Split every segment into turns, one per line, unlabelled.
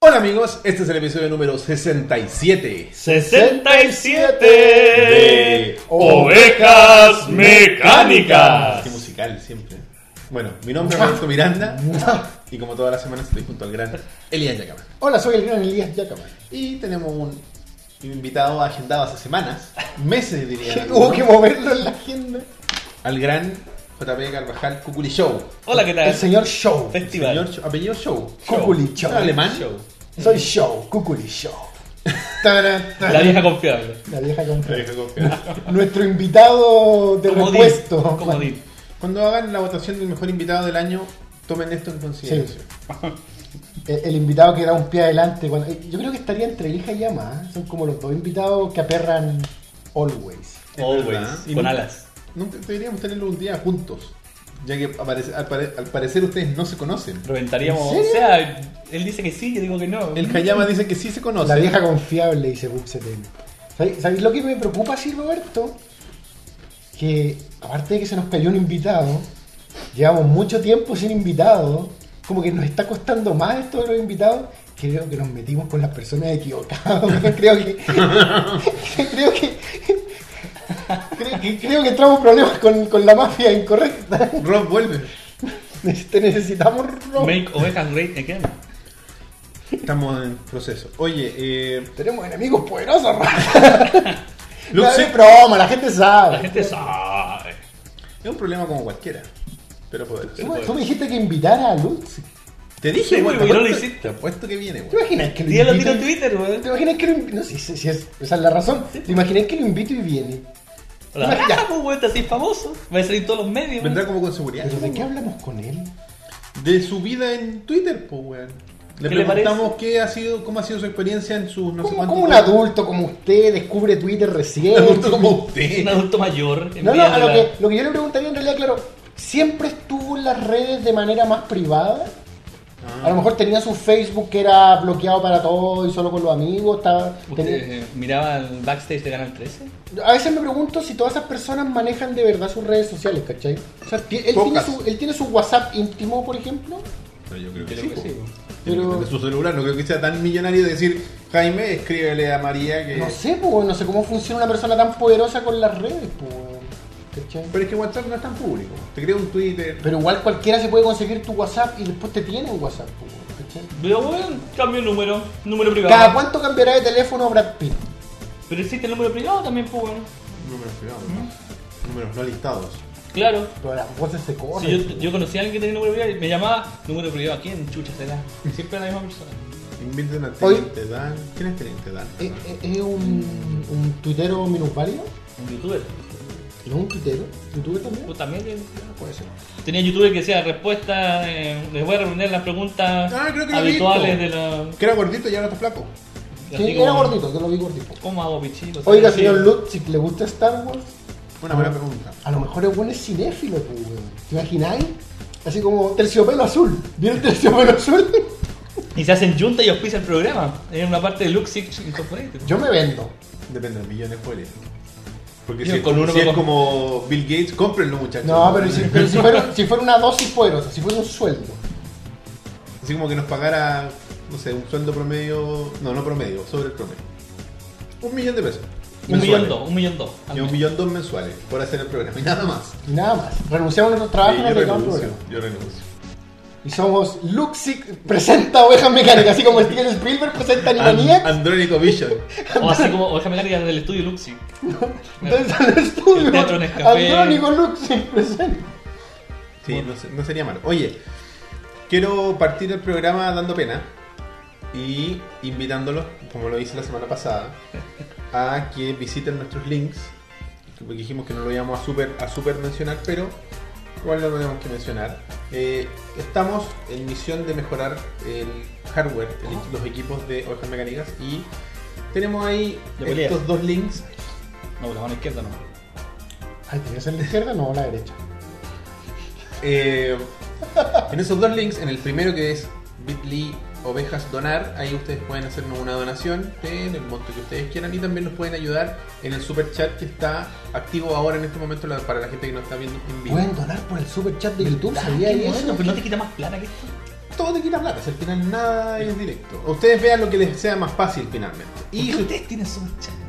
Hola amigos, este es el episodio número 67.
67
de
ovejas
Qué
mecánicas.
musical siempre. Bueno, mi nombre es Roberto Miranda y como todas las semanas estoy junto al gran Elías Yacama.
Hola, soy el gran Elías Yacaman.
Y tenemos un invitado agendado hace semanas, meses diría,
Hubo que moverlo en la agenda.
al gran JP Carvajal Cuculi Show.
Hola, ¿qué tal?
El señor Show.
Festival.
Señor Show- apellido Show.
Cuculi Show.
¿Es alemán?
Show.
Soy Show, Cuculi Show.
La
La
vieja confiable.
La vieja
Para que
compra.
se confíe.
Nuestro invitado de
Comodín.
repuesto.
Comodín.
Cuando hagan la votación del mejor invitado del año, tomen esto en consideración.
El, Eh, el invitado que da un pie adelante. cuando- eh, yo creo que estaría entre Elija y Yama. ¿eh? Son como los dos invitados que aperran always.
Es verdad.
Always.
Y
Con
nunca-
alas.
Nunca- deberíamos tenerlo un día juntos. Ya que aparece- al, pare- al parecer ustedes no se conocen.
Reventaríamos.
¿En
O sea, él dice que sí, yo digo que no.
El Hayama dice que sí se conoce.
La vieja confiable, dice Book 70. ¿Sabéis- ¿Sabéis lo que me preocupa, sí, Roberto? Que aparte de que se nos cayó un invitado, llevamos mucho tiempo sin invitado, como que nos está costando más esto de los invitados. Creo que nos metimos con las personas equivocadas. creo que. creo que. Creo que, creo que entramos en problemas con, con la mafia incorrecta.
Rob vuelve.
Te necesitamos Rob.
Make ovejas great again.
Estamos en proceso. Oye, eh,
Tenemos enemigos poderosos, Rob.
Luke,
No,
sí,
es broma, la gente sabe.
La gente sabe.
es un problema como cualquiera. Pero poderoso.
Tú me- Tú me dijiste que invitara a Lutz.
Te dije,
Sí,
güey,
güey,
te
no lo
apuesto-
hiciste.
Te apuesto que viene,
¿Te
güey.
imaginas que lo
Día lo
invito?
tiro en Twitter,
¿Te
weón.
imaginas que lo invito? No sé si, si es, esa es la razón. ¿Te imaginas que lo invito y viene?
Hola.
Ya.
Ah, pues, weón, te haces famoso. Va a salir en todos los medios. weón.
Vendrá como con seguridad.
¿Pero de qué hablamos con él?
De su vida en Twitter, pues, güey. Le
¿Qué le
preguntamos qué ha sido, cómo ha sido su experiencia en sus no sé
Como,
cuántos.
como un adulto como usted descubre Twitter
Un
recién.
adulto como
Un
usted.
adulto mayor. en
No, no,
vía
a
de
lo
la-
que, lo que yo le preguntaría en realidad, claro, ¿siempre estuvo en las redes de manera más privada?
Ah.
A lo mejor tenía su Facebook que era bloqueado para todo y solo con los amigos. Estaba, tenía-
¿Usted eh, miraba el backstage de Canal 13?
A veces me pregunto si todas esas personas manejan de verdad sus redes sociales, ¿cachai? O sea, ti- él, tiene
Pocas.
su, él tiene su WhatsApp íntimo, por ejemplo.
No, yo creo que
Creo
sí, pues.
que
po.
sí.
Tiene que
Pero-
tener su celular, no creo que sea tan millonario de decir, Jaime, escríbele a María que.
No sé, pues, weón, no sé cómo funciona una persona tan poderosa con las redes, pues, weón, ¿cachai?
Pero es que WhatsApp no es tan público. Te crea un Twitter.
Pero igual cualquiera se puede conseguir tu WhatsApp y después te tiene un WhatsApp, pues, weón, ¿cachai?
Pero, weón, cambio el número. Número privado.
¿Cada cuánto cambiará de teléfono Brad Pitt?
Pero existe el número privado también, pues, weón.
Números privados, ¿no? Números no listados.
Claro.
Pero las voces se
Si
corren.
yo,
pues.
yo conocí a alguien que tenía número privado y me llamaba número privado. ¿Quién chucha será? Siempre la misma persona.
Invitan a
Hoy-
Teniente Dan. ¿Quién es Teniente Dan?
¿Es, es- es un, un tuitero minusválido?
Un youtuber.
¿No un tuitero? ¿Youtuber también?
Tú también. eh.
Puede ser.
Tenía youtuber que decía respuesta. eh, les voy a responder las preguntas
Ah, creo que lo he
habituales de
visto.
la.
Que era gordito y ahora está flaco.
Sí,
así
era
como,
gordito, yo lo vi gordito.
¿Cómo hago pichito?
Oiga, señor Lutzik, ¿le gusta Star Wars?
Una buena pregunta.
A lo mejor es bueno es cinéfilo, pues, weón. ¿Te imagináis? Así como terciopelo azul. ¿Vieron terciopelo azul?
Y se hacen junta y auspicia el programa. Es una parte de Luxix Incorporated.
Yo me vendo.
Depende de millones cuáles. Porque
Yo
si, es,
con
como-
uno
si
me
es
com-
como Bill Gates, cómprenlo, muchachos.
No, pero, si, pero si, fuera, si fuera una dosis poderosa, si fuera un sueldo.
Así como que nos pagara, no sé, un sueldo promedio. No, no promedio, sobre el promedio. Un millón de pesos.
Un millón
mensuales.
dos, un millón dos. al
Y un
mes.
millón dos mensuales por hacer el programa y nada más.
Y nada más. Renunciamos a nuestros trabajos
Sí,
y
yo
nos dedicamos al
renuncio,
programa.
yo renuncio.
Y somos Luxic presenta ovejas mecánicas, así como Steven Spielberg presenta
And-
Animaniacs.
Andrónico Vision.
O así como Oveja Mecánica del estudio Luxix.
Entonces al estudio.
El teatro Nescafé.
Andrónico Luxic presenta.
Sí, no, se- no sería malo. Oye, quiero partir el programa dando pena y invitándolos, como lo hice la semana pasada, a que visiten nuestros links. Porque dijimos que no lo íbamos a super, a super mencionar, pero igual lo tenemos que mencionar. Eh, estamos en misión de mejorar el hardware, el- los equipos de Ovejas Mecánicas y tenemos ahí
De pelea.
estos dos links
No, la mano izquierda no.
Ay, ¿tenía que ser la izquierda? No, la derecha.
Eh, en esos dos links, en el primero que es bit.ly ovejas donar, ahí ustedes pueden hacernos una donación en el monto que ustedes quieran y también nos pueden ayudar en el super chat que está activo ahora en este momento la- para la gente que nos está viendo en vivo.
Pueden donar por el super chat de YouTube, ¿sabía
Ah, Qué
eso?
bueno, pero no te quita más plata que esto.
todo te quita plata, si al final nada es directo. Ustedes vean lo que les sea más fácil finalmente.
Y
Y si
ustedes tienen super chat, hijo.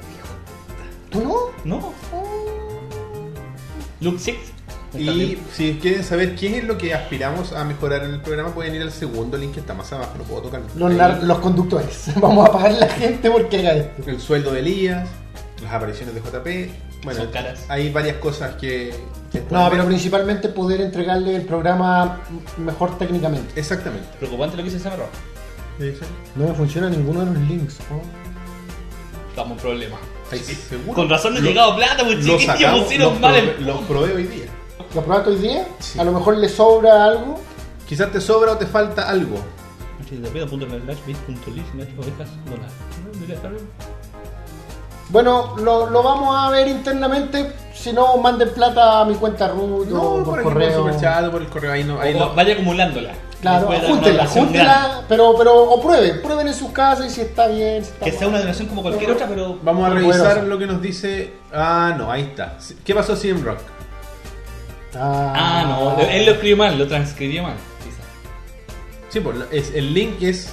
¿Tú no?
No. Oh. Luke Six.
Y si quieren saber qué es lo que aspiramos a mejorar en el programa, pueden ir al segundo link que está más abajo. No puedo tocar
Los,
el,
nar- los conductores. Vamos a pagar la gente porque haga esto.
el sueldo de Elías, las apariciones de JP. Bueno,
Son caras.
hay varias cosas que. que
No,
pueden
pero
ver.
principalmente poder entregarle el programa mejor técnicamente.
Exactamente.
Preocupante lo que hizo ese perro.
No me funciona ninguno de los links. oh.
Estamos en problema.
Ahí seguro.
Con razón no he
Lo-
llegado plata, pues
lo
chiquillos
sacamos,
pusieron
lo
mal
prove-
el.
Lo probé hoy día.
¿Lo probaste hoy día?
Sí.
A lo mejor le sobra algo.
Quizás te sobra o te falta algo.
Bueno, lo, lo vamos a ver internamente. Si no, manden plata a mi cuenta root o por,
aquí,
correo.
por superchat, por el correo. Ahí no. Ahí
O-
no.
Vaya acumulándola.
Claro,
Después de una
júntenla,
donación grande.
júntenla, pero, pero o prueben, prueben en sus casas y si está bien, si está
Que sea una
mal.
donación como cualquier otra, pero.
Vamos a
Muy
revisar
poderosa.
lo que nos dice. Ah, no, ahí está. ¿Qué pasó Simrock?
Ah, no. Él lo escribió mal, lo transcribió mal. quizás.
Sí, pues lo- es, el link es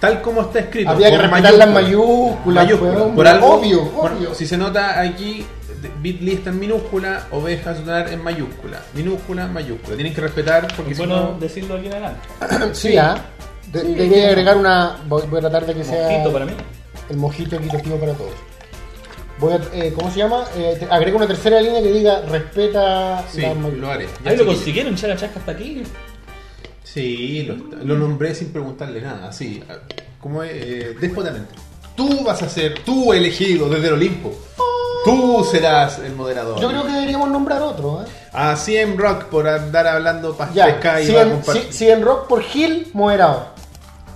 tal como está escrito.
Había que
con
respetar las
mayúsculas,
mayúsculas, weón.
por algo,
obvio,
por-
obvio.
si se nota aquí, de- Bitly está en minúscula, oveja sonar en mayúscula. Minúscula, mayúscula. Tienen que respetar porque
Es
si
bueno
no-
decirlo aquí en adelante.
Sí, ¿ah? De- Debería agregar una. Voy, voy a tratar de que sea.
Mojito para mí.
El mojito equitativo para todos. Voy a, eh, ¿Cómo se llama? Eh, te- agrego una tercera línea que diga respeta
Sí,
las
lo
mayúsculas.
haré. Ya,
Ahí lo
chiquillos.
consiguieron, Chara Chasca hasta aquí.
Sí, lo, está- lo nombré sin preguntarle nada, así. Como eh, despotamente. Tú vas a ser, tú elegido desde el Olimpo. Tú serás el moderador.
Yo creo que deberíamos nombrar otro. ¿eh?
A CM Rock por andar hablando
Ya,
pastesca Ah, y
si
va a
en,
compartir.
si- si en rock por Gil, moderado.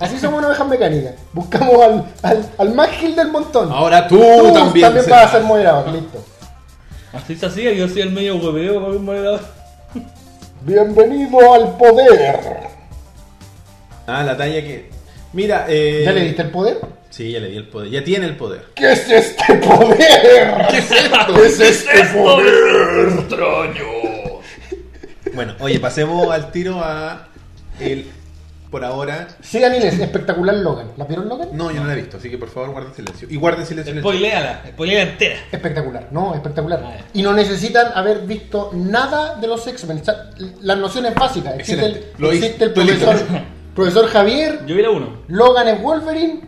Así somos una oveja mecánica. Buscamos al, al, al más Gil del montón.
Ahora tú,
Tú
Ah, oh, también,
vas a
serás.
ser moderado, listo.
Así se hacía, yo soy el medio hueveo con un moderador.
Bienvenido al poder.
Ah, la talla que. Mira, eh.
¿Ya le diste el poder?
Sí, ya le di el poder. Ya tiene el poder.
¿Qué es este poder?
¿Qué es esto?
¿Qué es este
poder extraño?
Bueno, oye, pasemos al tiro a. El. Por ahora.
Sigan Inés, espectacular Logan. ¿La vieron Logan?
No, yo no la he visto, así que por favor guarden silencio. Y guarden silencio. en el-
Spoileala, spoileala entera.
Espectacular, no, espectacular.
Ah, ya.
Y no necesitan haber visto nada de los X-Men. Está- Las nociones básicas. Existe el,
Excelente. Lo hice.
existe el
Estoy listo.
profesor, profesor Javier,
Yo vi la uno.
Logan es Wolverine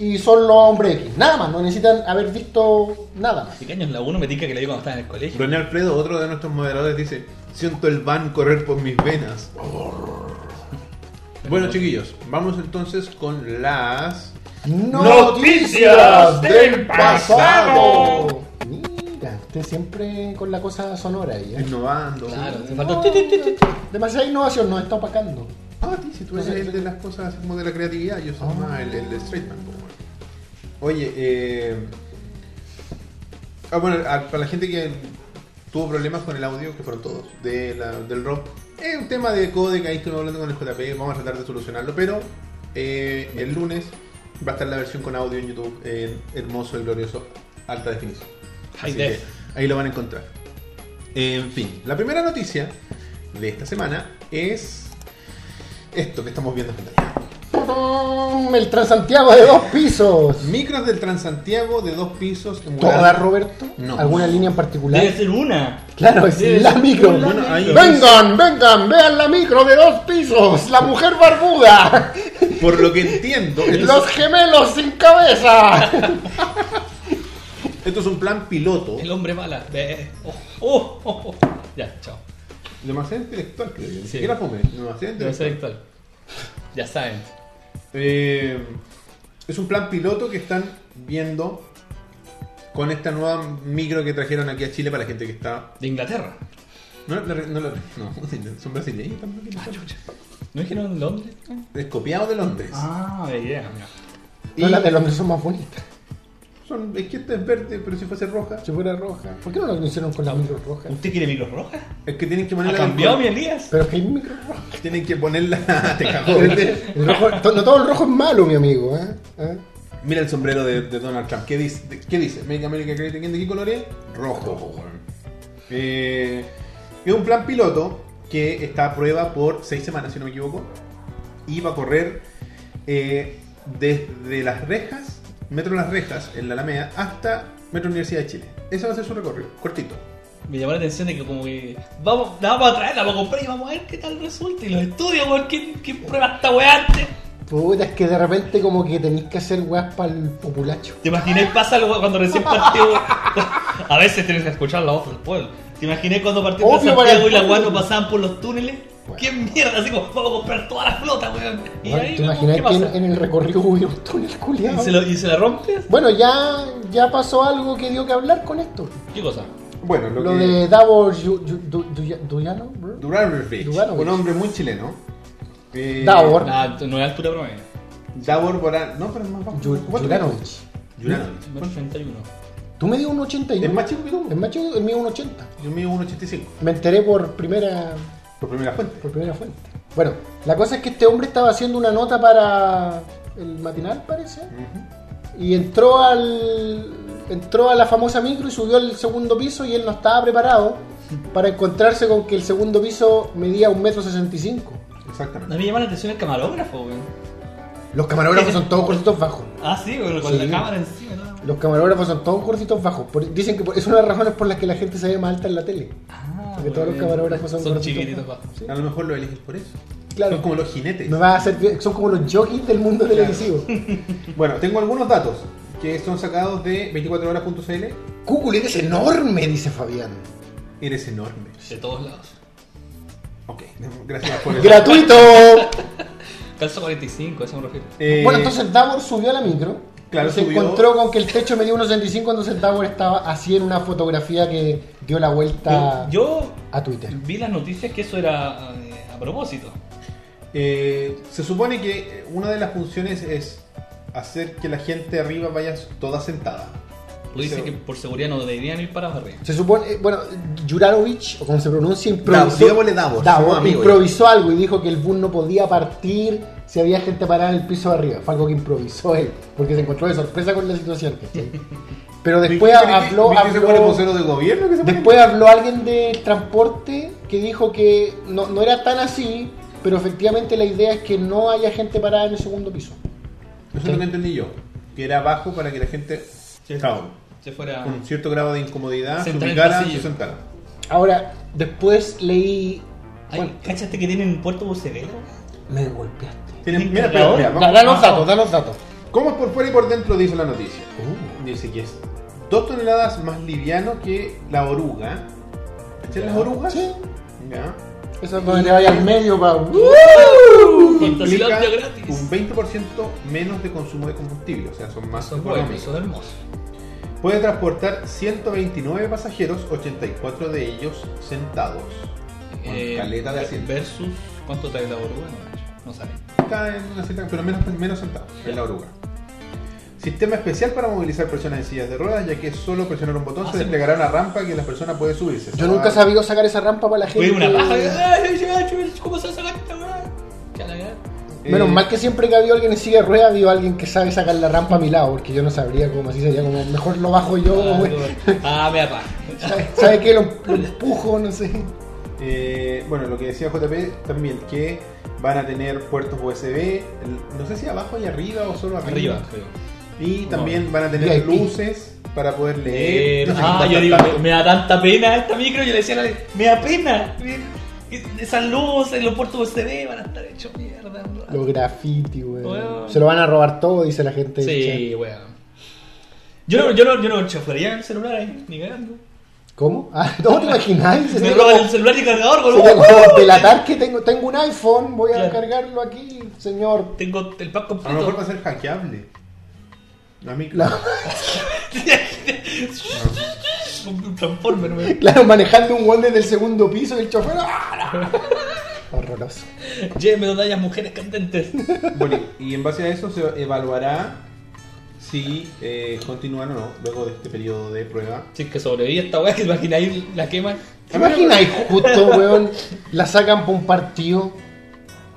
y son los hombres X. Nada más, no necesitan haber visto nada más.
Así que años la uno me tica que la vi cuando estaba en el colegio.
René Alfredo, otro de nuestros moderadores, dice: Siento el van correr por mis venas. Bueno, chiquillos, vamos entonces con las.
Noticias
del pasado.
Mira, usted siempre con la cosa sonora ahí. ¿eh?
Innovando.
Claro, te
No,
faltó. ti, ti, ti, ti, ti.
Demasiada innovación nos está opacando.
Ah, sí, si tú eres el de las cosas como de la creatividad, yo soy
Ah.
más el, el de straight man. pues, bueno. Oye, eh... ah, bueno, a- para la gente que tuvo problemas con el audio, que fueron todos, de la- del rock, es un tema de código, ahí estuvimos hablando con el JP, vamos a tratar de solucionarlo, pero eh, el lunes va a estar la versión con audio en YouTube, en hermoso y glorioso, alta definición.
High
Así que
def.
ahí lo van a encontrar. En fin, la primera noticia de esta semana es esto que estamos viendo en pantalla.
¡Tudum! Mm, El Transantiago de dos pisos.
Micros del Transantiago de dos pisos. emuladas-
¿Toda, Roberto?
No.
¿Alguna línea en particular?
Debe ser una.
Claro, es
Debe
la
ser
micro.
una
Bueno, ahí-
micro.
Vengan, vengan, vean la micro de dos pisos. La mujer barbuda.
Por lo que entiendo, esto,
Los gemelos sin cabeza.
es, esto es un plan piloto.
El hombre bala. Ve. Oh, oh, oh, oh. Ya, chao.
Demasiado intelectual, creo yo. Ni
Sí.
siquiera fome. Demasiado
Debe
intelectual.
ser actual. Ya saben.
Eh, es un plan piloto que están viendo con esta nueva micro que trajeron aquí a Chile para la gente que está.
De Inglaterra.
No, no, no, no, no, son brasileños tampoco.
¿No dijeron en Londres?
Es copiado de Londres.
Ah, de idea, mira.
Y
No, las de los hombres son más bonitas.
son, es que esta es verde, pero si fuese roja.
Si fuera roja. ¿Por qué no lo hicieron con la micro roja?
¿Usted quiere micros rojas?
Es que tienen que
¿Ha
ponerla.
cambiado mi Elías?
Pero es que hay micro roja.
Tienen que ponerla. Te cagó.
El rojo- to- no todo el rojo es malo, mi amigo. ¿eh? ¿Eh?
Mira el sombrero de, de Donald Trump. ¿Qué dice? De- ¿Qué dice? Make America Great Again. ¿De qué color es? Rojo. po, weón. Eh, es un plan piloto que está a prueba por seis semanas, si no me equivoco. y va a correr eh, desde las rejas, Metro Las Rejas, en la Alameda, hasta Metro Universidad de Chile. Ese va a ser su recorrido, cortito.
Me llamó la atención de que como que vamos, la vamos a traer, la vamos a comprar y vamos a ver qué tal resulta. Y los estudios, weón, ¿quién, quién prueba esta weá antes?
Puta, es que de repente como que tenéis que hacer weas para el populacho.
¿Te imaginé pasa algo cuando recién partió? weón? A veces tienes que escuchar la voz del pueblo. ¿Te imaginé cuando partió de
Obvio para el
Santiago y la weá
pueblo.
no pasaban por los túneles?
Bueno.
¿Qué mierda? Así como, vamos a comprar toda la flota, weón. Y
Bueno,
ahí, vemos
¿Te imaginas
¿qué
que en,
pasa?
en el recorrido hubiera un túnel
¿Y
culiado?
se, lo- ¿Y se la rompes?
Bueno, ya, ya pasó algo que dio que hablar con esto.
¿Qué cosa?
Bueno, lo,
Lo
que...
de Davor Yu- Yu- Du- Duya- Duyano, bro.
Duranovich,
Duranovich.
un hombre muy chileno. Eh,
Davor.
Ah, no es altura promedio.
Davor Bora- No, pero es más bajo.
Yu-
¿Cuánto
Yuranovich.
mide? Yuranovich.
Metro 81.
Tú me dio un 81.
Es más chico que tú.
Es más chico, el mío un 80.
Yo mido 1,85
Me enteré por primera,
por primera fuente.
por primera fuente. Bueno, la cosa es que este hombre estaba haciendo una nota para el matinal, parece.
Ujú.
Y entró al. Entró a la famosa micro y subió al segundo piso y él no estaba preparado para encontrarse con que el segundo piso medía un metro sesenta y cinco.
Exactamente.
A mí me llama la atención el camarógrafo, weón.
Los camarógrafos son todos cortitos bajos.
Ah, sí, weón, con
Sí.
la cámara encima. ¿no?
Los camarógrafos son todos gorditos bajos. Por- dicen que por- es una de las razones por las que la gente se ve más alta en la tele.
Ah,
Porque todos los
weón.
camarógrafos son,
Son
gorditos
chiquititos, bajos.
Sí.
A lo mejor lo eliges por eso.
Claro.
Son como los jinetes.
Me va a hacer bien- son como los jockeys del mundo
Claro.
televisivo.
Bueno, tengo algunos datos que son sacados de 24horas.cl.
Cúcul, eres enorme, dice Fabián.
Eres enorme.
De todos lados.
Ok, gracias por eso.
¡Gratuito!
Calzo 45, a eso me refiero.
Eh,
Bueno, entonces Davor subió a la micro.
Claro,
y se
subió.
encontró con que el techo medía 1,65 cuando entonces Davor estaba así en una fotografía que dio la vuelta
Eh,
Yo
a Twitter.
vi las noticias que eso era eh, a propósito.
eh, se supone que una de las funciones es hacer que la gente arriba vaya toda sentada.
Tú dices
Sí.
que por seguridad no deberían ir para arriba.
Se supone, eh, bueno, Juranovic, o como se pronuncia,
Davor,
improvisó,
digámosle Davor, somos amigos
improvisó algo y dijo que el bus no podía partir si había gente parada en el piso de arriba. Fue algo que improvisó él, porque se encontró de sorpresa con la situación. ¿cachai? Pero después
¿Viste-
habló,
viste ese buen
habló,
vocero del gobierno que se pone?
después habló alguien del transporte que dijo que no, no era tan así, pero efectivamente la idea es que no haya gente parada en el segundo piso.
Eso es lo que entendí yo. Que era bajo para que la gente,
Sí.
chao,
Se fuera.
con cierto grado de incomodidad, se
Sentar en el
ubicara, se
pasillo.
sentara.
Ahora, después leí...
Ay,
bueno,
¿Cachaste que tienen puerto Bucebelo?
me golpeaste.
Tienen-
Sí,
mira,
claro.
pero mira,
Da,
vamos-
da los datos, da los datos.
¿Cómo es por fuera y por dentro? Dice la noticia.
Uh.
Dice que es 2 toneladas más liviano que la oruga. ¿Cachai las orugas?
Sí.
Ya.
Eso es donde le vaya al medio uh. para.
Fantasilandia
Implica
gratis.
un 20% menos de consumo de combustible, o sea, son más
Eso es bueno,
económicos.
eso es hermoso.
Puede transportar 129 pasajeros, 84 de ellos sentados. Con
Eh,
caleta de asiento.
Versus, ¿cuánto trae la oruga? No, no sale.
Está en una silla, pero menos, menos sentados, en la oruga. Sistema especial para movilizar personas en sillas de ruedas, ya que es solo presionar un botón
Ah,
se
sí.
desplegará una rampa que la persona puede subirse. Ah,
Yo nunca he
sabía
sabido sacar esa rampa para la gente.
Fue una paja. ¿eh? Ay, ya, ya, ¿Cómo se saca esta weá? Que a la gran-
Menos mal que siempre que había alguien en silla de ruedas, vio alguien que sabe sacar la rampa a mi lado, porque yo no sabría cómo así sería, como mejor lo bajo yo, como,
Ah, me apaga.
¿sabes qué? Lo, lo empujo, no sé.
Eh, bueno, lo que decía JP también, que van a tener puertos USB, el- no sé si abajo y arriba o solo arriba.
Arriba, creo.
Y
No.
también van a tener
VIP.
luces para poder leer. No sé
ah,
qué
yo
tanto-
digo,
tanto.
me da tanta pena esta micro. Yo le decía a la ley, me da pena. Esas luces, los puertos USB van a estar hechos mierda. un rato".
Los graffiti, weón.
Weón.
Se lo van a robar todo, dice la gente. del
Sí, weón. Yo no, yo no, yo no chofería el celular ahí, ni cagando.
chat. ¿Cómo? Ah, ¿No te imagináis?
Me
Sería
roban
como-
el celular y el cargador,
sería
boludo.
como delatar que tengo, tengo un iPhone, voy a
Claro.
cargarlo aquí, señor.
Tengo el
A
pack
lo mejor va
completo.
a ser hackeable. La micro.
La-
Un transformer, weón.
Claro, manejando un gol desde el segundo piso y el chofer. ¡ah, no! Horroroso.
Llévenme donde haya mujeres candentes.
Bueno, y en base a eso se evaluará si eh, continúan o no luego de este periodo de prueba.
Si es que sobreviví a esta weá, que imagináis la quema.
¿Te imagináis justo, weón? La sacan por un partido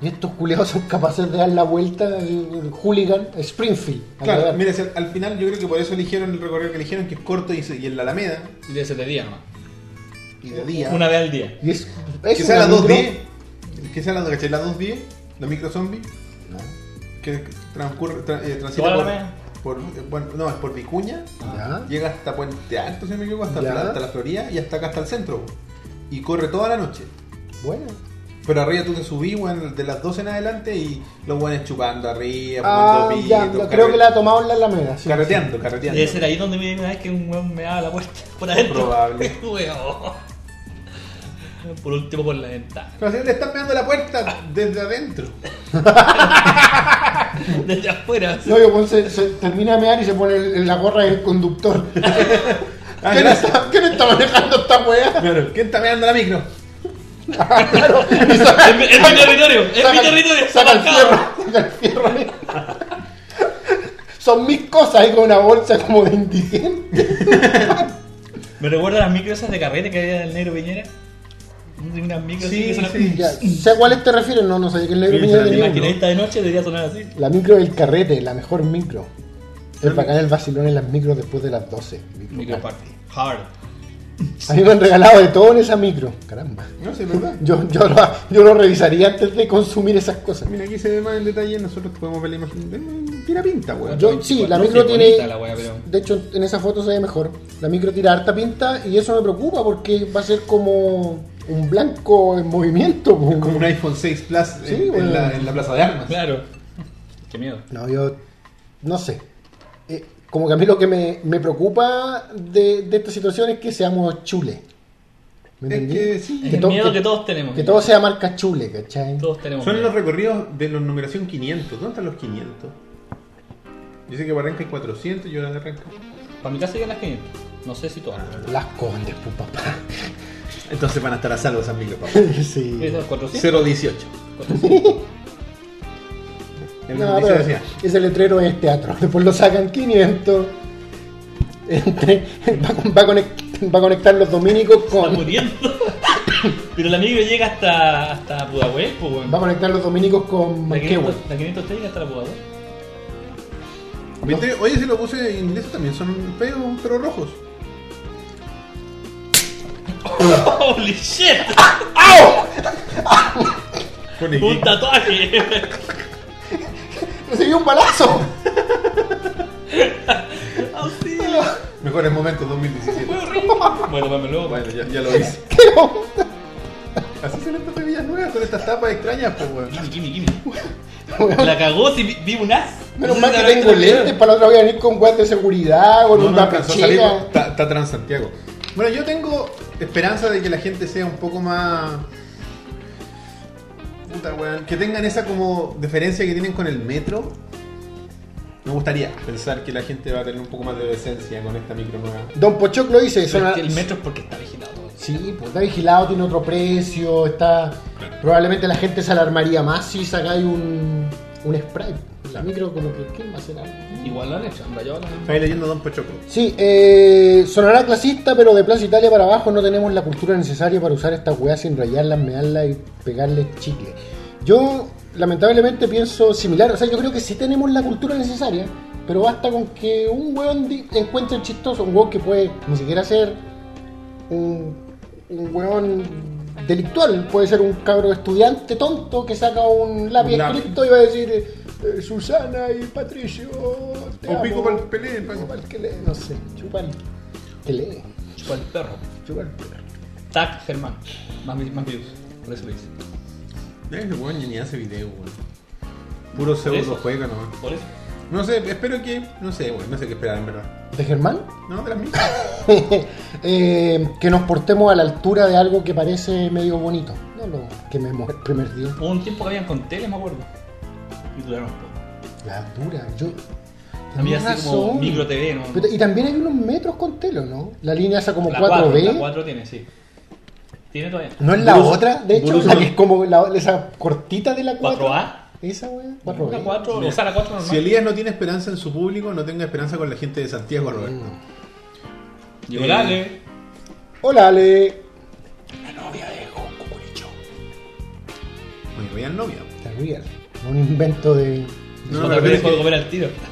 y estos culeados son capaces de dar la vuelta el hooligan a Springfield. a
Claro,
cagar.
mira, si al- al final yo creo que por eso eligieron el recorrido que eligieron, que es corto y, se- y en la Alameda.
Y de ese día nomás.
Y de día.
Una vez al día.
Y es, es
que sea
una
las
micro.
2.10. Que sea las 2.10. Los microzombies
No.
que transcurre, tra- eh, transita
Toda la
por,
media.
por, eh, bueno, no, es por Vicuña,
¿Ya?
llega hasta Puente Alto, si no me equivoco, hasta,
Ya.
la- hasta la Florida y hasta acá hasta el centro. Y corre toda la noche.
Bueno.
Pero arriba tú te subís, weón, de las 12 en adelante y los buenos chupando arriba,
Ah,
fumando
ya,
pito,
lo- creo
carre-
que la ha tomado en la Alameda. sí.
Carreteando, carreteando.
Debe ser ahí donde me una vez que un weón me daba la puerta por adentro.
Probable.
Weón. Por último, por la ventana.
Pero si te están pegando la puerta desde adentro.
Desde afuera.
No, y el weón se, se termina de mear y se pone el- en la gorra del conductor.
Ah,
¿Quién,
gracias.
está, quién está manejando esta weá?
Claro, ¿quién está pegando la micro?
Es mi- es mi territorio, es mi
Saca-
territorio, está
Saca el
marcado.
fierro, saca el fierro. ahí. Son mis cosas ahí con una bolsa como de indigente.
Me recuerda a las micros esas de carrete que había del negro Piñera. Unas micros
Sí,
así que son-
sí.
Ya, sé a cuáles te refieres, no, no sé qué negro
Sí, se la
Piñera
Me
tenía uno.
imaginé esta de noche debería sonar así.
La micro del carrete, la mejor micro.
Sí.
El bacán el vacilón en las micros después de las 12. Micro
Micro
party.
party. Hard.
a mí me han regalado de todo en esa micro. Caramba.
No sé, ¿verdad?
Yo, yo, lo, yo lo revisaría antes de consumir esas cosas.
Mira, aquí se ve más en detalle, nosotros podemos ver la imagen. Eh, Tiene pinta, weón.
Yo, sí, la
No sé,
micro
bonita
tiene.
la wea, pero-
De hecho, en esa foto se ve mejor. La micro tira harta pinta y eso me preocupa porque va a ser como un blanco en movimiento. pues. po.
Como un iPhone 6 Plus en-
Sí,
en,
weón.
la, en la plaza de armas.
Claro. Qué miedo.
No, yo. No sé. Eh, como que a mí lo que me, me preocupa de, de esta situación es que seamos chules. ¿Me
Es
entendí?
que sí.
Es el
to-
miedo que todos tenemos.
Que todo sea marca chule, ¿cachai?
Todos tenemos
Son
miedo.
los recorridos de la numeración 500. ¿Dónde están los 500? Dice que arranca hay 400 y ahora de arranca.
Para mi casa llegan las 500. No sé si todas.
Las condes, pues papá.
Entonces van a estar a salvo esas micro, papá.
sí.
Esas 400.
018. En la
No,
noticia
pero
decía.
ese letrero es teatro. Después lo sacan 500. Entre- va, con- va a conect- va a conectar los dominicos
Está
con.
muriendo. Pero la micro llega hasta, hasta Pudahuel, pues, weón.
Va a conectar los dominicos con
La
Manquehue.
500 la 500 te llega hasta la Pudahuel.
¿Viste? Oye, si lo puse en inglés también son feos, pero rojos.
¡Holy shit!
Con
¡Un tatuaje!
¡Recibió un balazo!
¡Auxilio!
Mejores momentos 2017.
¡Fue horrible! Bueno, vamos luego. pues.
Bueno, ya, ya lo hice.
¿Qué onda?
Así se estas bebidas nuevas con estas tapas extrañas, pues, weón.
Gimme, gimme, gimme. La cagó si vi, vi un as.
Menos
No sé
mal
si
que
la
tengo
viste,
lentes para la otra voy a venir con guantes de seguridad, con
No, no
una
alcanzó a salir,
pechera.
está, está Transantiago. Bueno, yo tengo esperanza de que la gente sea un poco más. Puta, weón. Que tengan esa como diferencia que tienen con el metro. Me gustaría pensar que la gente va a tener un poco más de decencia con esta micro nueva.
Don Pochoclo dice, son
Pero es
a-
que el metro es porque está vigilado. todo.
Sí, pues está vigilado, tiene otro precio, está. Probablemente la gente se alarmaría más si sacáis un, un spray. La micro con lo que ¿quién va a hacer algo?
Igual lo han hecho, han rayado la
Estoy leyendo Don Pochoco.
Sí, eh, sonará clasista, pero de Plaza Italia para abajo no tenemos la cultura necesaria para usar estas weas sin rayarlas, mearlas y pegarles chicle. Yo, lamentablemente, pienso similar. O sea, yo creo que sí tenemos la cultura necesaria, pero basta con que un weón di- encuentre chistoso, un weón que puede ni siquiera ser un, un weón delictual, puede ser un cabro estudiante tonto que saca un lápiz,
Un lápiz.
escrito y va a decir. eh, Susana y Patricio. te
O pico
amo.
pa'l pues. pelé, pa-
Chupa el que lee, no sé, chupa el que lee,
Chupa el perro.
chupa el perro.
Tac, Germán. Más, vi- más views. Por eso lo hice.
Ese weón ya ni hace video, weón. Puro
¿Eso?
pseudo juega nomás.
Por eso.
No sé, espero que. No sé, weón. No sé qué esperar, en verdad.
¿De Germán?
No, de las micros.
Eh, que nos portemos a la altura de algo que parece medio bonito. No lo que me el primer día.
Hubo un tiempo que habían con tele, me acuerdo. Y duraron poco.
La dura, yo.
Había
tenías
así como
razón.
micro TV, ¿no?
Pero- y también hay unos metros con telo, ¿no? La línea esa como
la
4B.
La 4 tiene, sí. Tiene todavía.
¿No es la
Bruce-
otra? De hecho,
Bruce-
la que es como la- esa cortita de la 4.
4A.
Esa, weá.
La
4B.
4, o
Mira,
sea, la 4 normal.
Si Elías no tiene esperanza en su público, no tenga esperanza con la gente de Santiago, Roberto.
Llegó la
eh,
Ale.
Hola, Ale.
La novia de Cucuricho.
Oye, vean novia.
The Real. Un invento de.
No,
No,
me
no,
refiero que-
no. puedo comer al tiro.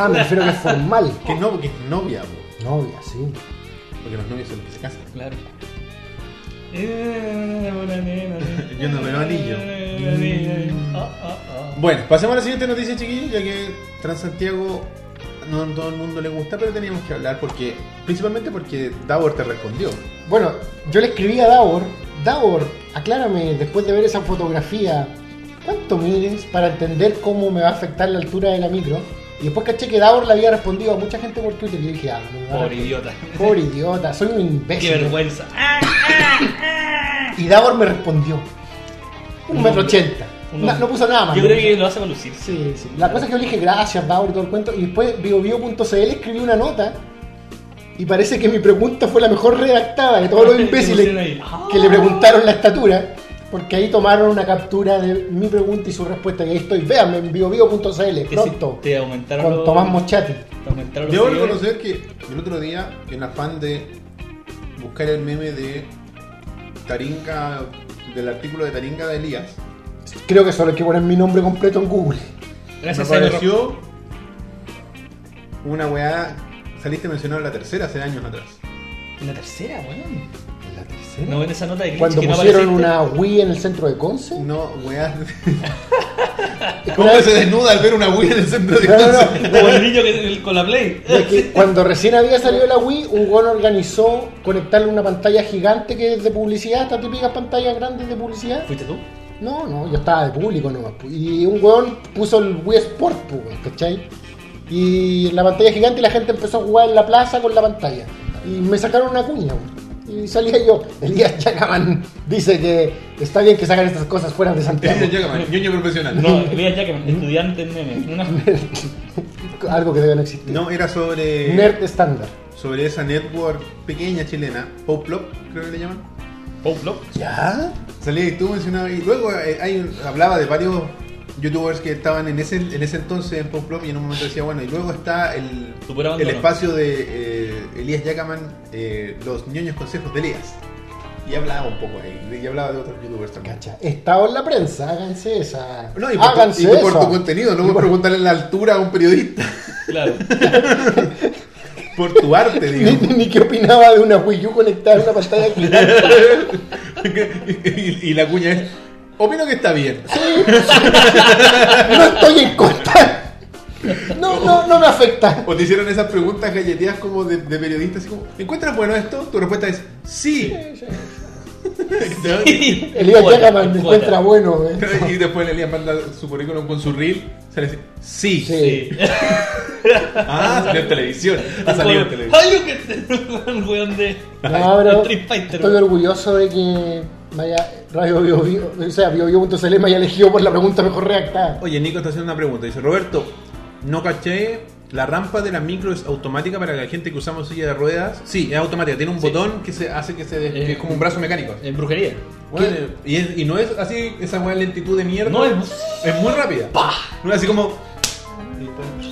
Ah, me refiero que es formal.
Que no, porque es novia, po.
Novia, sí.
porque los novios son los que se casan.
Claro. Yo
Yo no veo anillo.
Mm.
Ah,
Bueno, pasemos a la siguiente noticia, chiquillos, ya que Transantiago no a todo el mundo le gusta, pero teníamos que hablar porque, principalmente porque Davor te respondió.
Bueno, yo le escribí a Davor, Davor, aclárame, después de ver esa fotografía, ¿cuánto mides para entender cómo me va a afectar la altura de la micro? Y después caché que Davor le había respondido a mucha gente por Twitter y yo dije, ah, no me va a
Pobre
responder.
idiota.
Pobre idiota, soy un
Qué
imbécil.
vergüenza. Ah,
Y Davor me respondió. Un
Un
metro
hombre.
ochenta.
un
Na-
hombre.
No, puso nada más.
Yo
¿no?
creo que lo hace para lucir.
Sí, sí. La cosa es que yo le dije gracias, Davor, todo el cuento. Y después biobio.cl escribí una nota. Y parece que mi pregunta fue la mejor redactada de todos los
Que
imbéciles
pusieron ahí. Ah.
que le preguntaron la estatura. Porque ahí tomaron una captura de mi pregunta y su respuesta. Y ahí estoy, véanme en biobio.cl
Te-
pronto.
Te aumentaron
Con
los-
Tomás Mochati.
Te aumentaron los
Debo
seguidores.
reconocer que el otro día, en afán de buscar el meme de Taringa, del artículo de Taringa de Elías,
Creo que solo hay que poner mi nombre completo en Google.
Gracias
me
a
pareció una weá. Saliste mencionado en la tercera hace años atrás.
La tercera, weón.
¿La tercera?
No ven esa nota de glitch
Cuando
que no
pusieron
apareciste.
una Wii en el centro de Conce.
No, weá. ¿Cómo se desnuda al ver una Wii en el centro de
No, no, no.
Conce?
Como el niño que, con la Play.
De que cuando recién había salido la Wii, un weón organizó conectarle una pantalla gigante que es de publicidad, estas típicas pantallas grandes de publicidad.
¿Fuiste tú?
No, no, yo estaba de público nomás. pu. Y un weón puso el Wii Sport, pu, weón, ¿cachai? Y la pantalla gigante y la gente empezó a jugar en la plaza con la pantalla. Y me sacaron una cuña, weón. Y salía yo, Elías Chagaman dice que está bien que sacan estas cosas fuera de
Elías
Santiago.
Jackman, ñoño profesional.
No, Elías Jackman, estudiante en meme. Una...
Algo que debe no existir.
No, eh, era sobre.
Nerd estándar.
Sobre esa network pequeña chilena, Poplop, creo que le llaman.
Outlook.
¿Ya?
Salía y tú mencionabas. Y luego eh, hay un- hablaba de varios youtubers que estaban en ese, en ese entonces en Poplop y en un momento decía, bueno, y luego está el,
Super
el
abandono.
espacio de eh, Elías Jackman, eh, los ñoños consejos de Elías. Y hablaba un poco ahí, y hablaba de otros youtubers también.
Cacha, he estado en la prensa, háganse esa.
No, y por,
háganse
tu, y por
esa.
tu contenido, no
Y
por
por-
preguntarle la altura a un periodista.
Claro.
Por tu arte,
Ni,
digo.
ni, ni qué opinaba de una Wii U conectada a una pantalla gigante.
y, y la cuña es, opino que está bien.
No estoy en contra. No, no, no me afecta.
O te hicieron esas preguntas galleteadas como de, de periodistas, así como, ¿encuentras bueno esto? Tu respuesta es, sí.
Elías
Cuota,
Yagaman me
cuota.
encuentra bueno. eh.
y después Elías manda su currículum con su reel, sale así, sí.
Sí.
Sí.
Ah, salió en televisión. Ha salido en televisión.
Ay, lo que un weón de.
No, pero
Street Fighter.
estoy orgulloso de que me haya Radio Bio, Bio- o sea, BioBio.cl me haya elegido por la pregunta mejor redactada.
Oye, Nico está haciendo una pregunta. Dice, Roberto, no caché, la rampa de la micro es automática para la gente que usamos silla de ruedas. Sí, es automática. Tiene un
Sí.
botón que se hace que se des-
Eh,
que es como un brazo mecánico.
En brujería.
Bueno, y, es- y no es así esa weá de lentitud de mierda.
No, es-
es Eh, muy rápida. No es así como.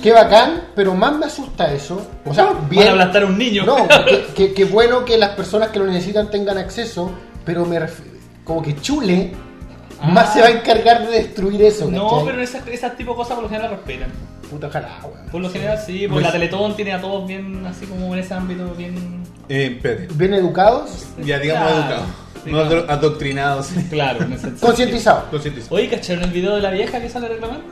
Qué bacán, pero más me asusta eso. O sea,
Van a
bien,
aplastar a un niño.
No, que, que- que bueno que las personas que lo necesitan tengan acceso, pero me ref- como que Chule más
Ah.
se va a encargar de destruir eso.
No,
¿cachai?
pero esas, esas tipo de cosas por lo general respetan.
Puta ojalá, weón.
Por lo general sí,
Muy-
porque la Teletón tiene a todos bien, así como en ese ámbito, bien.
Eh, espérate.
Bien educados,
Ya digamos
Claro,
educados.
sí,
No
claro.
ado- adoctrinados.
Claro, en ese sentido.
concientizados.
Concientizados.
Oye, ¿cacharon el video de la vieja que sale reclamando?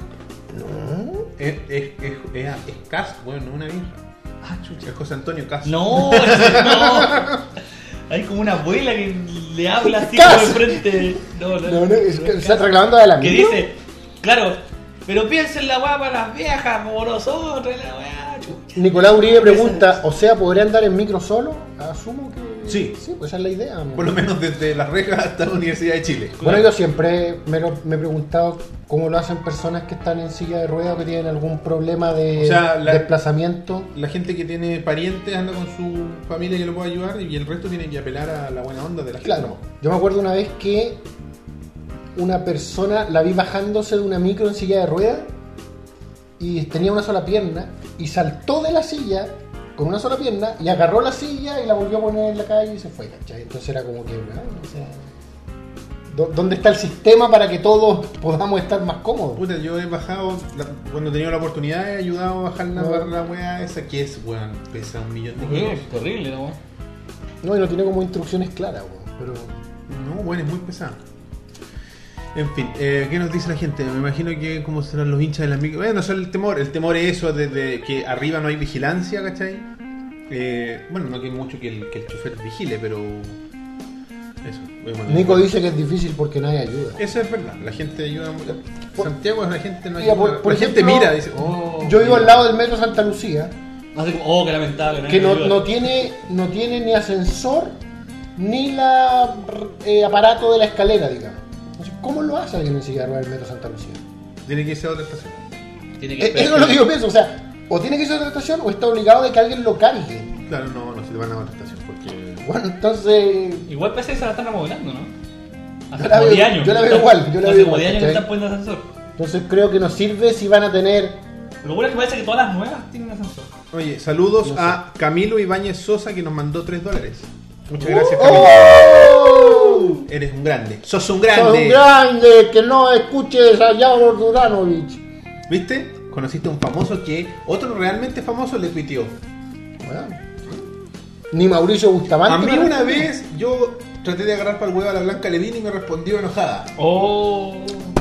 Es, Eh, es, es, es, ah, es Cas, bueno, no una vieja.
Ah, chucha.
Es José Antonio Cas.
No, no. Hay como una abuela que le habla así
Cas.
como enfrente. No, no,
No, no, es que
Cas.
se está reclamando de la
Que
micro.
dice, claro, pero piensen la weá para las viejas como nosotros, la weá, chucha.
Nicolás Uribe pregunta, o sea, ¿podré andar en micro solo? Asumo que
Sí.
pues esa es la idea. ¿no?
Por lo menos desde las rejas hasta la Universidad de Chile.
Bueno, yo siempre me, lo- me he preguntado cómo lo hacen personas que están en silla de ruedas o que tienen algún problema de
O sea, la-
desplazamiento.
La gente que tiene parientes anda con su familia que lo puede ayudar y el resto tiene que apelar a la buena onda de la gente.
Claro, yo me acuerdo una vez que una persona la vi bajándose de una micro en silla de ruedas y tenía una sola pierna y saltó de la silla con una sola pierna y agarró la silla y la volvió a poner en la calle y se fue, ¿cachai? Entonces era como que, weón, o sea, ¿dó- ¿dónde está el sistema para que todos podamos estar más cómodos?
Puta, yo he bajado, la- cuando he tenido la oportunidad, he ayudado a bajar la,
Bueno.
la weá esa que es, weón, pesa un millón de kilos.
Terrible, terrible, ¿no?
No, y no tiene como instrucciones claras, weón, pero
bueno, es muy pesado. En fin, eh, ¿qué nos dice la gente? Me imagino que como serán los hinchas de las micro. Bueno, eso es el temor. El temor es eso de, de que arriba no hay vigilancia, ¿cachai? Eh, bueno, no que hay mucho que el, que el chofer vigile, pero. Eso. bueno,
Nico
bueno.
dice que es difícil porque nadie ayuda.
Eso es verdad, la gente ayuda mucho.
Por-
Santiago es la gente no
Mira,
ayuda.
por- por
la gente
ejemplo,
mira, dice, oh,
Yo
mira.
vivo al lado del metro Santa Lucía,
Hace como, oh, qué lamentable.
que no,
ayuda.
no tiene, no tiene ni ascensor ni la eh, aparato de la escalera, digamos. Entonces, ¿Cómo lo hace alguien en silla de ruedas del metro Santa Lucía?
Tiene que irse a otra estación.
Tiene que
Eh, Eso es lo que yo pienso, o sea, o tiene que irse a otra estación o está obligado de que alguien lo cargue.
Claro, no, no se le van a otra estación porque.
Bueno, entonces.
Igual parece que se la están remodelando, ¿no? Hace
Yo la
como
veo-
10 años.
yo la veo
Están-
igual, yo la
hace
veo
como
igual,
10 años que
¿cachai?
están poniendo ascensor.
Entonces creo que no sirve si van a tener.
Lo bueno es que parece que todas las nuevas tienen ascensor.
Oye, saludos
No sé. Uh,
a Camilo Ibáñez Sosa que nos mandó 3 dólares. Muchas gracias, Camilo.
¡Oh!
Eres un grande. Sos un
¡Sos
grande.
un grande! ¡Que no escuches a Yavor Duranovich!
¿Viste? Conociste a un famoso que otro realmente famoso le tuiteó.
Bueno. Ni Mauricio Bustamante.
A mí
me
una
respondió.
vez yo traté de agarrar para el huevo a la Blanca Levin y me respondió enojada.
Oh.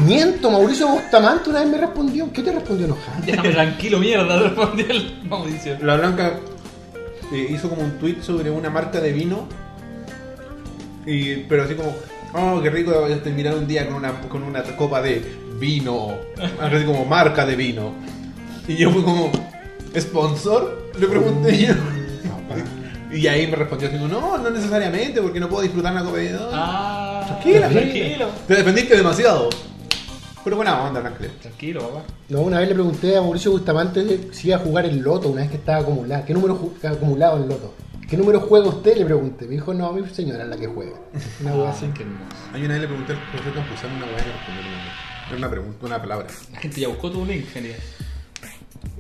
Miento, Mauricio Bustamante una vez me respondió. ¿Qué te respondió enojado?
Déjame tranquilo, mierda, respondió el Mauricio.
La Blanca eh, hizo como un tweet sobre una marca de vino. Y, pero así como, oh, qué rico terminar un día con una, con una copa de vino. Algo así como marca de vino. Y yo fui como, ¿sponsor? Le pregunté yo. Y ahí me respondió así como, no, no necesariamente, porque no puedo disfrutar una copa de vino.
Ah.
tranquila,
tranquilo.
tranquilo. Te defendiste demasiado. Pero buena onda, Blanca. Levin.
Tranquilo, papá.
No, una vez le pregunté a Mauricio Bustamante si iba a jugar el loto una vez que estaba acumulado. ¿Qué número ju- acumulado el loto? ¿Qué número juega usted? Le pregunté. Me dijo, no, mi señora es la que juega. Una hueá así.
qué hermoso.
Hay una vez le pregunté al profesor Campuzano una weá que respondió. no me acuerdo. Era una pregunta, una palabra.
La gente ya buscó tu link, genial.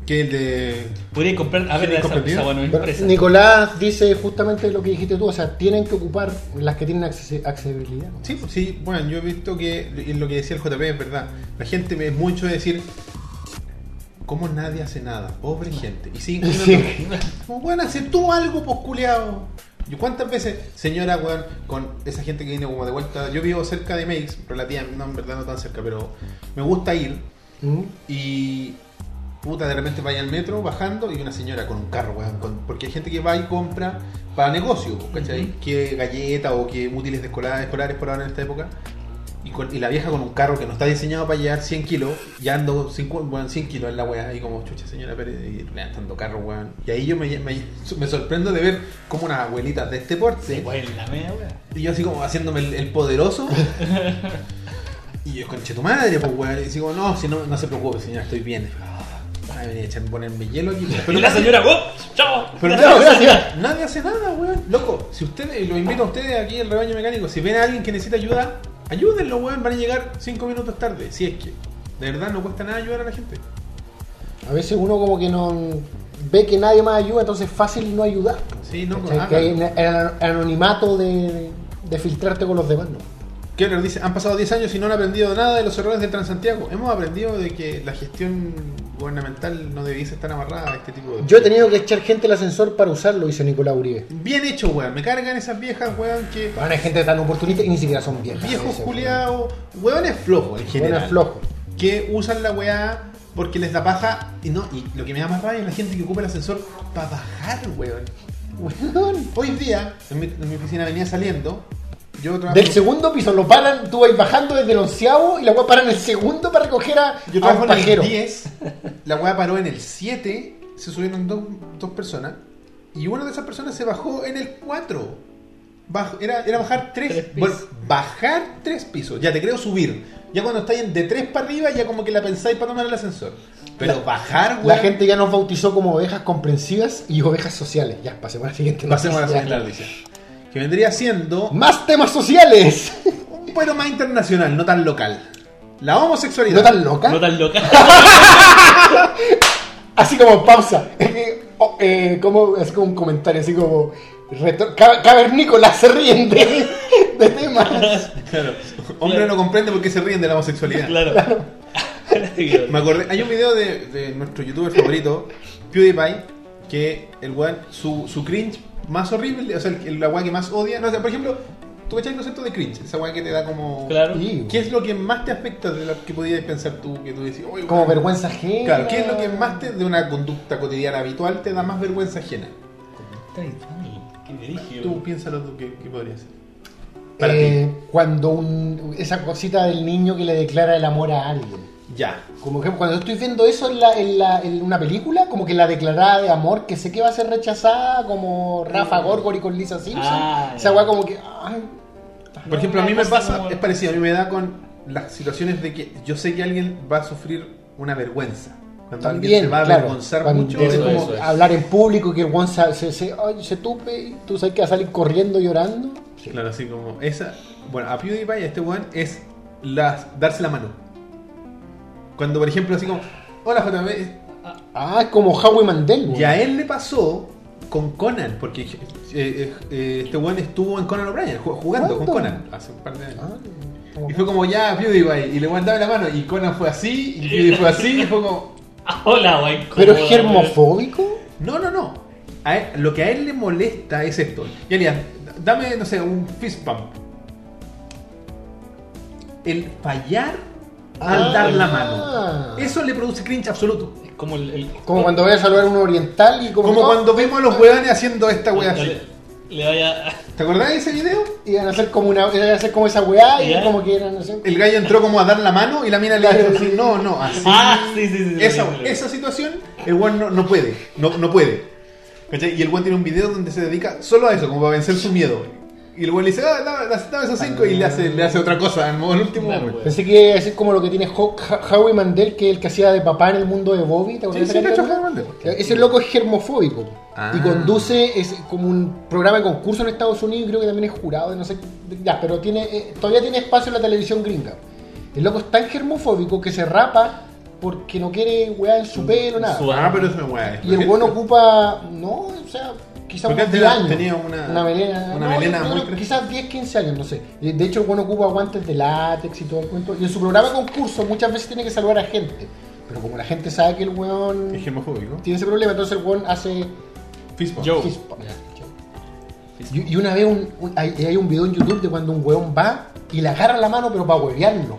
Que el de.
Podría comprar. A ver,
¿Tiene
esa,
comprendido?
esa bueno,
Bueno,
impresa.
Nicolás dice justamente lo que dijiste tú, o sea, tienen que ocupar las que tienen acces- accesibilidad. ¿no?
Sí, pues, sí, bueno, yo he visto que y lo que decía el JP es verdad. La gente me es mucho de decir. ¿Cómo nadie hace nada? Pobre gente. Y siguen
Sí.
Como, weón, hacer tú algo, posculeado. ¿Y cuántas veces, señora, weón, con esa gente que viene como de vuelta? Yo vivo cerca de Meix, relativamente, no, en verdad no tan cerca, pero me gusta ir.
¿Mm?
Y puta, de repente vaya al metro bajando y una señora con un carro, weón. con- porque hay gente que va y compra para negocio, ¿cachai?
Ujú.
Que galletas o que útiles de escola- escolares por ahora en esta época. Y, con- y la vieja con un carro que no está diseñado para llevar 100 kilos, ya ando 50, weón, 100 kilos en la weá, y como chucha señora Pérez, y levantando carro, weón. Y ahí yo me, me- me sorprendo de ver como unas abuelitas de este porte,
Igual la media, weón.
y yo así como haciéndome el, el poderoso. y yo, conche tu madre, pues weón. Y digo, no, si no, no se preocupe, señora, estoy bien. Ay, venía a echarme ponerme hielo aquí.
Y la señora, ¡oh! ¡Chao!
Pero
No,
claro,
gracias.
nadie hace nada, weón. Loco, si ustedes, y lo invito a ustedes aquí al rebaño mecánico, si ven a alguien que necesita ayuda, ayúdenlo, weón. Van a llegar 5 minutos tarde, si es que. De verdad no cuesta nada ayudar a la gente.
A veces uno como que no ve que nadie más ayuda, entonces es fácil no ayudar.
Sí, no,
¿cachai?
hagan.
que hay un an- anonimato de, de filtrarte con los demás, ¿no?
Keller dice, han pasado 10 años y no han aprendido nada de los errores de Transantiago. Hemos aprendido de que la gestión gubernamental no debiese estar amarrada a este tipo de...
Yo he tenido que echar gente al ascensor para usarlo, dice Nicolás Uribe.
Bien hecho, weón. Me cargan esas viejas, weón, que...
Van hay gente tan oportunista y ni siquiera son viejas.
Viejos
ese, weón.
culiados. Weón es flojo en general.
Bueno, es flojo.
Que usan la weá porque les da paja. Y no, y lo que me da más rabia es la gente que ocupa el ascensor para bajar, weón.
Weón.
Hoy día, en mi, en mi oficina venía saliendo. Yo trabajo...
Del segundo piso, lo paran, tú vas bajando desde el onceavo y la weá paran el segundo para recoger a,
Yo
a un
trabajo en el
pajero.
10, la weá paró en el 7, se subieron dos, dos personas, y una de esas personas se bajó en el 4. Baj- era, era bajar tres,
Tres pisos.
bueno, bajar tres pisos, ya te creo subir. Ya cuando estáis en de tres para arriba, ya como que la pensáis para tomar el ascensor. Pero
La-
bajar,
La
weón,
gente ya nos bautizó como ovejas comprensivas y ovejas sociales. Ya, pasemos a la siguiente.
pasemos a la
noticia.
siguiente noticia. Que vendría siendo,
Más temas sociales.
un pero más internacional, no tan local. La homosexualidad.
¿No tan loca?
No tan loca.
Así como pausa. Eh, oh, eh, como, así como un comentario, así como... retor- ca- Cavernícolas se ríen de, de temas.
Claro. Hombre no comprende por qué se ríen de la homosexualidad.
Claro.
Me acordé, hay un video de, de nuestro youtuber favorito, PewDiePie, que el weón, su, su cringe más horrible, o sea, el, el- la weá que más odia. No, o sea, por ejemplo, ¿Tú cachai el concepto de cringe? Esa weá que te da como.
Claro.
Sí,
¿Qué es lo que más te afecta de lo que podías pensar tú? Que tú decís, "Oye,
Como
weón".
vergüenza ajena.
Claro, ¿qué es lo que más te, de una conducta cotidiana habitual te da más vergüenza ajena?
Está infame. Qué brígido.
Tú piénsalo tú, ¿qué, qué podría ser? Para
Eh, cuando un, esa cosita del niño que le declara el amor a alguien.
ti. Ya.
Como que cuando estoy viendo eso en, la, en, la, en una película, como que la declarada de amor que sé que va a ser rechazada, como Rafa Gorgori con Lisa Simpson.
Ah,
esa
ya.
weá como que. ay,
Por ejemplo, a mí me
Una cosa
pasa,
como-
es parecido, a mí me da con las situaciones de que yo sé que alguien va a sufrir una vergüenza. Cuando alguien
también,
se va a
claro,
avergonzar
cuando
mucho.
es
de-
eso,
como
eso es.
hablar en público y que el one se, se, se- ay, se tupe y tú sabes que va a salir corriendo llorando. Sí.
Claro, así como esa. Bueno, a PewDiePie, a este weón, es las, darse la mano. Cuando, por ejemplo, así como, hola JB,
Ah, es como Howie Mandel. weón.
y a él le pasó con Conan, porque eh, eh, eh, este weón estuvo en Conan O'Brien, ju- jugando con
¿Cuándo?
Conan hace un par de años.
Ah, como-
Y fue como ya PewDiePie, y le mandaba la mano, y Conan fue así, y PewDiePie fue así, y fue como.
Ah, Hola, güey.
Pero
Joder,
es germofóbico.
No, no, no. A él- lo que a él le molesta es esto. Ya, mira, dame, no sé, un fist pump. El fallar al
Ah.
dar la mano. Eso le produce cringe absoluto.
güey. Es como el. el-
Como cuando voy a saludar a un oriental y como.
Como
que, oh,
cuando Ah. vemos a los weones haciendo esta wea
cuando
así.
Le, le vaya.
¿Te acordás de ese video?
Iban a hacer como una. Iban a hacer como esa weá y
Ya.
como que eran así.
El gallo entró como a dar la mano y la mina le dijo así, no, no, así.
Ah, sí, sí, sí. sí,
esa,
sí, sí.
esa situación, el weón no, no puede, no, no puede. ¿Cachai? Y el weón tiene un video donde se dedica solo a eso, como para vencer su miedo. Y el weón le dice, ah, dame, dame- dame esos cinco, y le hace, le hace otra cosa en el último
Claro,
momento.
weón.
Pensé que iba a decir como lo que tiene Ho- Ha- Howie Mandel, que es el que hacía de papá en el mundo de Bobby. ¿te
Sí,
acuerdas
sí,
de esa
cacho,
caricatura?
Jaime Valdez.
Ese loco es germofóbico
Ah.
y conduce es como un programa de concurso en Estados Unidos y creo que también es jurado de no sé ya, pero tiene eh, todavía tiene espacio en la televisión gringa. El loco es tan germofóbico que se rapa porque no quiere weá en su pelo nada.
su-
Ah, pero eso es weá.
Y el
Porque-
weón ocupa no, o sea, quizás
Porque
unos
antes
10 años.
tenía una-
melena,
una
no,
melena
yo
muy
creo que
cre-
quizás 10, 15 años, no sé. Y De hecho el weón ocupa guantes de látex y todo el cuento. Y en su programa de concurso muchas veces tiene que salvar a gente. Pero como la gente sabe que el weón
Es gemofóbico.
tiene ese problema, entonces el weón hace
Fist bump.
Yo.
fist bump.
Ya.
Y, y una vez un- un- hay, hay un video en YouTube de cuando un weón va y le agarra la mano, pero para huevearlo.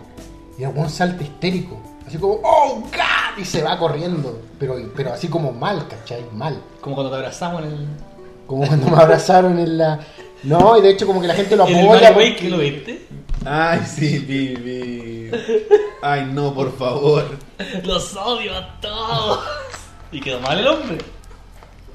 Y el weón salta histérico. Así como, ¡Oh, God! Y se va corriendo. Pero, pero así como mal, ¿cachai? Mal.
Como cuando te abrazamos en el.
Como cuando me abrazaron en la. No, y de hecho, como que la gente lo
en el
apoya.
Mario
porque-
Wake, ¿lo viste?
Ay, sí, vi, vi. Ay, no, por favor.
Los odio a todos. Y quedó mal el hombre.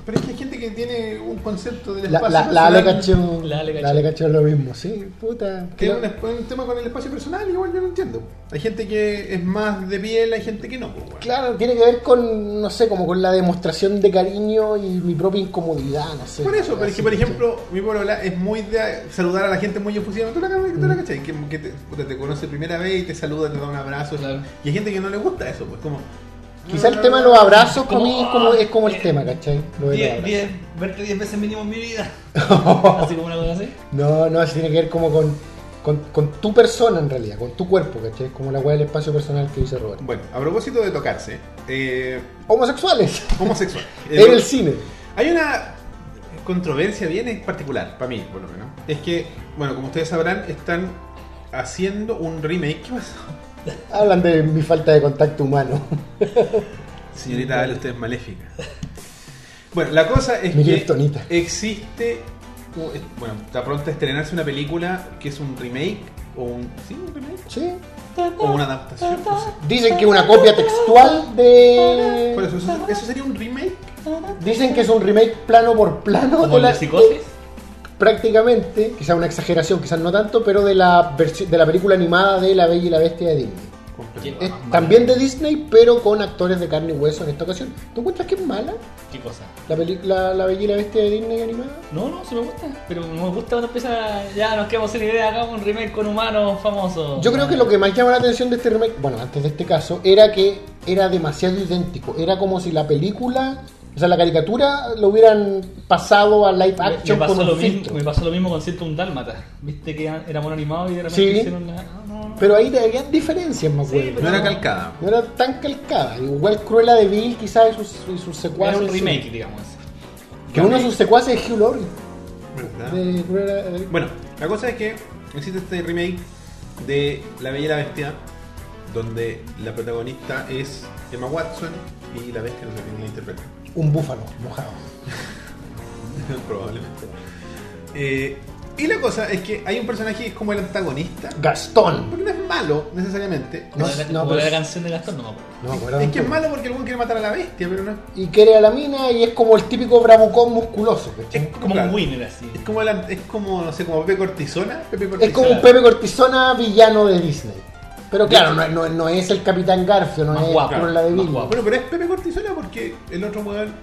Pero es que hay gente que tiene un concepto del
La,
espacio.
la, la, Ale
personal.
cachó.
La
La
Ale cachó.
Ale cachó lo mismo, sí, puta.
Tiene un, esp- un tema con el espacio personal, igual yo no entiendo. Hay gente que es más de piel, hay gente que no. pues, weón.
Claro, tiene que ver con, no sé, como con la demostración de cariño y mi propia incomodidad, no sé.
Por eso, pero es que, por
Así,
ejemplo, mi polola es muy de saludar a la gente muy efusiva. ¿Tú la, tú
Mm.
la cachai? Que, que te, puta, te conoce primera vez y te saluda, te da un abrazo.
Claro.
Y hay gente que no le gusta eso, pues como...
Quizá el tema de los abrazos para
Como,
mí es como, es como
ah,
el tema, ¿cachai? Lo de los
Diez,
abrazos.
diez, verte 10 veces mínimo en mi vida. Así como una cosa así.
No, no, eso tiene que ver como con, con, con tu persona en realidad, con tu cuerpo, ¿cachai? Como la weá del espacio personal que dice Roberto.
Bueno, a propósito de tocarse, eh,
Homosexuales,
homosexual. Eh,
en el cine.
Hay una controversia bien particular, para mí, por lo menos. Es que, bueno, como ustedes sabrán, están haciendo un remake. ¿Qué pasó?
Hablan de mi falta de contacto humano.
Señorita, dale, usted es maléfica. Bueno, la cosa es
Mi
que
kriptonita.
existe. u- Bueno, está pronto a estrenarse una película que es un remake o un. ¿Sí? ¿Un remake?
¿Sí?
O una adaptación. No sé.
Dicen que una copia textual
Por
de...
eso, eso, eso sería un remake.
Dicen que es un remake plano por plano
Como
de
el
la...
de psicosis.
Prácticamente, quizás una exageración, quizás no tanto, pero de la, versi- de la película animada de La Bella y la Bestia de Disney.
¿Qué,
Es también de Disney, pero con actores de carne y hueso en esta ocasión. ¿Tú encuentras que es mala
qué cosa?
la, peli- la, la Bella y la Bestia de Disney animada?
No, no, sí me gusta. Pero no me gusta cuando empieza. Ya nos quedamos sin idea. Hagamos un remake con humanos famosos.
Yo creo que lo que más llama la atención de este remake, bueno, antes de este caso, era que era demasiado idéntico. Era como si la película, o sea, la caricatura lo hubieran pasado a live
Me-
action
me, pasó
con
lo
un
mismo,
filtro.
me pasó lo mismo con Ciento un Dálmata. Viste que era mono animado y de repente
Sí.
hicieron la. no, no, no.
Pero ahí había diferencias, me
Sí,
acuerdo.
No era calcada.
No era tan calcada. Igual Cruella de Vil, quizás, y sus, y sus
Era
secuaces.
un remake,
sí.
digamos.
Que uno de sus secuaces es Hugh Laurie.
¿verdad?
de Cruella- de-
Bueno, la cosa es que existe este remake de La Bella y la Bestia, donde la protagonista es Emma Watson y la bestia no sé quién la interpreta.
un búfalo mojado.
Probablemente. Eh, y la cosa es que hay un personaje que es como el antagonista,
Gastón.
porque no es malo necesariamente.
No,
No, como
no, pero
la
es-
canción de Gastón, no me acuerdo.
No me acuerdo.
Es que es malo porque el weón quiere matar a la bestia, pero no es.
Y quiere a la mina y es como el típico bravucón musculoso. ¿cachai?
Es
Como
claro,
un winner así.
Es como, el an- es como, no sé, como Pepe Cortisona. Pepe Cortisona.
Es como un Pepe Cortisona villano de Disney. Pero claro, no, no- no es el Capitán Garfio, no
Más
es
guapo,
Cruella de
más
Vil.
guapo.
Bueno, pero es Pepe Cortisona porque el otro weón.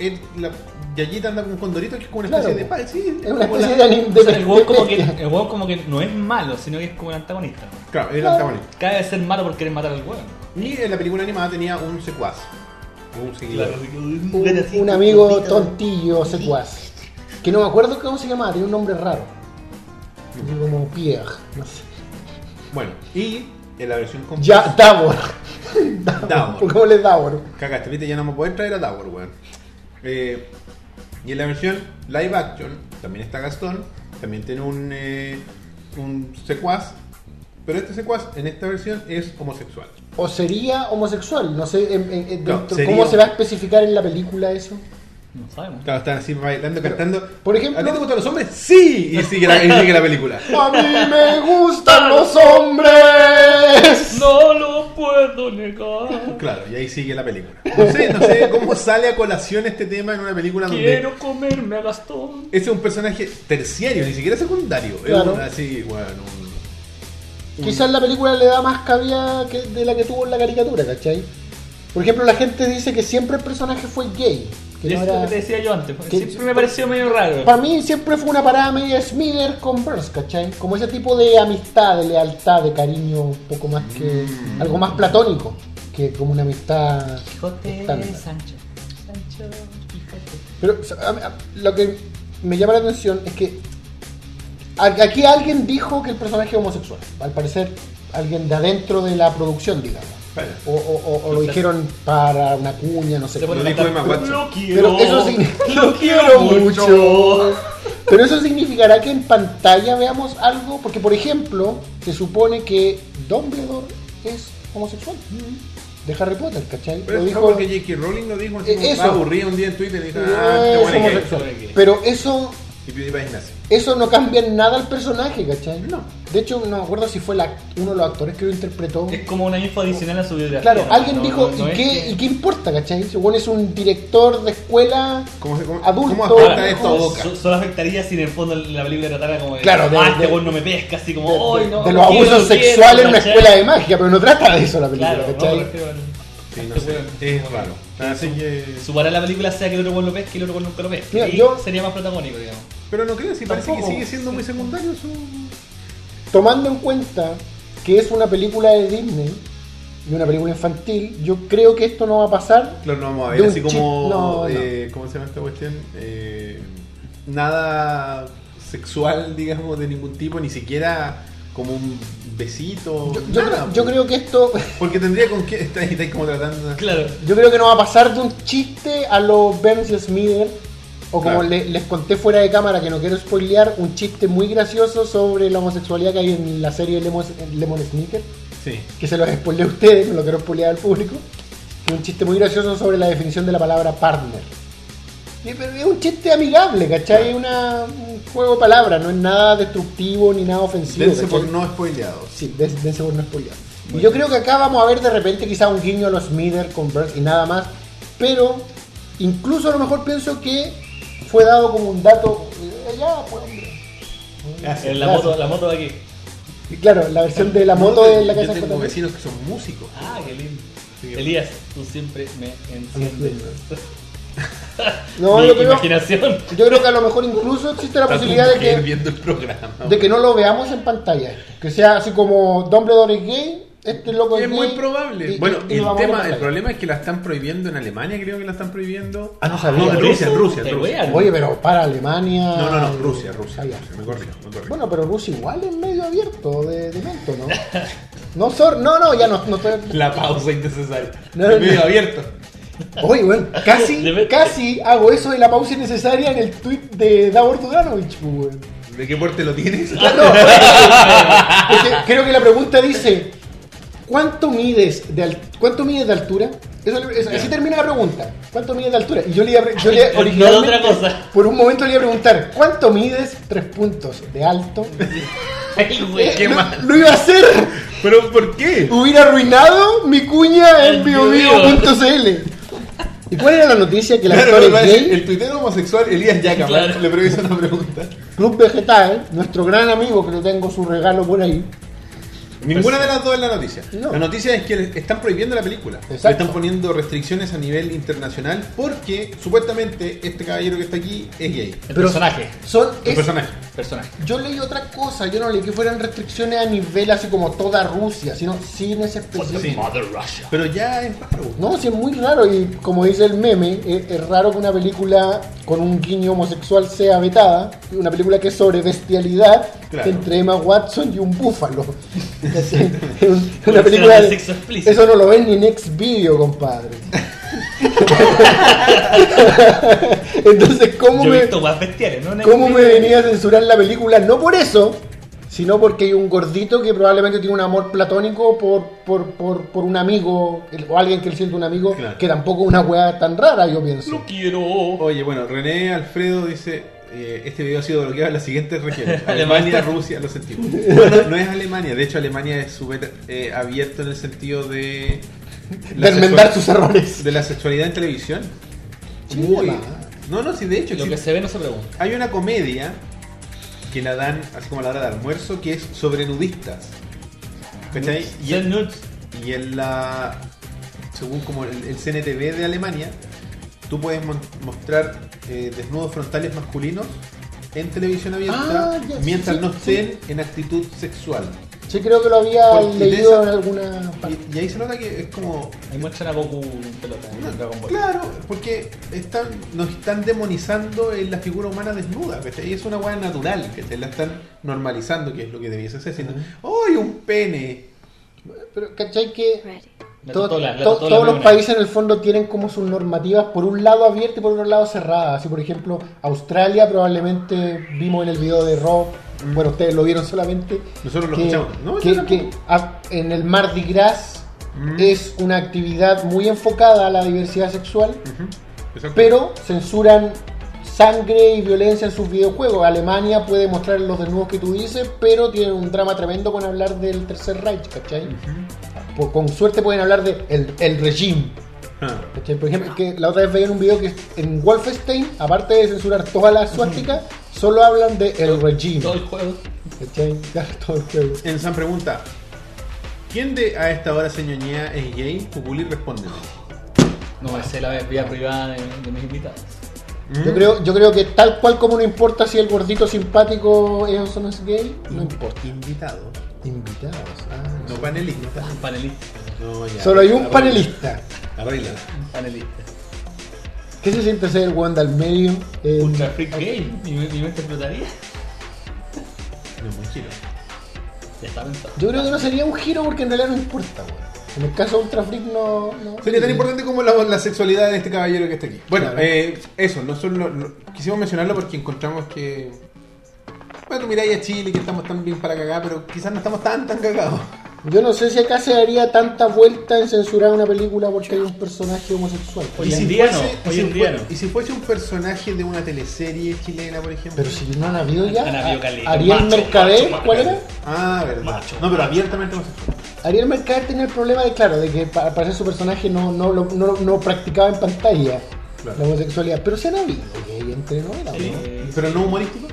el- La Yayita anda con Condorito que es como una especie de
Claro,
pal, sí.
Es una
como la-
especie de anim- de-
O sea, el huevo como, que,
de-
el hueón como que no es malo, sino que es como el antagonista. ¿no?
Claro, el
Claro.
antagonista.
Cabe de ser malo porque quieres matar al huevo.
Y en la película animada tenía un secuaz. o Un seguidor.
un, un amigo tontillo secuaz. Que no me acuerdo cómo se llamaba, tenía un nombre raro. Así Como Pierre, no sé.
Bueno, y en la versión con
Ya, Davor.
Davor.
¿Cómo le Davor?
Cagaste, viste, ya no me pueden traer a Tower, weón. Eh, y en la versión live action también está Gastón, también tiene un, eh, un secuaz, pero este secuaz en esta versión es homosexual.
O sería homosexual, no sé en- en- en-
No,
dentro-
sería-
cómo se va a especificar en la película eso.
No sabemos.
Claro, están así bailando, cantando.
por ejemplo-
¿a ti te gustan los hombres? ¡Sí! Y sigue la, y sigue la película.
A mí me gustan los hombres.
No lo puedo negar.
Claro, y ahí sigue la película. No sé, no sé cómo sale a colación este tema en una película donde.
Quiero comerme a Gastón.
Ese es un personaje terciario, ni siquiera secundario.
Claro.
Es un, así, bueno, un-
Quizás la película le da más cabida que de la que tuvo en la caricatura, ¿cachai? Por ejemplo, la gente dice que siempre el personaje fue gay. Que
Eso
no
es lo
era...
que te decía yo antes. porque
¿Qué?
Siempre me pareció medio raro.
Para mí siempre fue una parada media Smither con Burns, ¿cachai? Como ese tipo de amistad, de lealtad, de cariño, un poco más que.
Mm.
algo más platónico que como una amistad.
Quijote
estándar.
Sancho. Sancho Quijote.
Pero o sea, a- a- lo que me llama la atención es que a- aquí alguien dijo que el personaje es homosexual. Al parecer, alguien de adentro de la producción, digamos.
bueno.
O, o- o- o lo dijeron para una cuña, no sé.
Se
qué.
pone
Lo
la
dijo
tapa.
Emma Watson.
Lo
Pero
quiero.
eso signi-
Lo quiero mucho.
Pero eso significará que en pantalla veamos algo, porque por ejemplo, se supone que Dumbledore es homosexual. De Harry Potter, ¿cachai?
Pero
Lo
eso
dijo-
fue porque J.K. Rowling lo dijo, así
Eh,
como
eso. Eh,
estaba aburrido un día en Twitter y dijo,
Es
ah, te voy a
homosexual.
gay, gay.
Pero eso,
Y PewDiePie es nazi.
eso no cambia en nada al personaje, ¿cachai?
No.
De hecho, no me acuerdo si fue la- uno de los actores que lo interpretó.
Es como una info adicional a su biografía.
Claro,
¿no?
alguien
No,
dijo,
no, no
¿y,
es
qué,
que-
¿y qué importa, cachai? Según es un director de escuela.
¿Cómo, se- cómo,
Adulto.
¿cómo
Ahora,
afecta esto a
Solo-
Boca?
so- Solo afectaría si en el fondo la película tratara como de.
Claro, de-
ah, este
de-
weón no me pesca, así como.
de,
"Ay, no, no
de los
quiero,
abusos
no quiero",
sexuales en una
¿cachai?
escuela de magia, pero no trata de eso la película,
Claro, no,
¿cachai?
me refiero al-
Sí, no
este
sé.
weón.
Es raro. Así que...
Sumará la película sea que el otro weón lo pesque y el otro weón nunca lo pesque.
Mira,
Y
yo-
Sería más protagónico, digamos.
Pero no creo, si parece que
Tampoco.
sigue siendo muy secundario su...
Tomando en cuenta que es una película de Disney y una película infantil, yo creo que esto no va a pasar.
Claro, no vamos a
De
ver,
un
así como...
chip- no,
eh, ¿Cómo se llama esta cuestión? Eh, nada sexual, digamos, de ningún tipo, ni siquiera como un besito.
Yo, yo
nada, pues.
creo-
pues.
yo creo que esto.
Porque tendría con qué... Estáis estáis como tratando...
Claro.
Yo creo que no va a pasar de un chiste a los Burns y Smither. O como
Claro.
le- les conté fuera de cámara, que no quiero spoilear, un chiste muy gracioso sobre la homosexualidad que hay en la serie Lemon, Lemon Snicket.
Sí.
que se los spoilé a ustedes, no lo quiero spoilear al público, y un chiste muy gracioso sobre la definición de la palabra partner. Y es- Es un chiste amigable, ¿cachai? Es una- un juego de palabras, no es nada destructivo ni nada ofensivo.
Dense
¿cachai?
por no spoileados.
Sí, den- dense por no spoilear. Y
Muy
yo
bien.
creo que acá vamos a ver de repente quizá un guiño a los Mither con Burns y nada más, pero incluso a lo mejor pienso que fue dado como un dato. eh, Ya, pues, hombre.
Gracias.
En la
Gracias.
moto, la moto de aquí.
Y claro, la versión de la moto
No,
de la casa
Yo tengo
JP.
vecinos que son músicos.
Ah, qué lindo.
Sí.
Elías, tú siempre me enciendes.
No,
Mi
yo creo,
imaginación.
Yo creo que a lo mejor incluso existe la
Está tu
posibilidad de
mujer
que,
viendo el programa.
de que no lo veamos en pantalla. Que sea así como Dumbledore es gay, este loco es,
es
gay,
muy probable.
y-
bueno,
y lo
el
vamos a ver en
tema, el
pantalla.
problema es que la están prohibiendo en Alemania, creo que la están prohibiendo.
Ah, no sabía.
en Rusia, en Rusia, en
Te
Rusia.
wean.
Oye, pero para Alemania...
No, no, no, Rusia, Rusia.
Ah, ya.
Rusia, Me corrijo, me corrijo.
Bueno, pero Rusia igual es medio abierto de, de mento, ¿no? No, sor- no, no, ya no, no estoy...
la pausa innecesaria.
No,
El
no.
medio abierto.
Oye, weón,
De
casi,
ver-
casi hago eso de la pausa innecesaria en el tweet de Davor Dudanovich, pues, weón.
¿De qué porte lo tienes?
Ah, no. Es que creo que la pregunta dice: ¿Cuánto mides de, al- cuánto mides de altura? Eso- eso- así termina la pregunta. ¿Cuánto mides de altura? Y yo le iba a, pre- yo le-
No,
originalmente,
otra cosa.
por un momento le iba a preguntar: ¿Cuánto mides? Tres puntos de alto.
Ay, güey.
qué
Eh, lo-
mal.
lo iba a hacer.
¿Pero por qué?
Hubiera arruinado mi cuña en
El biobio.
biobio.cl. ¿Y cuál era la noticia? Que el
Claro,
actor es
va a
gay.
decir, el tuitero homosexual Elías Yaca,
Claro.
¿vale? le previso una pregunta.
Club Vegetal, nuestro gran amigo que le tengo su regalo por ahí.
Ninguna de las dos es la noticia.
Pues, No.
La noticia es que le están prohibiendo la película.
Exacto.
Le están poniendo restricciones a nivel internacional porque supuestamente este caballero que está aquí es gay.
El
Pero-
personaje.
Son,
El
es-
personaje.
Personaje.
Yo leí otra cosa, yo no leí que fueran restricciones a nivel así como toda Rusia, sino cines específicos.
Sí.
Mother Russia.
Pero ya es raro.
No, sí, es muy raro y como dice el meme, es, es raro que una película con un guiño homosexual sea vetada, una película que es sobre bestialidad
Claro.
entre Emma Watson y un búfalo. Es un-
Porque
una película
era
de-
de sexo explícito.
eso no lo ven ni en ex video, compadre. Entonces, ¿cómo
Yo he
me
visto más bestiales, ¿no?
¿Cómo me venía a censurar la película? No por eso, sino porque hay un gordito que probablemente tiene un amor platónico por, por, por, por un amigo el- o alguien que él siente un amigo,
Claro.
que tampoco es una weá tan rara, yo pienso.
Lo quiero.
Oye, bueno, René Alfredo dice, eh, este video ha sido bloqueado en las siguientes regiones. Alemania,
Alemania.
Rusia, lo sentimos. Bueno, no es Alemania, de hecho Alemania es súper eh, abierto en el sentido de...
De
sexual-
enmendar sus errores.
De la sexualidad en televisión.
Sí,
Muy.
la-
No, no, sí, de hecho,
Lo
existe-
que se ve no se pregunta.
Hay una comedia que la dan así como a la hora de almuerzo que es sobre nudistas. ¿Cachai? Y,
Ser
en-
nudes.
y en la. Según como el, el CNTV de Alemania, tú puedes mon- mostrar eh, desnudos frontales masculinos en televisión abierta
Ah, ya, sí,
mientras
sí,
no
sí.
estén en actitud sexual.
Sí, creo que lo había
Porque de
leído
esa-
en alguna parte.
Y, y ahí se nota que es como.
Ahí muestran a Goku en pelota. en Dragon Ball.
Claro, porque están, nos están demonizando en la figura humana desnuda, ¿cachai? Y es una hueá natural, que te la están normalizando, que es lo que debiese ser. sino, ¡Ay, un pene!
Pero, ¿cachai? Que
Ready.
La
to-
totola, la
to-
totola
todos los
peruana.
países en el fondo tienen como sus normativas por un lado abierta y por otro lado cerrada. Así, por ejemplo, Australia probablemente vimos en el video de Rob, bueno, ustedes lo vieron solamente,
Nosotros lo
que,
escuchamos. No,
que-
yo tampoco.
que a- en el Mardi Gras
Mm.
es una actividad muy enfocada a la diversidad sexual,
Ujú, exacto.
pero censuran sangre y violencia en sus videojuegos. Alemania puede mostrar los desnudos que tú dices, pero tiene un drama tremendo con hablar del Tercer Reich, ¿cachai?
Ujú.
Por- con suerte pueden hablar de el, el regime.
Ah,
¿cachai? Por ejemplo, que la otra vez veía en un video que en Wolfenstein, aparte de censurar todas las suásticas, solo hablan de el regime.
Todo el juego.
¿cachai? Todo el juego.
En San pregunta: ¿Quién de a esta hora señoñea es gay? Pupuli responde.
No me sé la vida privada de, de mis invitados.
Mm.
Yo creo, yo creo que tal cual como no importa si el gordito simpático es o no es gay, no importa.
Invitado.
Invitados. ah,
No
sí.
panelista.
Un panelista.
No, ya.
Solo hay un
Arréglala.
panelista.
Arréglala.
Un panelista.
¿Qué se siente ser el weón del medio? Eh,
Ultra Freak Game. Mi, mi mente explotaría.
No, me giro.
Ya está pensado.
yo creo que no sería un giro porque en realidad no importa, weón. En el caso de Ultra Freak no. no-
Sería tan importante como la, la sexualidad de este caballero que está aquí. Bueno,
Claro.
eh, eso, nosotros lo- lo- quisimos mencionarlo porque encontramos que. Bueno, tú miráis a Chile que estamos tan bien para cagar, pero quizás no estamos tan tan cagados.
Yo no sé si acá se daría tanta vuelta en censurar una película porque hay un personaje homosexual.
Hoy
Y
en
si
día no.
fuese- y
Hoy
si
en día
fue-
no.
Y si fuese un personaje de una teleserie chilena, por ejemplo.
Pero si no han habido ya.
Han habido caleta.
Ariel
Macho,
Mercader,
macho,
¿cuál era?
macho.
Ah, verdad.
Macho.
No, pero abiertamente homosexual.
Ariel Mercader tenía el problema de, claro, de que para, para ser su personaje no, no, lo- no, lo- no practicaba en pantalla
Claro.
la homosexualidad. Pero se han habido gay entre novelas, ¿no?
Eh,
Pero no humorísticos.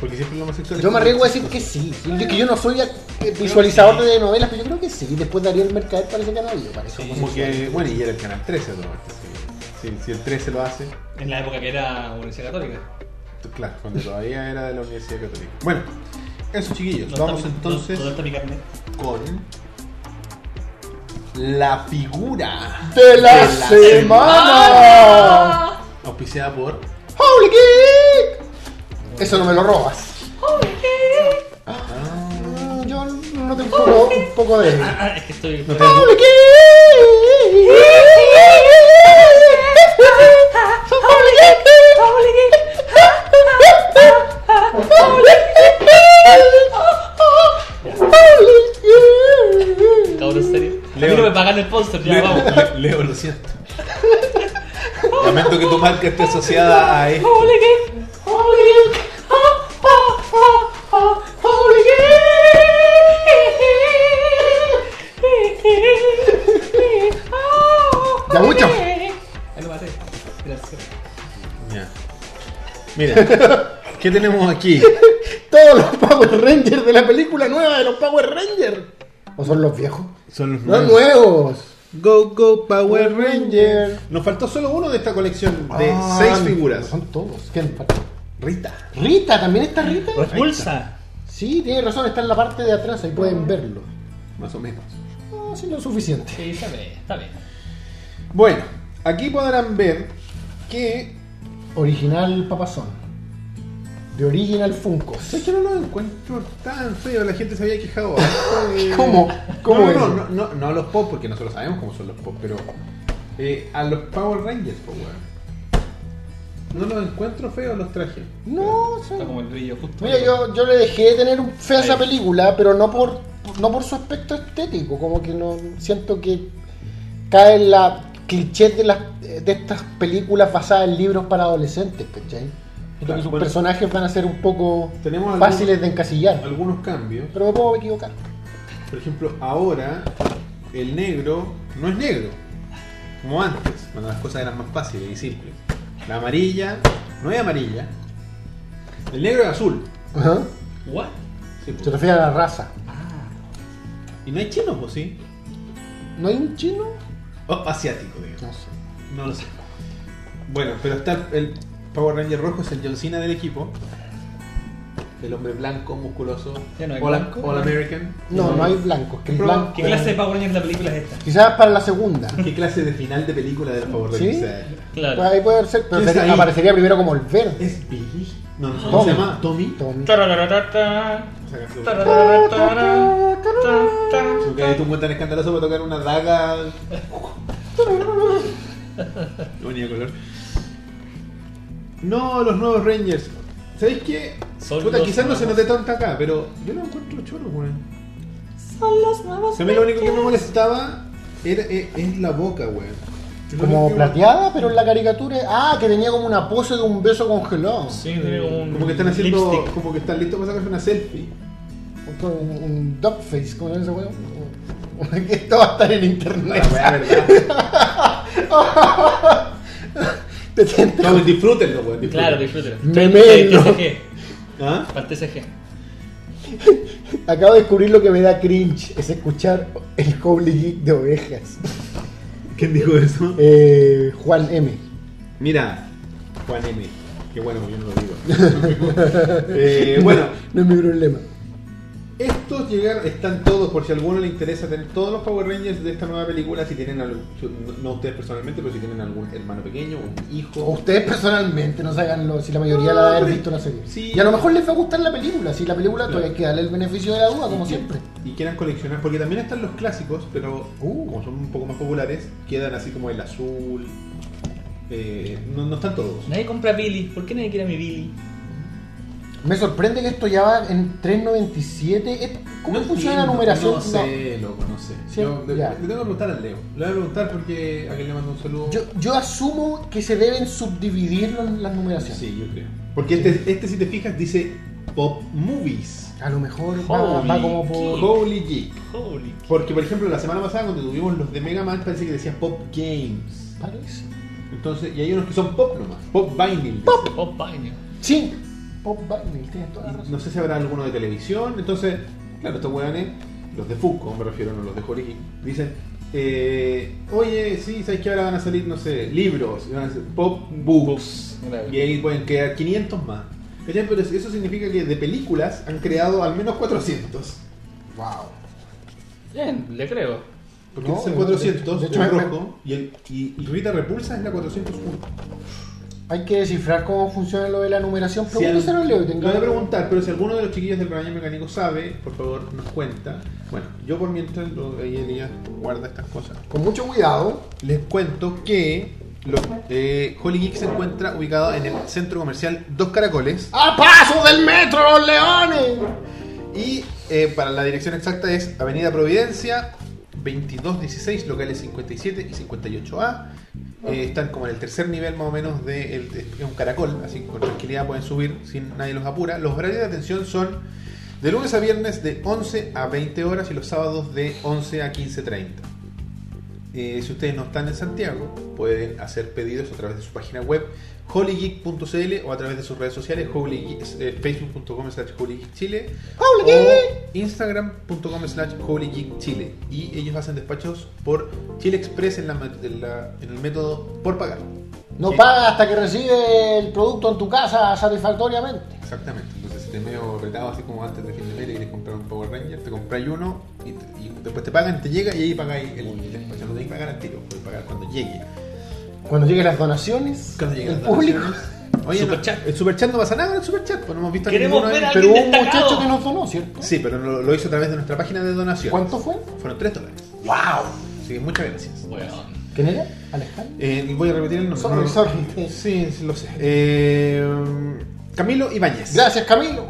Porque siempre los homosexuales.
Yo me arriesgo a decir que sí. Es que yo no soy eh, visualizador de novelas, pero yo creo que sí. Después de Ariel Mercader parece que han habido. Parece
Sí.
Como
homosexual.
que. Bueno, y era el canal 13, ¿no? Si, si- si el 13 lo hace.
En la época que era Universidad Católica.
Claro, cuando todavía era de la Universidad Católica. Bueno, eso chiquillos,
¿Dónde
vamos
está mi-
entonces
¿Dónde está mi carnet?
con la figura
De la, semana.
auspiciada por
¡Holy Geek! Eso no me lo robas. Mm, Yo no tengo un poco, un poco de.
Ah, ah, es que estoy.
No
¡Holy Geek!
Cabrón, ¿en serio. A
Leo.
mí no me pagan el sponsor, ya
Leo,
vamos.
Le- Leo, lo siento. Lamento que tu marca esté asociada a esto.
Ya mucho.
Ahí lo maté. Gracias.
Ya. Mira, ¿qué tenemos aquí?
Todos los Power Rangers de la película nueva de los Power Rangers. ¿O son los viejos?
Son los
Los
nuevos.
nuevos.
Go Go Power
Ranger.
Ranger. Ah, Nos faltó solo uno de esta colección de seis figuras.
Ah, Son todos. ¿Qué nos falta?
Rita.
Rita, ¿también está Rita?
Repulsa.
Sí, tiene razón, está en la parte de atrás, ahí pueden verlo.
Más o menos.
No, sí, lo suficiente.
Sí, está bien, está bien.
Bueno, aquí podrán ver que.
Original Papazón. De Original Funkos.
¿Sabes que no lo encuentro tan feo? La gente se había quejado. harto de-
¿Cómo? ¿Cómo
no,
es?
no, no, no, no a los pop, porque nosotros sabemos cómo son los pop, pero. eh, a los Power Rangers, po, weón. No los encuentro feos los trajes.
No, sí.
Está como el brillo justo.
Mira, yo, yo le dejé de tener un fe a esa
Ahí.
película, pero no por, no por su aspecto estético. Como que no siento que cae en la cliché de, las, de estas películas basadas en libros para adolescentes, ¿cachai? Siento
Claro,
que sus
bueno.
personajes van a ser un poco
Tenemos algún-
fáciles de encasillar.
Algunos cambios.
Pero me puedo equivocar.
Por ejemplo, ahora el negro no es negro, como antes, cuando las cosas eran más fáciles y simples. La amarilla no es amarilla. El negro es azul.
Ajá.
¿What?
Sí, po.
Se refiere a la raza.
Y no hay chino, pues sí.
¿No hay un chino?
O asiático, digamos.
No sé.
No lo sé. Bueno, pero está el Power Ranger rojo, es el John Cena del equipo. El hombre blanco, musculoso.
Ya no hay
All,
blanco.
All American.
No, no hay blancos. que el
Pero,
blanco-
¿Qué clase de Power Rangers de la película es esta?
Quizás para la segunda.
¿Qué clase de final de película de los Power
¿Sí?
Rangers será esta?
Pues
Claro.
ahí puede ser, pero
¿Quién está
sería-
ahí?
aparecería primero como el verde.
¿Es Billy? No,
Ah.
no, ¿cómo se
Tommy.
llama? ¿Tommy?
Tommy.
Tarararata.
O sea, su-
Tarararata. Tan, tan.
Porque ahí tú un tan escandaloso para tocar una daga. No venía color. No, los nuevos Rangers. ¿Sabéis qué?
Son
Puta,
los
quizás no se
nuevos.
note tanto acá, pero yo lo encuentro choro, weón.
Son los nuevos.
A mí lo único que me molestaba era, e- es la boca, weón. Yo
Como
creo que-
plateada, pero en la caricatura. Ah, que tenía como una pose de un beso congelado.
Sí, tiene como un.
Como que están haciendo.
lipstick.
Como que están listos para sacarse una selfie.
Un- Un, un duckface, ¿cómo se llama ese weón? Esto va a estar en
La
internet.
weá, ¿verdad?
Te sientes-
No, disfrútenlo, weón. disfrútenlo.
Claro, disfrútalo.
Memelo.
TCG.
¿Ah?
Para el TCG.
Acabo de descubrir lo que me da cringe: es escuchar el Holy Geek de ovejas.
¿Quién dijo eso?
Eh, Juan M.
Mira, Juan M. Qué bueno, yo no lo digo. Eh, bueno,
No es mi problema.
estos llegaron, están todos, por si a alguno le interesa tener todos los Power Rangers de esta nueva película, si tienen, algo- no- no ustedes personalmente, pero si tienen algún hermano pequeño, un hijo.
O ustedes personalmente, no hagan lo, si la mayoría la ha
hombre.
visto la serie.
Sí.
Y a lo mejor les va a gustar la película. Si la película todavía hay que darle el beneficio de la duda, Oh, como
y-
siempre.
Y quieran coleccionar, porque también están los clásicos, pero
Uh.
como son un poco más populares, quedan así como el azul. eh, no, no están todos.
Nadie compra Billy. ¿Por qué nadie quiere a mi Billy?
Me sorprende que esto ya va en 3.97. Es- ¿Cómo
No
funciona la
entiendo,
numeración?
No sé, loco, no sé.
Sí,
Yo le,
ya.
le tengo que preguntar al Leo. Le voy a preguntar porque a quien le mando un saludo.
No. Yo, yo asumo que se deben subdividir las, las numeraciones.
Sí, yo creo. Porque este, este, si te fijas, dice Pop Movies.
A lo mejor va,
Holy
va como
Sí.
por...
Holy Geek.
Holy.
Porque, por ejemplo, la semana pasada cuando tuvimos los de Mega Man, parece que decía Pop Games.
Parece.
Entonces, y hay unos que son pop nomás. Pop vinyl. dice.
Oh, paño.
Sí. Pop Vinyl, tienes toda la
Y
razón.
No sé si habrá alguno de televisión. Entonces, claro, estos weones, los de Funko, me refiero, no los de Holy Geek, dicen. eh, oye, sí, ¿sabes que ahora van a salir, no sé, libros? y van a ser pop books.
Claro.
Y ahí pueden crear 500 más. ¿Cachai? Pero eso significa que de películas han creado al menos 400.
Wow.
Bien, le creo.
Porque
No,
este es el
de-
400,
de hecho,
el
me-
rojo, y, el, y Rita Repulsa es la 401.
Hay que descifrar cómo funciona lo de la numeración.
Si al-
Pregúnteselo a Leo y
Lo
tenga-
voy a preguntar, pero si alguno de los chiquillos del rebaño mecánico sabe, por favor nos cuenta. Bueno, yo por mientras lo, ahí Elías guarda estas cosas.
Con mucho cuidado.
Les cuento que Lo- eh, Holy Geek se encuentra ubicado en el centro comercial Dos Caracoles.
¡A paso del metro, los leones!
Y eh, para la dirección exacta es Avenida Providencia, 2216, locales 57 y 58A. Eh, están como en el tercer nivel más o menos de el- es un caracol, así que con tranquilidad pueden subir sin nadie los apura. Los horarios de atención son de lunes a viernes de 11 a 20 horas y los sábados de 11 a 15.30. Eh, si ustedes no están en Santiago, pueden hacer pedidos a través de su página web holygeek.cl o a través de sus redes sociales holygeek, eh, facebook.com slash holygeekchile
Holy Geek.
o instagram.com slash holygeekchile y ellos hacen despachos por Chile Express en, la met- en la- en el método por pagar.
No
Sí,
paga hasta que recibe el producto en tu casa satisfactoriamente.
Exactamente, entonces si te medio apretado así como antes de fin de mes y quieres comprar un Power Ranger, te compras uno y, te- y después te pagan, te llega y ahí pagáis el, el despacho. No tenéis que pagar al tiro, puedes pagar cuando llegue.
Cuando lleguen las donaciones,
Cuando lleguen
el
las
público.
donaciones. Oye,
Superchat.
no, el superchat no pasa nada en el superchat, pues no hemos visto a
Queremos
ninguno
ver
de-
a
Pero hubo un
Destacado.
muchacho que nos donó, ¿cierto?
Sí, pero lo, lo hizo a través de nuestra página de donación.
¿Cuánto fue?
Fueron 3 dólares.
¡Wow!
Así que muchas gracias.
Weón.
¿Quién era? ¿Alejandro?
Eh, voy a repetir el nombre.
Sorry,
no-
sorry.
Sí, sí, lo sé. Eh, Camilo Ibáñez.
Gracias, Camilo.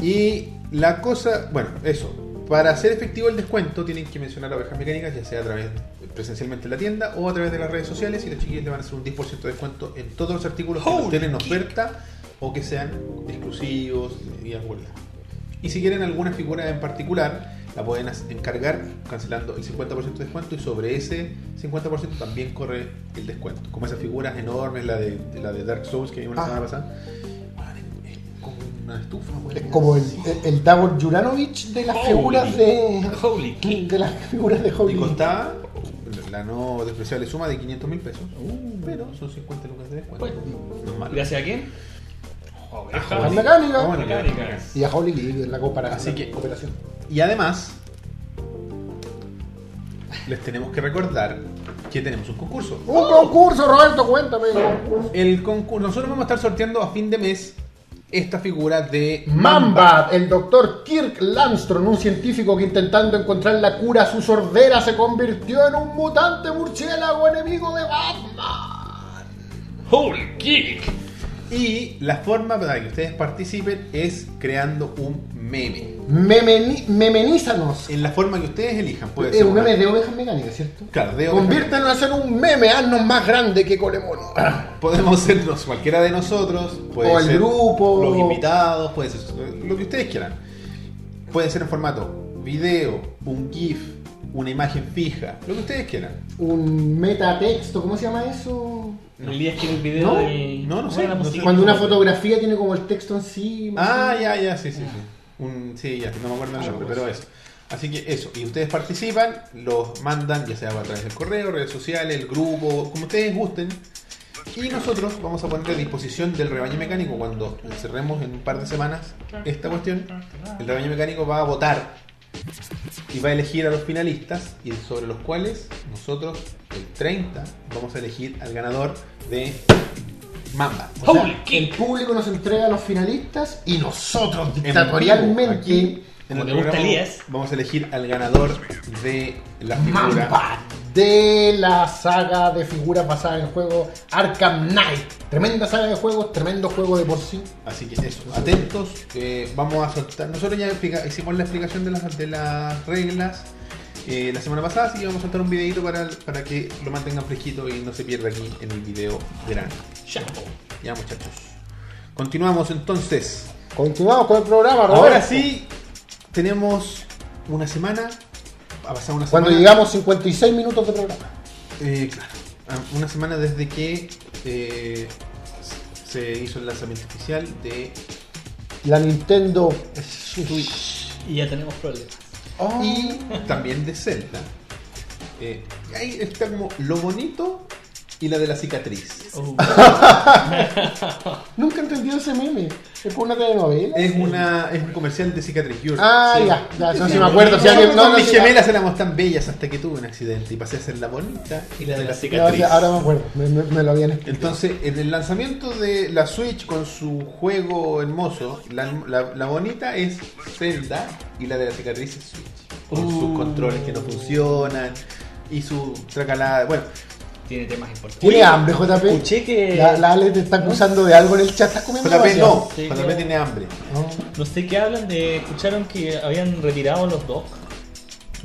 Y la cosa, bueno, eso. Para hacer efectivo el descuento tienen que mencionar a ovejas mecánicas, ya sea a través presencialmente en la tienda o a través de las redes sociales y los chiquillos le van a hacer un 10% de descuento en todos los artículos que
Holy
no estén en
kick.
oferta o que sean exclusivos y alguna. Y si quieren alguna figura en particular, la pueden as- encargar cancelando el 50% de descuento y sobre ese 50% también corre el descuento. Como esas figuras enormes, la de, la de Dark Souls que vimos la
Ah.
semana pasada. Weón, es- es como una estufa, weón.
Es como el, el Davor Juranovic de las
Holy.
figuras de.
Holy kick.
De las figuras de
Y
Holy.
costaba la no despreciable suma de 500 mil pesos. Pero son 50 lucas de descuento.
Bueno.
No es malo.
¿Gracias a quién? Oveja.
Las mecánicas.
Bueno, ya.
Mecánicas.
Y a Holy League en la comparación.
Así que-
Cooperación.
Y además, les tenemos que recordar que tenemos un concurso.
Un concurso, Roberto, cuéntame.
El concurso, nosotros vamos a estar sorteando a fin de mes esta figura de
Mamba, el doctor Kirk Landstrom, un científico que intentando encontrar la cura a su sordera se convirtió en un mutante murciélago enemigo de Batman.
Holy kick.
Y la forma para que ustedes participen es creando un meme.
Memeni- memenízanos.
En la forma que ustedes elijan. Puede
Es
ser
un
una-
meme de ovejas mecánicas, ¿cierto?
Claro, de
Conviértenos en un meme, haznos más grande que Colemono.
Podemos ser nos- cualquiera de nosotros, puede
O el
ser
grupo.
los invitados, puede ser lo que ustedes quieran. Puede ser en formato video, un GIF, una imagen fija, lo que ustedes quieran.
un metatexto, ¿cómo se llama eso?
El día que el video
No,
de.
no, no sé,
Buena
no sé.
música.
Cuando una fotografía tiene como el texto encima.
Ah, ya, ya, sí, sí, sí. Un, sí, ya, no me acuerdo el nombre, pero eso. Así que eso, y ustedes participan, los mandan, ya sea a través del correo, redes sociales, el grupo, como ustedes gusten. Y nosotros vamos a poner a disposición del rebaño mecánico cuando cerremos en un par de semanas esta cuestión. El rebaño mecánico va a votar y va a elegir a los finalistas y sobre los cuales nosotros el 30 vamos a elegir al ganador de Mamba.
O sea,
Holy
el
kick.
público nos entrega a los finalistas y nosotros
Dictatorialmente,
dictatorialmente
en
Como
el
le gusta
programa,
a Elías.
vamos a elegir al ganador de la figura.
Mamba de la saga de figuras basada en el juego Arkham Knight. Tremenda saga de juegos, tremendo juego de por sí.
Así que eso, atentos, eh, vamos a soltar. Nosotros ya explica- hicimos la explicación de las, de las reglas eh, la semana pasada, así que vamos a soltar un videito para, para que lo mantengan fresquito y no se pierda aquí en el video grande.
Chapo.
Ya muchachos. Continuamos entonces.
Continuamos con el programa, Roberto.
Ahora sí, tenemos una semana. Ha pasado una semana.
Cuando llegamos 56 minutos de programa.
Eh, claro. Ah, Una semana desde que eh, se hizo el lanzamiento oficial de
La Nintendo
Switch
Y ya tenemos problemas.
Oh.
y también de Zelda. Eh, y ahí está como lo bonito y la de la cicatriz.
Oh.
Nunca entendí ese meme. Es por una telenovela.
Eh,
Es una es un comercial de cicatriz. Yuri.
Ah,
Sí.
ya, ya, no
Sí.
se me acuerdo. Si
Nosotros
alguien- no,
con
no,
mis
sí,
gemelas éramos tan bellas hasta que tuve un accidente y pasé a ser la bonita
Y la de la
ya, ya, ahora me acuerdo, me, me- me lo habían explicado.
Entonces, en el lanzamiento de la Switch con su juego hermoso, la, la- la bonita es Zelda y la de la cicatriz es Switch. Con sus
Uh.
controles que no funcionan y su tracalada. Bueno,
Tiene temas importantes.
Tiene hambre, JP.
Escuché que.
La, la Ale te está acusando de algo en el chat. ¿Estás comiendo
JP no,
demasiado?
Sí,
JP
claro.
tiene hambre.
No.
No sé qué hablan de. Escucharon que habían retirado los docs.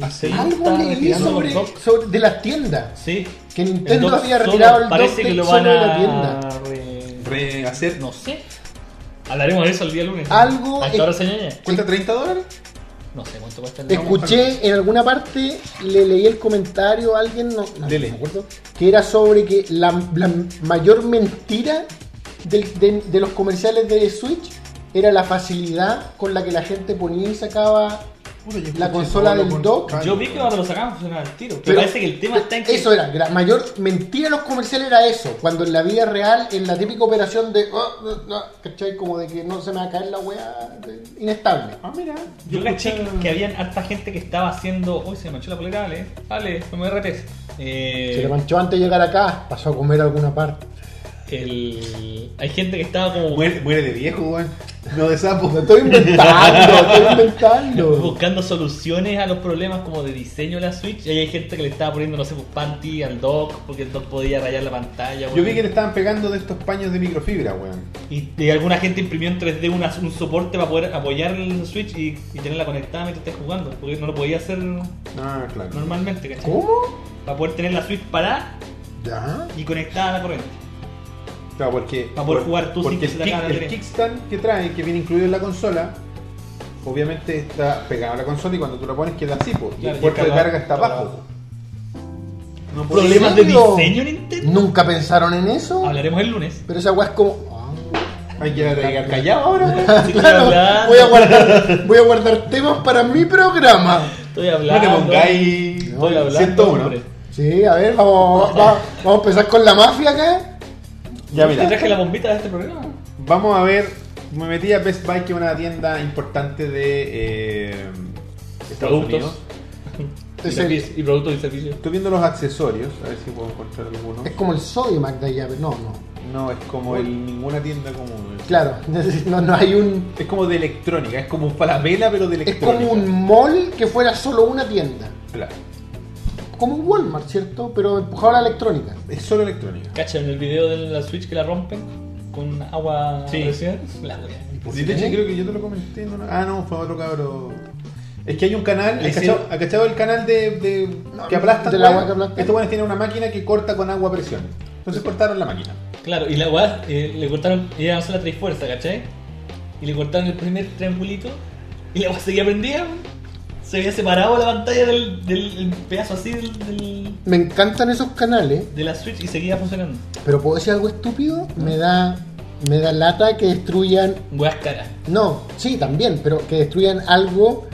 ¿Ah, sí?
Nintendo
Algo
estaba
leí
retirando
sobre,
los docs.
sobre- de las tiendas.
Sí.
Que
El
Nintendo
doc
había
solo.
retirado el
Parece
doc
que
de-
lo
solo
van
de la
a.
tienda.
re-
Rehacer.
No sé. Hablaremos de eso el día lunes.
Algo
Hasta
es-
ahora se ñoña.
¿Cuesta 30 dólares?
No sé cuánto cuesta el doc.
Escuché en alguna parte, le leí el comentario a alguien, no, no,
Dele.
no me acuerdo, que era sobre que la, la mayor mentira del- de, de los comerciales de Switch era la facilidad con la que la gente ponía y sacaba. La consola del dock.
Yo vi que cuando lo sacaban funcionaba el tiro. Pero,
Pero-
parece que el tema está en que.
Eso era, la mayor mentira de los comerciales era eso, cuando en la vida real, en la típica operación de, oh, oh, oh, ¿cachai? Como de que no se me va a caer la weá de- inestable.
Ah, mira.
Yo caché que habían harta gente que estaba haciendo. Uy, se me manchó la polera, Ale. Ale, no me derretes. Eh,
Se le manchó antes de llegar acá, pasó a comer a alguna parte.
el... Hay gente que estaba como
Muere, muere de viejo, weón. No de sapo.
Lo estoy inventando, estoy inventando.
buscando soluciones a los problemas como de diseño de la Switch. Y ahí hay gente que le estaba poniendo, no sé, pues panty al dock, porque el dock podía rayar la pantalla.
Yo
weón.
vi que le estaban pegando de estos paños de microfibra, weón.
Y, y alguna gente imprimió en 3D una- un soporte para poder apoyar el Switch y, y tenerla conectada mientras estés jugando. Porque no lo podía hacer
Ah, claro.
normalmente, ¿cachai?
¿Cómo?
Para poder tener la Switch parada
¿Ya?
y conectada a la corriente.
Claro, porque,
Para poder jugar tú sin
porque
que
el,
se te
kick-
acabe la
el
tele.
kickstand que trae, que viene incluido en la consola, obviamente está pegado a la consola y cuando tú la pones queda así, po, y
Claro,
el puerto
y
de
el
carga está
cargador.
abajo. No puedo-
¿Problemas
Problema-
de
serio?
diseño, Nintendo?
¿Nunca pensaron en eso?
Hablaremos el lunes.
Pero esa weá es como... ah,
Hay que llegar callado ahora, weón.
Sí, estoy
Claro,
hablando.
voy a guardar, voy a guardar temas para mi programa.
Estoy
No
hablando.
te pongáis
Estoy hablando.
101.
hombre.
Sí, a ver, vamos, vamos, vamos a empezar con la mafia acá.
Ya
Te
mira,
traje la bombita de este programa.
vamos a ver. Me metí a Best Buy, que es una tienda importante de eh, Estados
Productos.
Unidos.
Y,
Es, el-
servi- y productos y servicios.
Estoy viendo los accesorios, a ver si puedo encontrar alguno.
es como el sodio Mac de allá, pero no, no.
No, es como el, ninguna tienda común. es-
Claro, no, no hay un...
Es como de electrónica, es como un palabela, pero de
Es
electrónica.
como un mall que fuera solo una tienda.
Claro,
Como un Walmart, ¿cierto? Pero empujado a la electrónica.
es solo electrónica.
¿Cachan el video de la Switch que la rompen con agua
Sí.
recién? La wea.
Sí, de hecho, creo que yo te lo comenté. no, no. Ah, no, fue otro cabro. Es que hay un canal, ¿ha
Le
cachado,
hicieron-
ha cachado el canal de, de- que aplastan?
del agua
weón?
que aplastan.
Estos buenos tienen una máquina que corta con agua a presión. Entonces cortaron la máquina.
Claro, y la wea eh, le cortaron, ella lanzó la trifuerza, ¿cachai? Y le cortaron el primer triangulito y la wea seguía prendida. weón. Se había separado la pantalla del, del el pedazo así del, del-
Me encantan esos canales,
de la Switch y seguía funcionando.
pero puedo decir algo estúpido. Me da, me da lata que destruyan.
Weas caras.
No, sí, también, pero que destruyan algo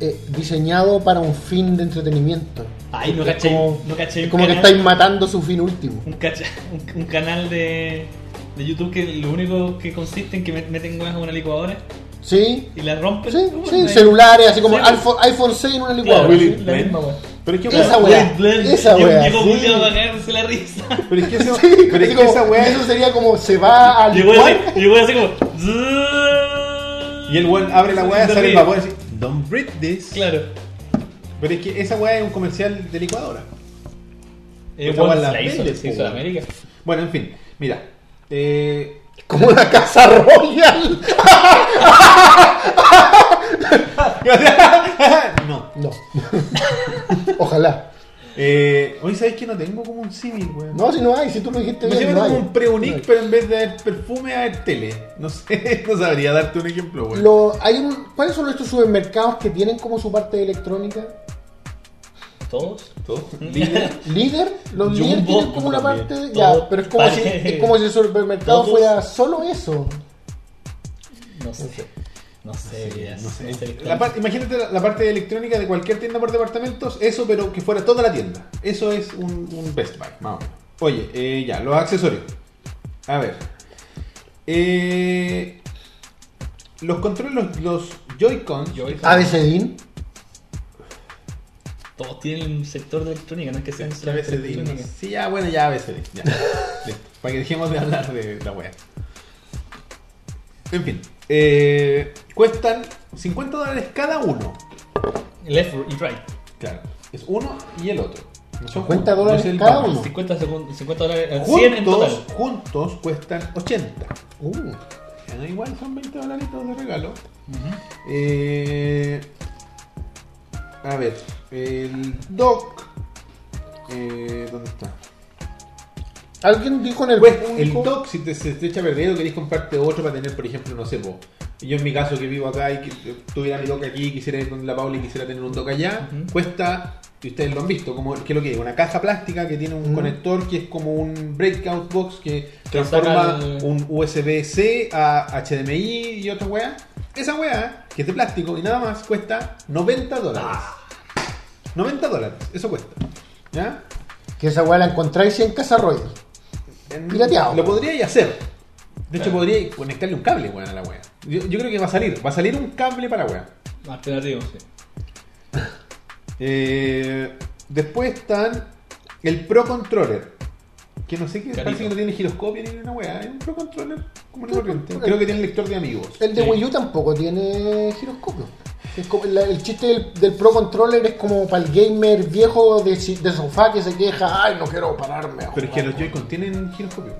eh, diseñado para un fin de entretenimiento.
Ay, no
Es
cachai-
como-
no cachai
es
un
como que
canal.
estáis matando su fin último.
un, cacha- un, un canal de, de YouTube que lo único que consiste en que met- meten weas a una licuadora
¿Sí?
y la rompen.
Sí,
Uh,
sí,
la-
celulares, así como
Sí.
iPhone, iPhone 6 en una licuadora.
Will
Claro, sí,
it
la
blend?
misma wea.
Pero es que,
Esa
weón,
wea. esa wea,
Llegó
sí.
Julio a cagarse la risa.
pero es que, ese-
Sí,
pero es
así
que
como-
esa
y
weá.
Eso sería como se va al
Llegó
cuarto.
así, llegó así como.
Y el weón abre la weá,
Se
sale Pues el
ríe.
vapor y dice: Don't breathe this.
Claro.
Pero es que esa weá es un comercial de licuadora.
Eh,
Estaba
Juan
en la
la hizo,
tele,
se
po,
hizo en
weón.
América.
Bueno, en fin, mira. Eh,
Como una casa royal.
no.
No. Ojalá.
Eh, hoy sabéis que no tengo como un símil, weón.
No, si no hay, si tú lo dijiste
Me
bien,
sirve
no
como
hay.
un preunic,
No
pero en vez de haber perfume, haber tele. No sé, no sabría darte un ejemplo,
hay.
güey.
Lo- hay un- ¿Cuáles son estos supermercados que tienen como su parte de electrónica?
Todos.
Todo. Líder.
¿Líder? Los
Jumbo,
líderes tienen como una
también.
parte. de-
Todo
Ya, pero es como, si,
parece-
es como si el supermercado
Todos.
fuera solo eso.
No sé. No sé, Elías,
No sé.
no sé.
La parte- imagínate la, la parte de electrónica de cualquier tienda por departamentos, eso, pero que fuera toda la tienda. Eso es un, un Best Buy, más o menos. Oye, eh, ya, los accesorios. A ver. Eh, los controles, los, los Joy-Cons.
Yo,
Ah,
hijo,
ABCDIN.
Todos tienen un sector de electrónica, no es que sean
Ya
solamente
ABCD.
electrónica.
Sí, ya, bueno, ya ABCD. Ya. Listo. Para que dejemos de hablar de la wea. En fin. eh, cuestan 50 dólares cada uno.
Left y right.
Claro. Es uno y el otro.
50 dólares
No sé el
cada
valor.
uno.
50, segun- 50 dólares, eh, 100 en
Juntos,
total.
juntos cuestan 80.
Uh,
Ya da igual, son 20 dólares de regalo. Eh, a ver, el doc. eh, ¿Dónde está?
Alguien dijo en el
Pues, el
público-
doc, si te, se te echa a perder o querés comprarte otro para tener, por ejemplo, no sé, po, yo en mi caso que vivo acá y que eh, tuviera mi doc aquí, quisiera ir con la Paula y quisiera tener un doc allá,
Ujú.
cuesta, y ustedes lo han visto, como, ¿qué es lo que es? Una caja plástica que tiene un
Mm.
conector que es como un breakout box que
Que
transforma
saca el-
un USB-C a HDMI y otra wea. Esa wea, que es de plástico y nada más, cuesta 90 dólares. 90 dólares, eso cuesta. ¿Ya?
Que esa weá la encontráis en Casa Royal.
En-
Pirateado.
Lo podríais hacer. De hecho,
Claro.
podríais conectarle un cable, weón, a la wea. Yo, yo creo que va a salir. Va a salir un cable para wea.
Alternativo, sí.
Eh, después están el Pro Controller. Que no sé qué,
Carito.
parece que no tiene giroscopio ni una wea. Es un Pro Controller como
Pro
una corriente.
Controller.
Creo que tiene lector de amigos.
El de
Sí.
Wii U tampoco tiene giroscopio. Es como- la- el chiste del, del Pro Controller es como para el gamer viejo de, si- de sofá que se queja, ay, no quiero pararme. a
Pero es que
jugar".
los Joy-Con tienen giroscopio.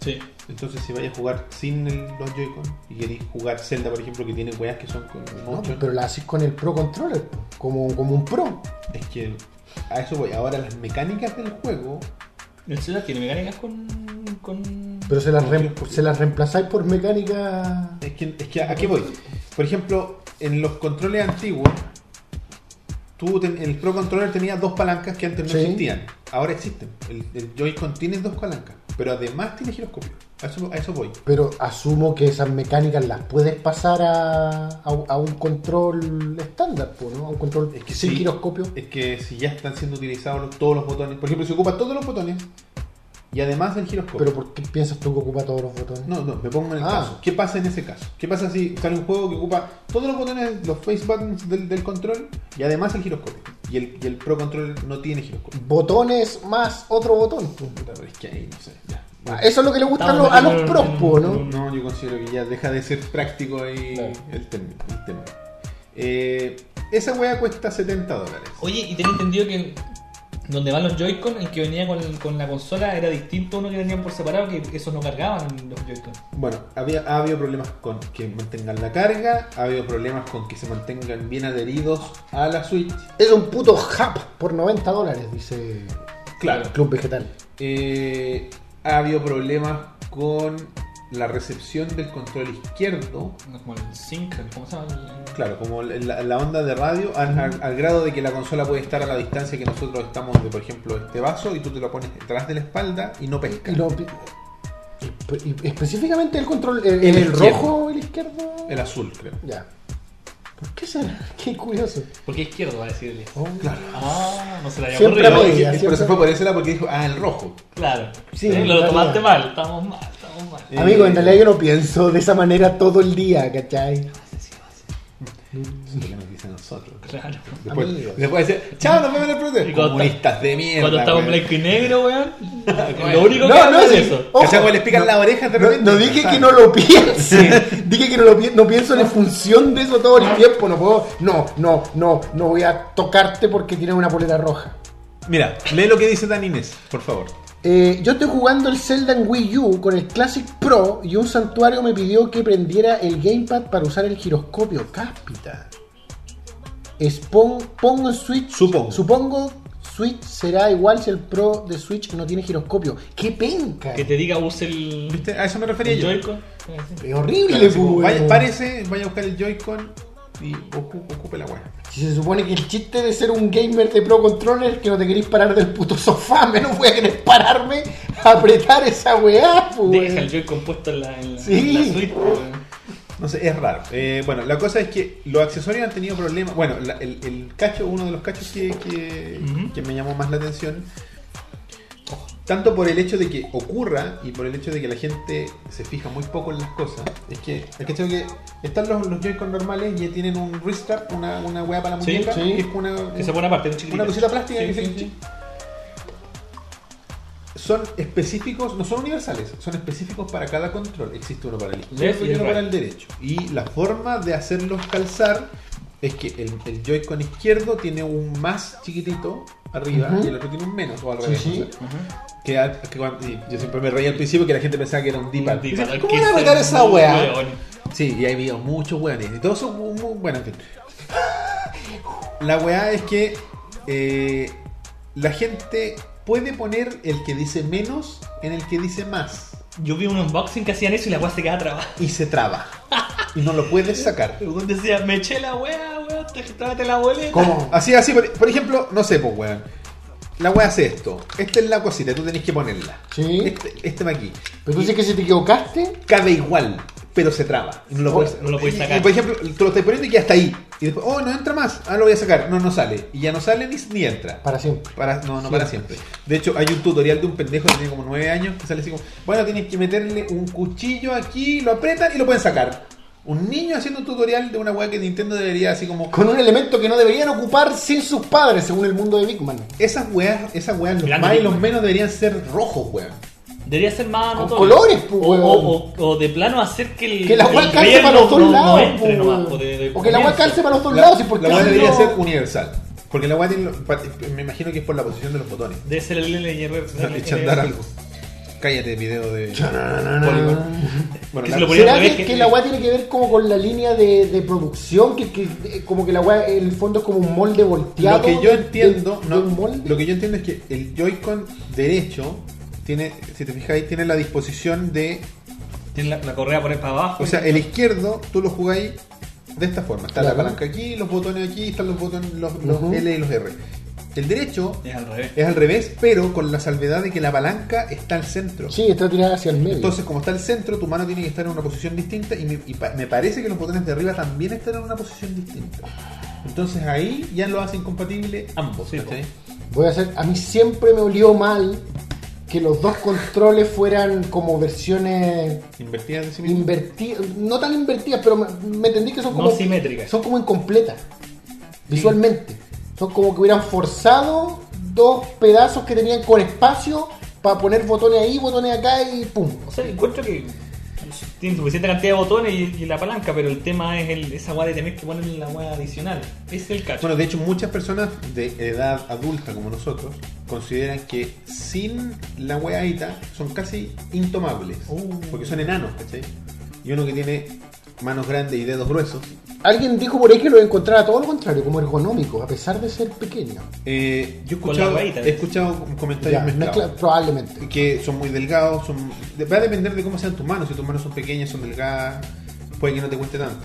Sí.
Entonces, si vais a jugar sin el- los Joy-Con y queréis jugar Zelda, por ejemplo, que tiene weas que son con
No,
motion,
pero la haces con el Pro Controller, como, como un Pro.
es que a eso voy. Ahora, las mecánicas del juego
El Zelda tiene mecánicas con. con...
Pero se las,
Con
reem-
giroscopio.
se las reemplazáis por mecánica.
Es que, es que a qué voy. Por ejemplo, en los controles antiguos, tú ten- el Pro Controller tenía dos palancas que antes no
Sí.
existían. Ahora existen. El, el Joy-Con tiene dos palancas, pero además tiene giroscopio. A eso, a eso voy.
Pero asumo que esas mecánicas las puedes pasar a, a, a un control estándar, po, ¿no? A un control
Es que
sin
sí.
giroscopio.
Es que si ya están siendo utilizados los- todos los botones, por ejemplo, se ocupan todos los botones y además el giroscopio.
Pero ¿por qué piensas tú que ocupa todos los botones?
No, no, me pongo en el
Ah.
caso. ¿Qué pasa en ese caso? ¿Qué pasa si sale un juego que ocupa todos los botones, los face buttons del, del control y además el giroscopio? Y el, y el Pro Controller no tiene giroscopio.
botones más otro botón. po.
Puta, pero es que ahí no sé, ya.
Ah, Eso es lo que le gusta a
Estamos
los, a los
metiendo
pros,
en un-
po,
en un-
¿no?
No, yo considero que ya deja de ser práctico ahí
Claro.
el, término, el tema. Eh, esa wea cuesta 70 dólares.
Oye, y tenía entendido que donde van los Joy-Con, el que venía con, con la consola era distinto a uno que venían por separado, que esos no cargaban los Joy-Con.
Bueno, había, ha habido problemas con que mantengan la carga, ha habido problemas con que se mantengan bien adheridos a la Switch.
Es un puto hub por 90 dólares, dice
Claro.
Club Vegetal.
Eh, ha habido problemas con la recepción del control izquierdo.
No, como el Sync, ¿cómo se llama? El-
Claro, como la, la onda de radio, al, al- al grado de que la consola puede estar a la distancia que nosotros estamos de, por ejemplo, este vaso y tú te lo pones detrás de la espalda y no pesca.
Y lo- y- y específicamente el control, el,
El
el
izquierdo.
rojo, el izquierdo.
El azul, creo.
Ya. ¿Por qué será? Qué curioso.
Porque izquierdo va a decirle.
Oh.
Claro.
Ah, no se la había
Siempre
Pero,
ocurrido.
voy.
dije-
siempre-
pero se fue por ese lado porque dijo, ah, el rojo.
Claro.
Sí,
Sí, lo
claro.
tomaste mal, estamos mal, estamos mal.
Eh,
Amigo, en realidad yo no pienso de esa manera todo el día, ¿cachai?
Eso es lo que nos dice a nosotros.
Claro.
Después,
Amigos.
después decía, chao, nos vemos en el
Y
prote.
cuando
Comunistas de mierda.
Cuando estamos en
weón.
blanco y negro, weón. lo único que
No,
hablan
no,
es
sí.
eso.
Ojo,
¿Cachai? Cuando les pican
no-
la oreja de
No,
repente.
no dije que
¿sabes?
no lo piense, dije que no lo pienso, no pienso en función de eso todo
Ah.
el tiempo, no puedo, no, no, no, no voy a tocarte porque tienes una polera roja.
Mira, lee lo que dice Dan Inés, por favor.
Eh, yo estoy jugando el Zelda en Wii U con el Classic Pro y un santuario me pidió que prendiera el gamepad para usar el giroscopio. Cáspita. Espon- pongo en Switch.
Supongo.
Supongo Switch será igual si el Pro de Switch no tiene giroscopio. ¡Qué penca!
Que te diga use el,
¿Viste? A eso me refería
el
yo.
Joy-Con.
Es horrible,
Claro, así como,
pues,
vaya,
weón.
párese, vaya a buscar el Joy-Con y ocu- ocupe la weá.
Si se supone que el chiste de ser un gamer de Pro Controller es que no te queréis parar del puto sofá, menos voy a querer pararme a apretar esa weá, pues.
Deja el Joy-Con puesto en la, en la,
Sí.
en la suite, weón.
No sé, es raro. Eh, bueno, la cosa es que los accesorios han tenido problemas. Bueno, la- el, el cacho, uno de los cachos que, que-
Ujú.
que me llamó más la atención, tanto por el hecho de que ocurra y por el hecho de que la gente se fija muy poco en las cosas, es que el cacho que están los, los Joy-Con normales y tienen un wrist strap, una, una wea para la
Sí,
muñeca,
sí.
que es una,
Que se pone aparte, un chiquitito.
una cosita plástica
Sí,
que se-
sí, sí.
son específicos, no son universales, son específicos para cada control. Existe uno para el
Left
izquierdo
y
y uno
right.
para el derecho. Y la forma de hacerlos calzar es que el, el Joy-Con izquierdo tiene un más chiquitito arriba
Ujú.
y el otro tiene un menos o al
Sí,
revés.
sí.
no sé. Que, a- que cuando- y yo siempre me reía al principio que la gente pensaba que era un D-pad.
Tipo,
Dice,
hay
¿Cómo voy
que
a
ser
apretar esa
muy
weá?
weón.
Sí, y hay videos, muchos weones. Y todos son muy, muy- bueno, en fin. La weá es que eh, la gente puede poner el que dice menos en el que dice más.
Yo vi un unboxing que hacían eso y la weá se quedaba trabada.
Y se traba. y no lo puedes sacar.
El weón decía, me eché la weá, weón, te- trágate la boleta.
¿Cómo?
Así, así, por, por ejemplo, no sé, pues weón. La weá hace esto. Esta es la cosita, tú tenés que ponerla.
Sí.
Este, este va aquí.
Pero tú dices que si te equivocaste,
Cabe igual, pero se traba. Y No lo,
Oh,
puedes,
no lo puedes
y-
sacar.
y, por ejemplo, tú lo estás poniendo y queda hasta ahí. Y después, oh, no entra más. Ah, lo voy a sacar. No, no sale. Y ya no sale ni, ni entra.
para siempre.
Para- no, no
Sí.
para siempre. De hecho, hay un tutorial de un pendejo que tiene como 9 años que sale así como, bueno, tienes que meterle un cuchillo aquí, lo apretan y lo pueden sacar. Un niño haciendo un tutorial de una weá que Nintendo debería así como...
Con un elemento que no deberían ocupar sin sus padres, según el mundo de Big Man.
Esas weas, esas weas, los
Grande
más y
Big
los
Man.
menos deberían ser rojos, weón.
Debería ser más
Con
notorio.
colores, pues,
o,
weón.
o, o- o de plano hacer que el.
Que la
el
weá calce
gobierno
para los dos
no- no
lados.
entre
po,
nomás,
weón.
po, de- de
o que la weá
comienzo.
calce para los dos
La,
lados. ¿Y por
la
qué
wea
no?
debería ser universal. Porque la wea tiene... los- pa- Me imagino que es por la posición de los botones.
Debe ser el LNR.
He hecho andar algo. Cállate, video de... Polygon. Bueno,
Que
la-
se lo ponía-
¿Será
al
que,
revés,
que
que-
la weá tiene que ver como con la línea de, de producción? Que, que eh, como que la weá en el fondo es como un molde volteado.
lo que yo
de-
entiendo,
de
no,
un molde.
lo que yo entiendo es que el Joy-Con derecho tiene, si te fijáis, tiene la disposición de,
Tiene la, la correa por ahí para abajo.
o sea, el izquierdo tú lo jugáis de esta forma, está la
Claro.
palanca aquí, los botones aquí, están los botones los, los
Ujú.
L y los R. El derecho
es al revés.
es al revés, pero con la salvedad de que la palanca está al centro.
Sí, está tirada hacia el medio.
Entonces, como está al centro, tu mano tiene que estar en una posición distinta y, me, y pa- me parece que los botones de arriba también están en una posición distinta. Entonces ahí ya lo hace incompatible ambos.
Sí,
¿cachai?
Voy a hacer. A mí siempre me olió mal que los dos controles fueran como versiones
Invertidas en sí mismo.
invertidas. No tan invertidas, pero me, me entendí que son
No
como.
simétricas.
Son como incompletas. Visualmente. Son como que hubieran forzado dos pedazos que tenían con espacio para poner botones ahí, botones acá y pum.
O sea, encuentro que tiene suficiente cantidad de botones y, y la palanca, pero el tema es el, esa weá de tener que poner la weá adicional. Ese es el cacho.
Bueno, de hecho, muchas personas de edad adulta como nosotros consideran que sin la weadita son casi intomables.
Uh.
Porque son enanos, ¿cachai? Y uno que tiene manos grandes y dedos gruesos.
Alguien dijo por ahí que lo encontraba todo lo contrario, como ergonómico, a pesar de ser pequeño.
eh, yo he
Con la
escuchado,
ruedita,
he
¿ves?
escuchado
Ya,
comentarios mezclados.
mezcla- probablemente.
que son muy delgados, son... de- va a depender de cómo sean tus manos, si tus manos son pequeñas, son delgadas, puede que no te cueste tanto.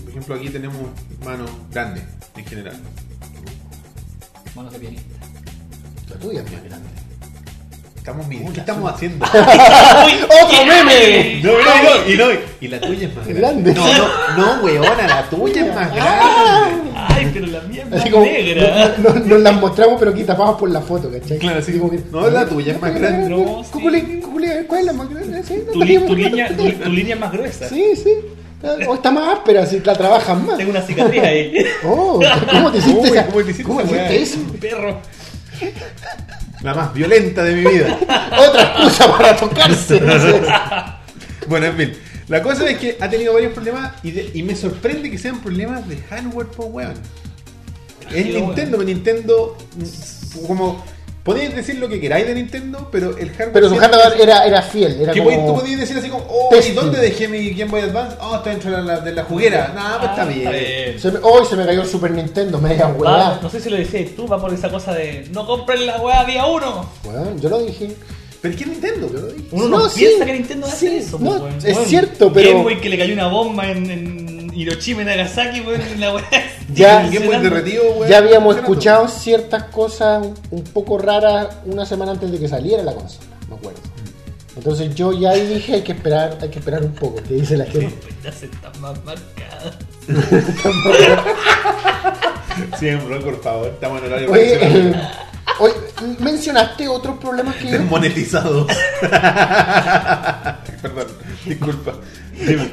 Por ejemplo, aquí tenemos manos grandes en general.
Manos de pianista.
La tuya es más grande.
Estamos midiendo. ¿Qué estamos haciendo?
¡Otro meme!
No, no, no, y no. Y la tuya es más grande.
Grande.
No, no, no, weona, la tuya es más grande.
Ay, pero la mía es más
Así como.
negra.
no- no- Nos las mostramos, pero aquí tapados por la foto, ¿cachai?
Claro, así
Así
como que. No, la tuya es más grande.
No, sí.
Cucule, cucule, ¿cuál es la más grande? Sí, no
Tu, li-
teníamos-
tu línea, tu, tu línea es más gruesa.
Sí, sí. Está- O está más áspera, si la trabajan más.
Tengo una cicatriz ahí.
Oh, ¿cómo te hiciste
Uy,
esa-
¿cómo te hiciste
¿Cómo
esa weá?
hiciste eso?
Perro.
La más violenta de mi vida.
Otra excusa para tocarse. no sé.
Bueno, en fin. La cosa es que ha tenido varios problemas y, de- y me sorprende que sean problemas de hardware por weón. Es
Sí,
Nintendo, pero Nintendo. mm, Como. Podéis decir lo que queráis de Nintendo, pero el hardware.
Pero su
siempre-
hardware era, era fiel. Era
Que
como...
voy- tú podías decir así como, oh, ¿y
Testing.
dónde dejé mi Game Boy Advance? Oh, está dentro de la, de la juguera. Nah, pues está
Ah,
bien.
Se me- Hoy se me cayó el Super Nintendo, media
Va,
weá.
Ah.
no sé si lo decías tú, va por esa cosa de no compren la weá día uno.
Weón, yo lo dije.
Pero es que Nintendo, yo lo dije.
Uno
No,
no,
sí,
piensa que Nintendo hace
sí,
eso,
no,
po, weón.
es
Weón,
cierto, pero-
Game Boy que le cayó una bomba en, en Hiroshima y Nagasaki, weón, y la weá.
Ya-
El Game Boy derretido, weón,
Ya habíamos
funcionando.
escuchado ciertas cosas un poco raras una semana antes de que saliera la consola, me acuerdo. Entonces yo ya ahí dije hay que esperar, hay que esperar un poco, que dice la gente.
Pues, Ya se está más marcada.
Siempre, por favor. Estamos en horario
Oye, eh,
profesional.
oye, mencionaste otros problemas que
Desmonetizados. Perdón, disculpa. Dime.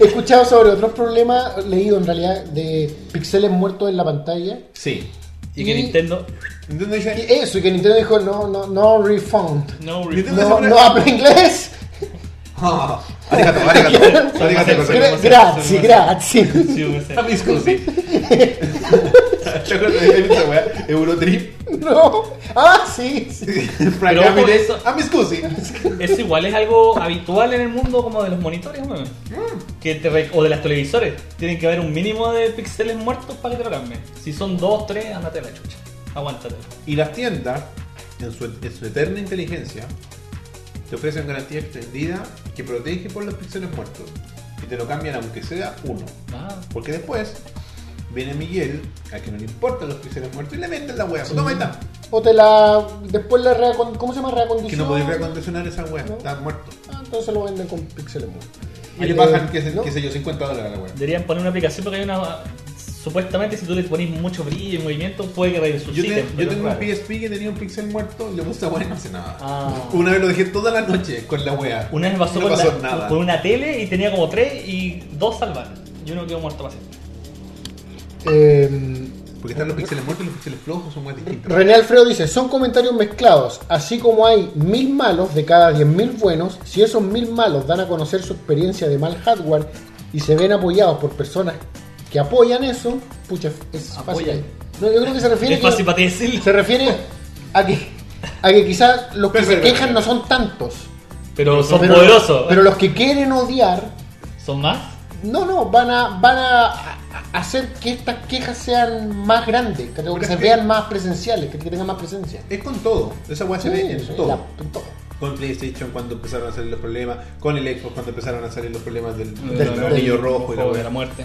he escuchado sobre otros problemas, leído en realidad, de pixeles muertos en la pantalla.
Sí.
Y que
Y-
Nintendo.
Nintendo
Y
dice.
eso, y que Nintendo dijo no, no, no refund.
No,
Nintendo-
No, no habla inglés.
"Ah, arigato, arigato. Arigato,
Gra-
cosa que no
Grazie, grazie.
Sí, weón, sí.
sé". Ah, mi scusi. ¿Te acuerdas de esa weá? Eurotrip.
No. Ah, sí, sí.
Frank
Pero ojo,
Camille,
eso-
"Ah, mi scusi".
Eso igual es algo habitual en el mundo como de los monitores, weón.
Ah.
Que te re- o de las televisores. Tienen que haber un mínimo de píxeles muertos para que te lo cambien. Si son dos, tres, andate a la chucha. Aguántate.
Y las tiendas, en su, en su eterna inteligencia, te ofrecen garantía extendida que protege por los píxeles muertos. Y te lo cambian aunque sea uno.
Ah,
Porque después viene Miguel, a que no le importan los píxeles muertos, y le meten la weá. Toma, ahí está.
Pues
O te la. Después la reacon... ¿Cómo se llama reacondición?
Que no podéis reacondicionar esa weá,
No.
está muerto.
Ah, entonces lo venden con píxeles muertos.
Y le
Eh,
bajan, qué sé
¿no?
qué sé yo, 50 dólares a la weá.
deberían poner una aplicación porque hay una. Supuestamente, si tú le pones mucho brillo y movimiento, puede que
Yo,
resuciten.
te-
pero
yo tengo
Pues es
un
raro.
PSP que tenía un pixel muerto y le puse esa weá y no hace nada.
Ah.
Una vez lo dejé toda la noche con la weá.
Una vez pasó,
no
con,
pasó
la-
nada.
con una tele y tenía como tres y dos salvaron. Y uno quedó muerto para siempre.
Eh,
Porque están los píxeles muertos y los píxeles flojos son weas distintas.
René Alfredo dice, son comentarios mezclados, así como hay mil malos de cada diez mil buenos, si esos mil malos dan a conocer su experiencia de mal hardware y se ven apoyados por personas que apoyan eso, pucha, es
Apoyan.
fácil. No, yo creo que se refiere,
Es fácil
que,
para ti decirlo.
se refiere a que a que quizás los que
Pero,
se
pero,
quejan no son tantos,
Pero son
pero,
poderosos.
pero los que quieren odiar,
¿Son más?
no, no, van a van a, a- a hacer que estas quejas sean más grandes, que,
Pero
que
es
se
que-
vean más presenciales, que tengan más presencia.
Es con todo. Esa weá se ve en todo.
Uh, la- en todo.
Con PlayStation cuando empezaron a salir los problemas, con el Xbox cuando empezaron a salir los problemas del, del,
del-
anillo
del-
rojo y la
de la
weá.
muerte.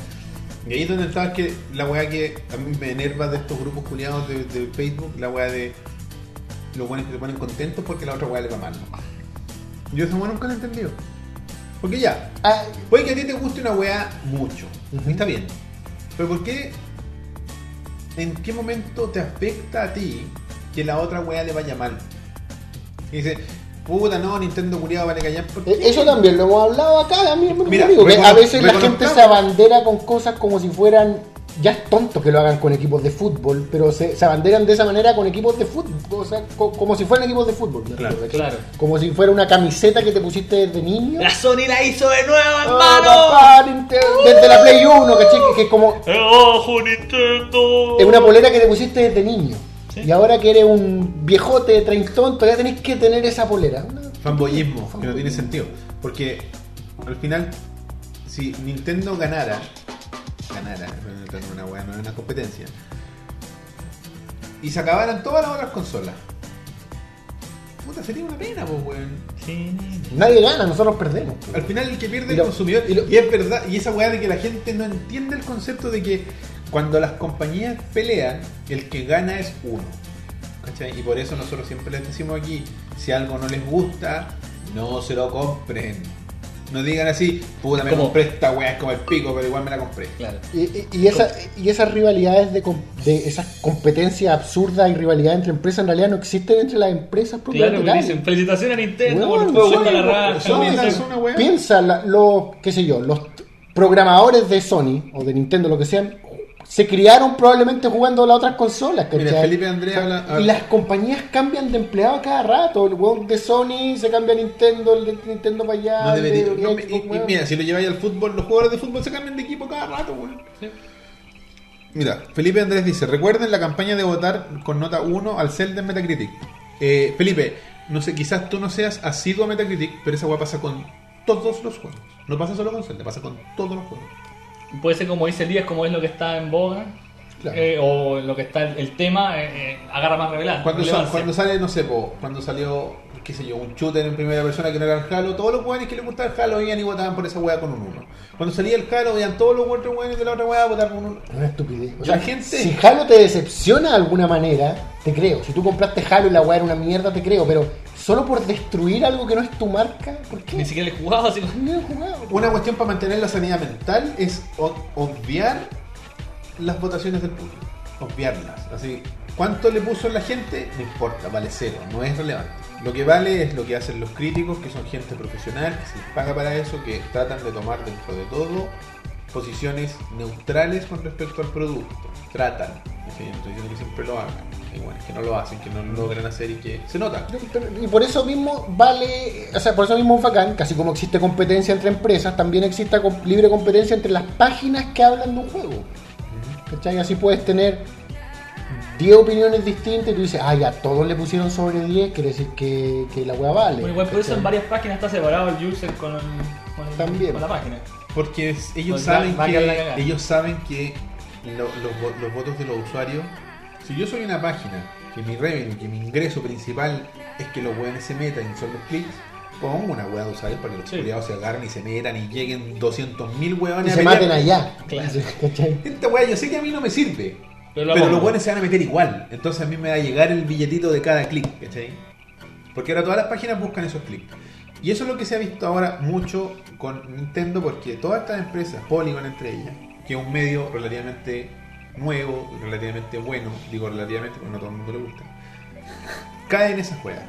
Y ahí es donde estaba que la weá que a mí me enerva de estos grupos culiados de, de Facebook, la weá de los buenos que se ponen contentos porque la otra weá le va mal. Yo esa weá nunca la he entendido. Porque ya,
Ah,
Puede que a ti te guste una weá mucho.
Ujú.
Está bien. Pero ¿por qué? ¿En qué momento te afecta a ti que la otra weá le vaya mal? Y dice, puta no, Nintendo curiado vale callar. ¿Por
eh,
qué?
eso también lo hemos hablado acá, también, por
Mira,
amigo, que
recono-
a veces la gente
reconozcamos-
se abandera con cosas como si fueran. Ya es tonto que lo hagan con equipos de fútbol, pero se, se abanderan de esa manera con equipos de fútbol, o sea, co- como si fueran equipos de fútbol. me
Claro,
refiero,
claro.
Como si fuera una camiseta que te pusiste desde niño.
La Sony la hizo de nuevo,
Ah,
hermano.
papá, Nintendo, desde la Play 1, ¿cachai? Que- Que es como.
Eh, ¡Ojo, Nintendo!
Es una polera que te pusiste desde niño.
Sí.
Y ahora que eres un viejote de treintón, todavía tenés que tener esa polera. Una-
Fanboyismo, que no tiene sentido. Porque al final, si Nintendo ganara, ganara, no es una weá, no es una competencia, y se acabaran todas las otras consolas, puta, sería una pena, pues, weón.
Sí.
Nadie gana, nosotros perdemos.
Al final el que pierde
Y
es
lo-
el consumidor.
y
Y,
lo-
es verdad, y esa weá de que la gente no entiende el concepto de que cuando las compañías pelean, el que gana es uno. ¿Cachai? Y por eso nosotros siempre les decimos aquí, si algo no les gusta, no se lo compren. No digan así, puta, me
Como-
compré esta weá, es como el pico, pero igual me la compré.
Claro.
Y, y- y esa- y esas rivalidades de, com- de esas competencias absurdas y rivalidades entre empresas en realidad no existen entre las empresas
Claro,
propiamente
me
tal.
dicen, felicitaciones a Nintendo
Weón,
por
sí,
suelta la
weón,
raja.
Sony
no,
lanzó
sí.
una weá.
Piensa, la- los, qué sé yo, los t- programadores de Sony o de Nintendo, lo que sean, se criaron probablemente jugando a las otras consolas, ¿cachai?
Mira, Felipe Andrea
O sea,
habla-
Y las compañías cambian de empleado a cada rato. El weón de Sony se cambia a Nintendo, el de Nintendo para allá.
No
el de-
debería-
el
no me-
Xbox,
y- y
weón.
mira, si lo lleváis al fútbol, los jugadores de fútbol se cambian de equipo cada rato, weón. Mira, Felipe Andrés dice, recuerden la campaña de votar con nota 1 al Zelda en Metacritic. Eh, Felipe, no sé, quizás tú no seas asiduo a Metacritic, pero esa weá pasa con todos los juegos. No pasa solo con Zelda, pasa con todos los juegos.
Puede ser como dice el día, es como es lo que está en boga.
Claro.
eh, o lo que está el, el tema, eh, eh, agarra más revelado.
Cuando, sa- cuando sale, no sé, po, cuando salió, qué sé yo, un shooter en primera persona que no era el Halo, todos los weones que les gustaba el Halo iban y votaban por esa weá con un 1. Cuando salía el Halo, veían todos los otros weones de la otra weá a votar con un 1.
Es Una estupidez.
La
O sea,
gente-
Si Halo te decepciona de alguna manera, te creo. Si tú compraste Halo y la weá era una mierda, te creo. Pero solo por destruir algo que no es tu marca, ¿por qué?
Ni siquiera le jugaba así. como-
No he jugado.
Una cuestión para mantener la sanidad mental es o- obviar las votaciones del público. Obviarlas. Así, ¿cuánto le puso la gente? No importa, vale cero, no es relevante. Lo que vale es lo que hacen los críticos, que son gente profesional, que se les paga para eso, que tratan de tomar dentro de todo posiciones neutrales con respecto al producto. Tratan. ¿sí? No estoy diciendo que siempre lo hagan. Hay buenos que no lo hacen, que no lo logran hacer y que se nota.
Y por eso mismo vale, o sea, por eso mismo es bacán, que así como existe competencia entre empresas, también existe com- libre competencia entre las páginas que hablan de un juego. ¿Cachai? Así puedes tener 10 opiniones distintas y tú dices, ah, ya todos le pusieron sobre 10, quiere decir que, que la weá vale.
Bueno, igual por eso en
¿cachai?
varias páginas está separado el user con, el- con el-
También.
con la página.
Porque es- ellos
Pues va-
saben
va a quedar la cagada.
que ellos saben que lo- los, vo- los votos de los usuarios. Si yo soy una página que mi revenue, que mi ingreso principal es que los weones se metan y son los clics, pongo una weá de usuarios para que los
Sí.
culiados se agarren y se metan y lleguen 200.000
Y
weones
se
pelear.
maten allá.
Claro.
¿Cachai?
Esta weá yo sé que a mí no me sirve,
Pero, lo
pero los
pongo.
weones se van a meter igual. Entonces a mí me va a llegar el billetito de cada clic, ¿cachai? Porque ahora todas las páginas buscan esos clics. Y eso es lo que se ha visto ahora mucho con Nintendo, porque todas estas empresas, Polygon entre ellas, que es un medio relativamente nuevo, relativamente bueno, digo relativamente porque no a todo el mundo le gusta, caen esas juegas.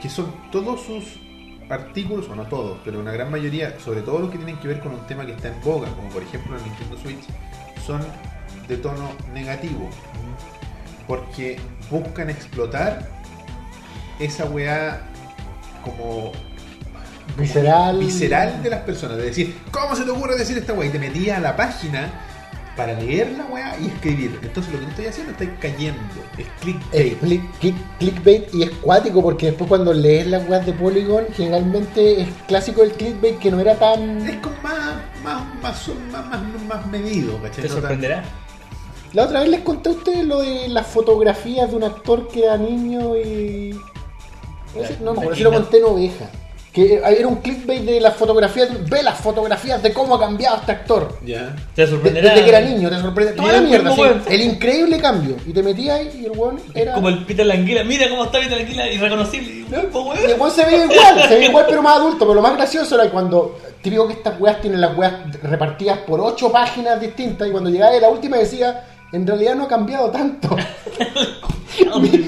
Que son todos sus artículos, o no todos, pero una gran mayoría, sobre todo los que tienen que ver con un tema que está en boga, como por ejemplo el Nintendo Switch, son de tono negativo. Porque buscan explotar esa weá como
Visceral.
visceral de las personas. De decir, ¿cómo se te ocurre decir esta weá? Y te metías a la página para leer la weá y escribir. Entonces lo que no estoy haciendo estoy cayendo. Es
Es
clickbait.
click- click- clickbait y es cuático porque después cuando lees las weas de Polygon, generalmente es clásico el clickbait que no era
Es
tan.
con más, más, más, más, más, más medido, ¿cachai?
Te
No tan-
sorprenderá.
La otra vez les conté a ustedes lo de las fotografías de un actor que era niño y. No, sé, no me acuerdo si lo conté en oveja. Que era un clickbait de las fotografías. Ve las fotografías de cómo ha cambiado este actor.
Ya.
Te
De-
sorprenderá.
Desde que era niño, te sorprende. Toda
Y
la
el
mierda,
mismo
así,
weón.
El increíble cambio. Y te metías ahí y el weón era.
Como el Peter Languila. Mira cómo está Peter Languila, irreconocible. Y, weón, po,
Y
weón.
el weón se veía igual, se veía igual pero más adulto. Pero lo más gracioso era cuando, típico que estas weas tienen las weas repartidas por ocho páginas distintas y cuando llegaba la última decía, en realidad no ha cambiado tanto.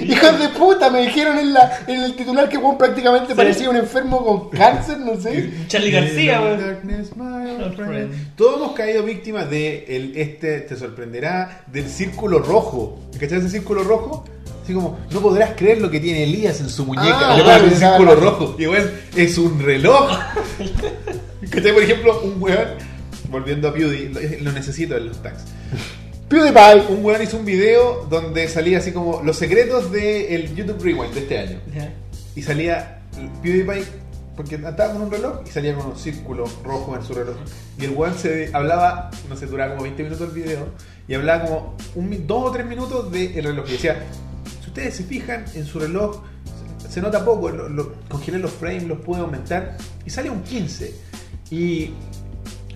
Hijos de puta, me dijeron en, la, en el titular que weón prácticamente
Sí.
parecía un enfermo con cáncer, no sé.
Charlie García,
Hello,
weón.
darkness, my old
Old
friend.
friend.
Todos hemos caído víctimas de el, este, te sorprenderá, del círculo rojo. ¿Cachai ese círculo rojo? Así como, no podrás creer lo que tiene Elías en su muñeca.
Ah,
Le ponen
claro,
un círculo
claro.
rojo. Y weón, es un reloj. ¿Cachai? Por ejemplo, un weón, volviendo a Beauty, lo, lo necesito en los tags.
PewDiePie.
Un weón hizo un video donde salía así como los secretos del YouTube Rewind de este año
Ya.
y salía PewDiePie porque andaba con un reloj y salía con un círculo rojo en su reloj. Y el weón se hablaba, no sé, duraba como 20 minutos el video, y hablaba como un, mi- dos o tres minutos del reloj. Y decía, si ustedes se fijan en su reloj, se- se nota poco, lo, lo- congelé los frames, los pude aumentar, y sale un 15. Y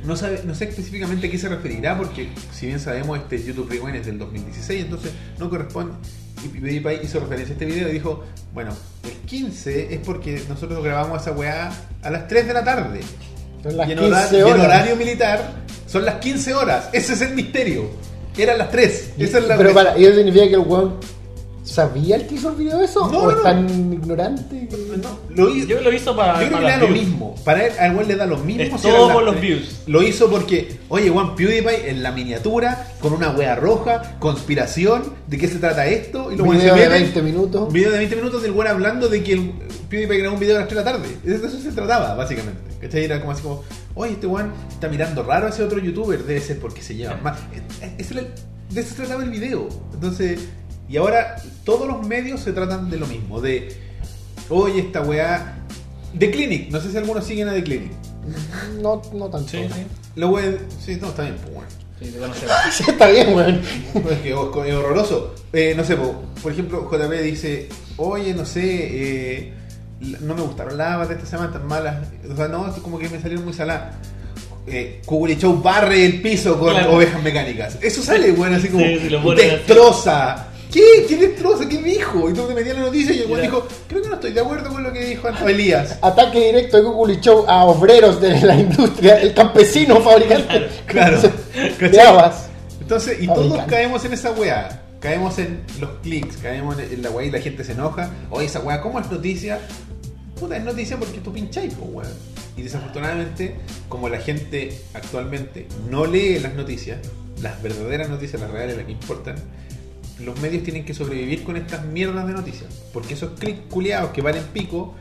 no, sabe, no sé específicamente a qué se referirá, porque si bien sabemos, este YouTube Rewind es del 2016, entonces no corresponde. Y PewDiePie hizo referencia a este video y dijo, bueno, el 15 es porque nosotros grabamos esa weá a las 3 de la tarde.
Son las
y, en hora-
15
y en
horas.
horario militar son las 15 horas. Ese es el misterio. Eran las 3. Esa es la
Pero para, ¿eso significa que el weón sabía el que hizo el video de eso?
No,
¿O
no.
es tan ignorante? que-
No, lo hizo-
Yo lo hizo para.
Yo creo que
para
le da
las
lo
views.
mismo. Para él, al weón le da lo mismo.
Es
eran
todo
las
por los
tres.
views.
Lo hizo porque, oye, Juan PewDiePie en la miniatura, con una wea roja, conspiración, ¿de qué se trata esto? Y los weones
Video
se
de
meten.
20 minutos.
Video de 20 minutos del weón hablando de que el PewDiePie grabó un video a las 3 de la tarde. De eso se trataba, básicamente. ¿Cachai? Era como así como, oye, este weón está mirando raro a ese otro youtuber, debe ser porque se lleva mal. E, Ese era el- de eso se trataba el video. Entonces, y ahora todos los medios se tratan de lo mismo, de, oye, esta weá... The Clinic, no sé si algunos siguen a The Clinic.
No, no tanto.
Sí, sí.
Lo weón, sí, no, está bien, pues bueno.
Sí, te conoce.
Sí, está bien, weón.
No, es que hor- es horroroso. Eh, no sé, po, por ejemplo, JP dice, oye, no sé, eh, la- no me gustaron las habas de esta semana tan malas. O sea, no, es como que me salieron muy saladas. Eh, Kuguri Chow barre el piso con
Claro.
ovejas mecánicas. Eso sale, bueno, así como
Sí, sí, lo ponen así.
destroza. ¿Qué? ¿Qué destroza? ¿Qué dijo? Y tú te metías en la noticia y el weón
Mira.
dijo, creo que no estoy de acuerdo con lo que dijo Antonio Elías.
Ataque directo de Google y Show a obreros de la industria, el campesino fabricante
Claro.
de habas.
Entonces, y
Fabricante.
todos caemos en esa weá. Caemos en los clics, caemos en la weá y la gente se enoja. Oye, esa weá, ¿cómo es noticia? Puta, es noticia porque tú pincháis, po, weón. Y desafortunadamente, como la gente actualmente no lee las noticias, las verdaderas noticias, las reales, las que importan, los medios tienen que sobrevivir con estas mierdas de noticias. Porque esos clics culiados que valen pico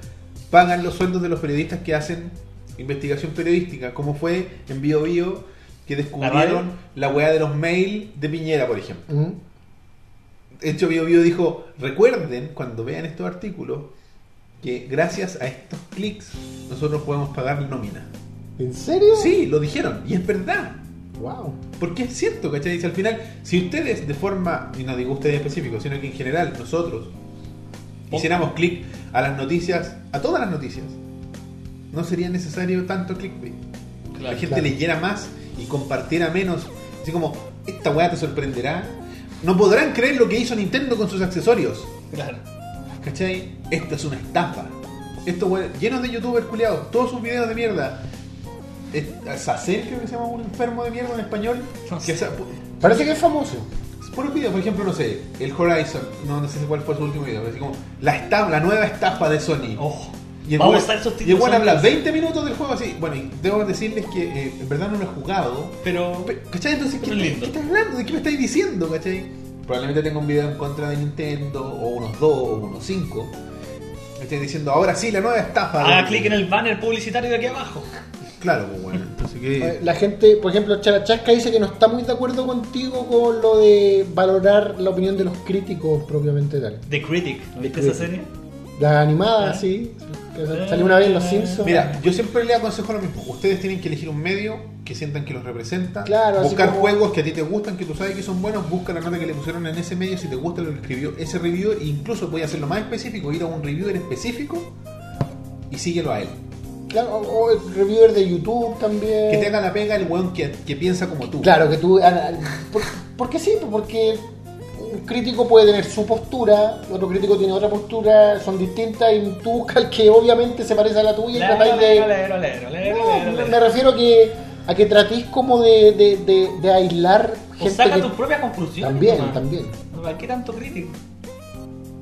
pagan los sueldos de los periodistas que hacen investigación periodística, como fue en Bio Bio, que
radio?
descubrieron la weá de los mail de Piñera, por ejemplo.
Mm.
hecho, Bio Bio dijo, recuerden cuando vean estos artículos que gracias a estos clics nosotros podemos pagar nómina.
¿En serio?
Sí, lo dijeron, y es verdad.
Wow.
Porque es cierto, ¿cachai? Dice al final, si ustedes de forma, y no digo ustedes en específico, sino que en general nosotros hiciéramos clic a las noticias, a todas las noticias, no sería necesario tanto clickbait. La
Claro.
gente
claro.
leyera más y compartiera menos. Así como, esta weá te sorprenderá. No podrán creer lo que hizo Nintendo con sus accesorios.
Claro.
¿Cachai? Esto es una estafa. Estos weones llenos de youtubers culiados, todos sus videos de mierda. Es- Sacel, creo que se llama un enfermo de mierda en español.
No
Que
sé.
hace pu-
Parece que es famoso.
puros videos, por ejemplo, no sé, el Horizon, no, no sé cuál fue su último video, pero así como la, estafa, la nueva estafa de Sony.
Oh,
Y el
vamos a
weón-
usar
y
esos
el
títulos.
weón habla 20 minutos del juego así. Bueno, y debo decirles que eh, en verdad no lo he jugado.
Pero.
Pe- ¿Cachai? Entonces, ¿qué,
Pero
qué
lindo.
estás hablando? ¿De qué me estáis diciendo? ¿Cachai? Probablemente tenga un video en contra de Nintendo, o unos dos, o unos cinco. Me estáis diciendo, ahora sí, la nueva estafa.
Haga
de-
clic en el banner publicitario de aquí abajo.
Claro, pues bueno. Entonces,
Eh,
que.
La gente, por ejemplo, Charachasca dice que no está muy de acuerdo contigo con lo de valorar la opinión de los críticos propiamente tal.
The Critic. ¿No
The
viste esa
Critic.
serie?
La animada,
Ah.
sí. que sa- salió una vez en Los Simpsons.
Eh. Mira, yo siempre le aconsejo lo mismo. Ustedes tienen que elegir un medio que sientan que los representa.
Claro, así
buscar
como-
juegos que a ti te gustan, que tú sabes que son buenos. Busca la nota que le pusieron en ese medio. Si te gusta lo que escribió ese reviewer, e incluso voy a hacerlo más específico. Ir a un reviewer específico y síguelo a él.
Claro, o, o el reviewer de YouTube también.
Que te haga la pega el weón que, que piensa como tú.
Claro, que tú. ana- por- Porque sí, Pues porque un crítico puede tener su postura, otro crítico tiene otra postura, son distintas y tú buscas el que obviamente se parece a la tuya y tratáis de.
Lero, lero, lero, lero,
No,
lero,
me-
lero.
me refiero que a que tratéis como de, de, de- de aislar
O
gente
saca
que-
tus propias conclusiones.
también,
nomás.
también,
¿Para qué tanto crítico?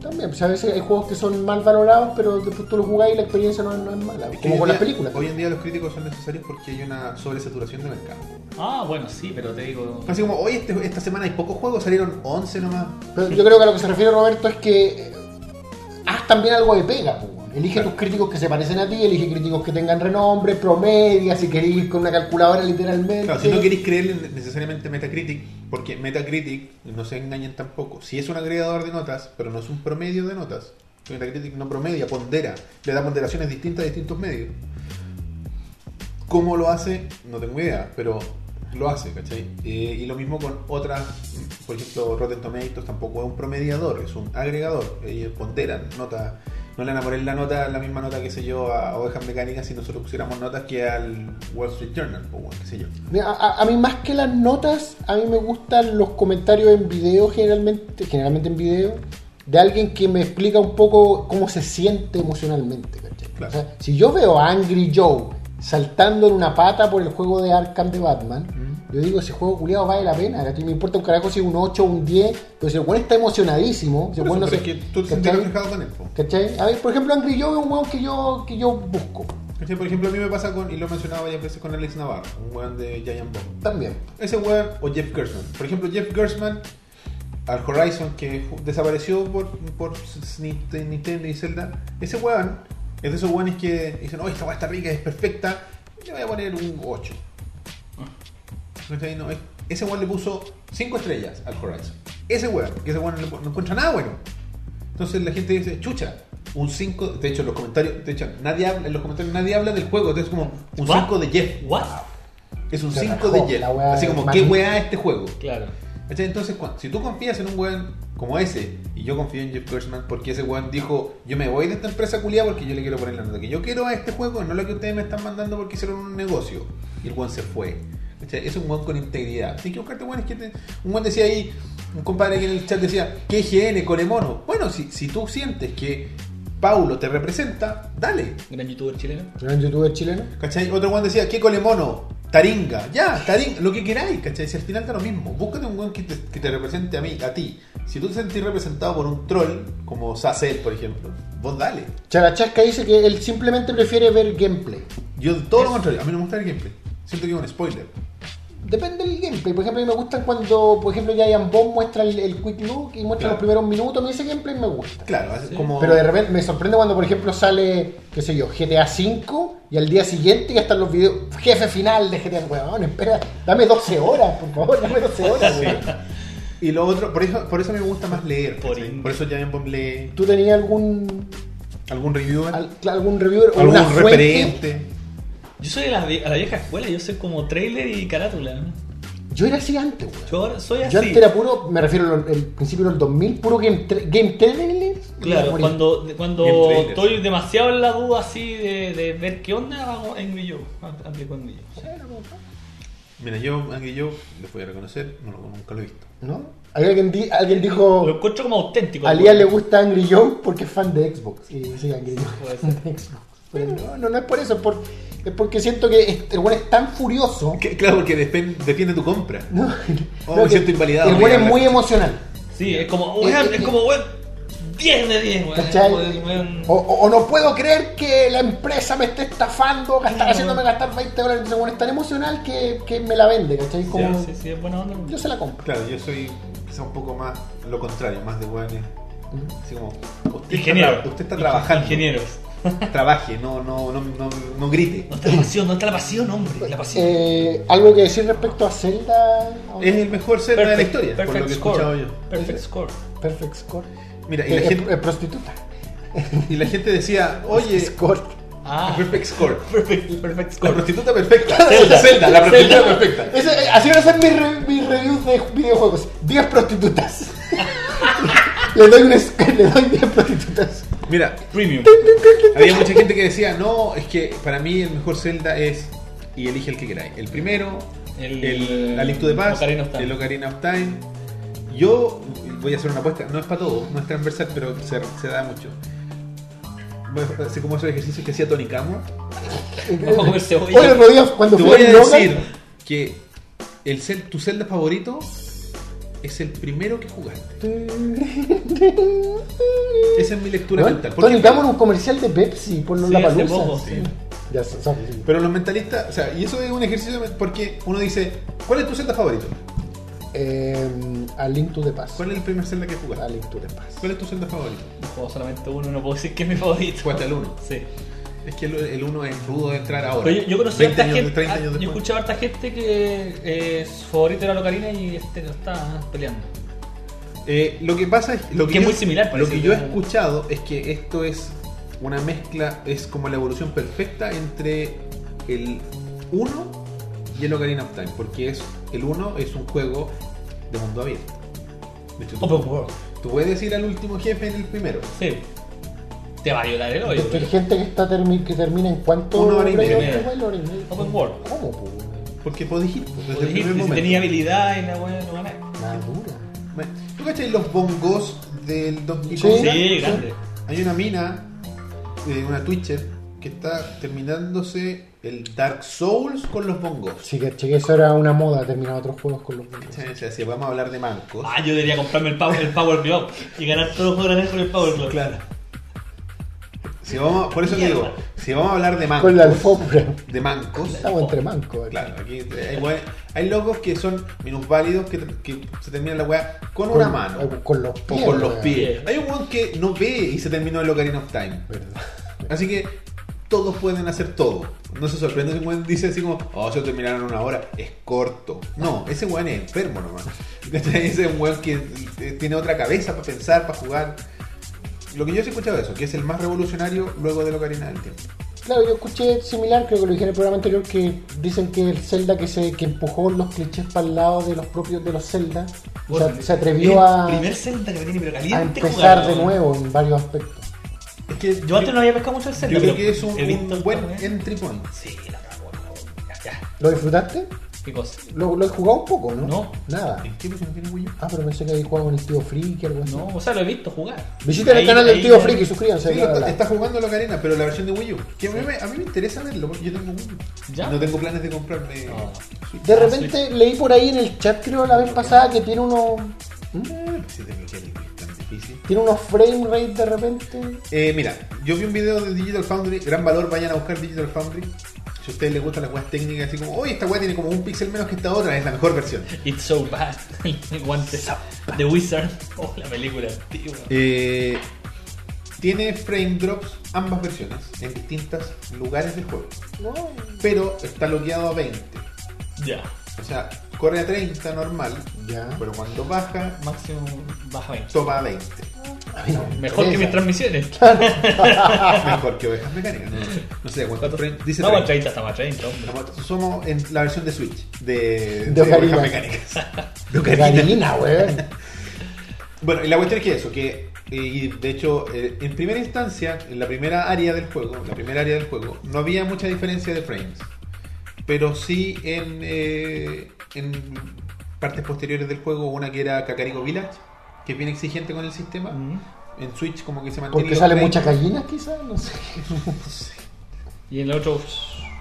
también. Pues a veces hay juegos que son mal valorados, pero después tú los jugás y la experiencia no, no es mala.
Es que
como
hoy
con
en
las
día-
películas.
Hoy en día los críticos son necesarios porque hay una sobresaturación de mercado.
Ah, bueno, sí, pero te digo.
Así como, hoy este- esta semana hay pocos juegos, salieron 11 nomás.
Pero yo creo que a lo que se refiere Roberto es que eh, haz también algo de pega. po, weón. Elige
Claro.
tus críticos que se parecen a ti, elige críticos que tengan renombre, promedia, si queréis ir con una calculadora literalmente.
Claro, si no queréis creerle necesariamente a Metacritic, porque Metacritic, no se engañen tampoco, si es un agregador de notas, pero no es un promedio de notas. Metacritic no promedia, pondera, le da ponderaciones distintas a distintos medios. ¿Cómo lo hace? No tengo idea, pero lo hace, ¿cachai? Eh, y lo mismo con otras, por ejemplo, Rotten Tomatoes tampoco es un promediador, es un agregador, eh, ponderan notas. No le van a poner la nota, la misma nota, que sé yo, a Ovejas Mecánicas si nosotros pusiéramos notas que al Wall Street Journal, o bueno, qué sé yo.
Mira, a, a mí más que las notas, a mí me gustan los comentarios en video generalmente, generalmente en video, de alguien que me explica un poco cómo se siente emocionalmente. ¿cachai?
Claro.
O sea, si yo veo a Angry Joe saltando en una pata por el juego de Arkham de Batman,
Mm.
yo digo, ese juego culiado vale la pena, ¿cachai? Me importa un carajo si es un 8 o un 10, pero si el weón está emocionadísimo, si el
Por
weón
eso, pero
no se-
es que tú te
¿cachai?
sientes reflejado con él. po.
¿Cachai? A ver, por ejemplo, Angry Joe es un weón que yo, que yo busco
¿Cachai? Por ejemplo, a mí me pasa con, y lo he mencionado varias veces con Alex Navarro, un weón de Giant Bomb.
también.
Ese weón, o Jeff Gersman. Por ejemplo, Jeff Gersman, al Horizon, que ju- desapareció por, por s- Nint- Nintendo y Zelda. Ese weón es de esos weones que dicen, oh, esta weá está rica, es perfecta. Le voy a poner un 8. ¿Cachai? No, es- ese weón le puso 5 estrellas al Horizon. Ese weón, que ese weón no, no encuentra nada bueno. Entonces la gente dice, chucha, un 5. De hecho, en los comentarios, de hecho, nadie habla, en los comentarios nadie habla del juego. Entonces, como un
¿What?
5 de Jeff.
¿What?
Es un
Se
5
rajó,
de Jeff.
la weá
Así
es
como, ¿qué
magnífica.
weá es este juego?
Claro.
¿Cachai? Entonces, cuan- si tú confías en un weón como ese, y yo confío en Jeff Gershman porque ese weón dijo, yo me voy de esta empresa culiada porque yo le quiero poner la nota que yo quiero a este juego, no la que ustedes me están mandando porque hicieron un negocio. Y el weón se fue. ¿Cachai? Es un weón con integridad. Tienes que buscarte weones que te- Un weón decía ahí, un compadre aquí en el chat decía, ¿qué GN con mono? Bueno, si, si tú sientes que Paulo te representa, dale.
Gran youtuber chileno.
Gran youtuber chileno.
¿Cachai? Otro weón decía, ¿qué colemono? Taringa, ya, taringa, lo que queráis, ¿cachai? Si al final da lo mismo, búscate un weón que te, que te represente a mí, a ti. Si tú te sentís representado por un troll, como Sacel, por ejemplo, vos dale.
Charachasca dice que él simplemente prefiere ver gameplay.
Yo todo lo contrario, a mí no me gusta el gameplay. Siento que es un spoiler.
Depende del gameplay. Por ejemplo, a mí me gustan cuando, por ejemplo, Giant Bomb muestra el, el quick look y muestra
Claro.
los primeros minutos. A mí ese gameplay me gusta.
Claro, es como.
Pero de repente me sorprende cuando, por ejemplo, sale, qué sé yo, GTA V y al día siguiente ya están los videos. Jefe final de GTA. Weón, espera, dame 12 horas, por favor, dame 12 horas. weón.
Y lo otro, por eso, por eso me gusta más leer.
Por
¿cachai?
in-
por eso ya me ponle
¿Tú tenías algún,
algún reviewer,
al- algún reviewer o una
algún
fuente?
referente.
Yo soy de la, vie- a la vieja escuela, yo soy como trailer y carátula.
Yo era así antes, weón.
Yo ahora soy así.
Yo antes era puro, me refiero al al principio del 2000, puro game, tra- game trailers.
Claro,
Morí.
cuando, cuando
Bien trailer.
estoy demasiado en la duda así de, de ver qué onda, hago Angry Joe. Ah, Aplico Angry Joe.
Mira, yo, Angry Joe, les voy a reconocer, no, lo- nunca lo he visto.
¿No? Alguien, di- alguien
Lo
dijo,
encuentro como auténtico.
a
al
Lía
weón.
le gusta Angry Joe porque es fan de Xbox. Y sí, Angry Joe es fan de Xbox. Pero no, no, no es por eso, es, por- es porque siento que es- el weón es tan furioso.
Que- claro, porque depen- depende de tu compra.
No,
Oh,
no,
me
que
siento invalidado,
El
voy a
weón es
hablar.
muy emocional.
Sí, es como, weón,
Eh, eh,
es como, weón, 10 de 10, weón.
¿Cachai?
Weón, weón.
Oh,
O, o- o no puedo creer que la empresa me esté estafando, gastar,
No.
haciéndome gastar 20 dólares. Entonces, bueno, es tan emocional que, que me la vende, ¿cachai? Como,
Sí, sí, es buena onda.
Yo se la compro.
Claro, oh. yo soy quizá un poco más lo contrario, más de weones. Así como, usted
Ingeniero.
Está, tra- usted está trabajando.
Ingenieros.
Trabaje, no, no, no, no, no grite.
No está la pasión, no está la pasión, hombre. La pasión.
Eh, ¿Algo que decir respecto a Zelda?
Es el mejor Zelda de la historia,
perfect
por lo que he
score.
escuchado yo.
Perfect score.
Perfect Score.
Mira, y
Eh,
la,
eh,
gente,
eh, prostituta.
y la gente decía, oye,
Score.
Ah,
perfect score.
perfect, perfect
La
score.
prostituta perfecta.
Zelda.
Zelda, la prostituta
Zelda.
perfecta.
Ese- eh, así van a ser mis, re- mis reviews de videojuegos. 10 prostitutas. le doy un score, le doy 10 prostitutas.
Mira,
Premium.
había mucha gente que decía, no, es que para mí el mejor Zelda es, y elige el que queráis, el primero,
El-
el, A Link to the Past,
Ocarina of Time.
el Ocarina of Time. Yo voy a hacer una apuesta, no es para todo, no es transversal, pero se, se da mucho. Bueno, Así como esos ejercicios que hacía Tony Camo,
Vamos a comer cebolla.
Eh, Oye, Rodríguez, cuando
te
fui
voy
al
a
Logan-
decir que el, Zel- tu Zelda favorito es el primero que jugaste. Esa es mi lectura
Bueno,
mental. ¿Por
Tony
qué?
Cameron, un comercial de Pepsi por
Sí,
la
hace poco,
palusa.
sí.
Ya se sabe, sí.
Pero los mentalistas, o sea, y eso es un ejercicio men- porque uno dice, ¿cuál es tu Zelda favorito?
Eh, a Link to the Past.
¿Cuál es el primer Zelda que
A
jugaste?
Link to the Past.
¿Cuál es tu Zelda favorito?
No juego solamente uno, no puedo decir que es mi favorito.
Jugaste al 1.
Sí.
Es que el- el 1 es rudo de entrar ahora.
Pero yo, yo conocí a harta
años,
gente.
30
ah,
años
yo
después.
escuchaba a harta gente que eh, su favorito era Locarina y este lo está ah, peleando.
Eh, lo que pasa es lo que,
Que es
yo-
muy similar,
Lo
parece,
que yo he
pero-
escuchado es que esto es una mezcla, es como la evolución perfecta entre el 1 y el Ocarina of Time, porque es el 1 es un juego de mundo abierto. De hecho, tú,
Open World.
tú puedes ir al último jefe en el primero.
Sí. Te va a violar el hoyo.
Esto es gente que, está termi- que termina en cuánto.
Una hora y media.
Una hora y media.
Open world.
¿Cómo, pues?
Porque podés ir pues, desde
Podés
el
ir,
primer
si
momento.
tenía habilidad y la weá no gané.
Madura.
Bueno, ¿Tú cachai los bongos del Donkey
Sí.
Kong?
Sí,
Sí.
grande.
Hay una mina, eh, una Twitcher, que está terminándose el Dark Souls con los bongos.
Sí, que cheque, eso era una moda terminar otros juegos con los
O
bongos.
sea, o sea, si vamos a hablar de mancos.
Ah, yo debería comprarme el Power, el power Glove y ganar todos los juegos grandes con el Power Glove.
Si vamos, por eso te digo, si vamos a hablar de mancos.
Con la alfombra.
De mancos.
Estamos entre ¿eh? mancos. aquí.
Claro, aquí hay, we- hay locos que son minusválidos que, que se terminan la weá con,
Con- eh,
una mano.
Con los pies.
O con los
weón.
pies. Hay un weón que no ve y se terminó el Ocarina of Time.
Verdad.
Así que todos pueden hacer todo. No se sorprende si un weón dice así como, oh, se lo terminaron en una hora. Es corto. No, ese weón es enfermo nomás. Ese es un weón que eh, tiene otra cabeza para pensar, para jugar. Lo que yo sí he escuchado es eso, que es el más revolucionario luego de Ocarina del Tiempo.
Claro, yo escuché similar, creo que lo dije en el programa anterior, que dicen que el Zelda que se que empujó los clichés para el lado de los propios de los Zelda, o sea,
Bueno,
se
es
atrevió
el
a,
Primer Zelda que me tiene pero caliente.
a empezar
jugarlo,
de
weón.
nuevo en varios aspectos.
Es que
Yo antes no había pescado mucho el Zelda.
yo creo
pero
que es un,
he visto
un
el
buen
juego, ¿eh?
entry point.
Sí, la cago, la cago. Ya, ya.
¿Lo disfrutaste?
¿Qué cosa?
¿Lo, lo he jugado un poco, no?
No.
Nada.
¿En qué versión tiene Wii U?
Ah, pero pensé que había jugado con el tío Friki o algo así.
No, o sea, lo he visto jugar.
Visiten el
Ahí-
canal del
ahí-
tío Friki, suscríbanse.
Sí,
bla,
lo
bla,
está,
bla.
está jugando la Ocarina, pero la versión de Wii U. Que a mí, me, a mí me interesa verlo, porque yo tengo Wii U.
¿Ya? Oh.
No tengo planes de comprarme.
No.
Switch.
De repente leí por ahí en el chat, creo, la vez pasada que tiene unos,
Eh, si te bloquea el Wii, es tan difícil.
tiene unos frame rate de repente.
Eh, mira, yo vi un video de Digital Foundry, gran valor, vayan a buscar Digital Foundry. Si a ustedes les gustan las weas técnicas, así como, oye, esta wea tiene como un píxel menos que esta otra, es la mejor versión.
It's so bad. El guante. The Wizard. Oh, la película antigua.
Eh, tiene frame drops ambas versiones en distintos lugares del juego,
No,
pero está bloqueado a 20.
Ya.
O sea, corre a 30 normal,
Ya.
pero cuando baja,
Máximo baja 20.
toma 20.
A mí no me
Mejor que mis
interesa.
transmisiones.
Mejor que ovejas mecánicas. No sé cuánto. pre- Dice
Estamos a
30.
30, estamos a 30, hombre.
Somos en la versión de Switch de,
De ocarina.
ovejas mecánicas. De ocarina.
Carolina, weón.
Bueno, y la cuestión es que eso, que eh, y de hecho, eh, en primera instancia, en la primera área del juego, la primera área del juego, no había mucha diferencia de frames. Pero sí en, eh, en partes posteriores del juego, una que era Kakariko Village, que es bien exigente con el sistema.
Mm.
En Switch como que se mantiene.
Porque
los
salen
frames.
muchas gallinas, quizás, no sé.
Y en el otro.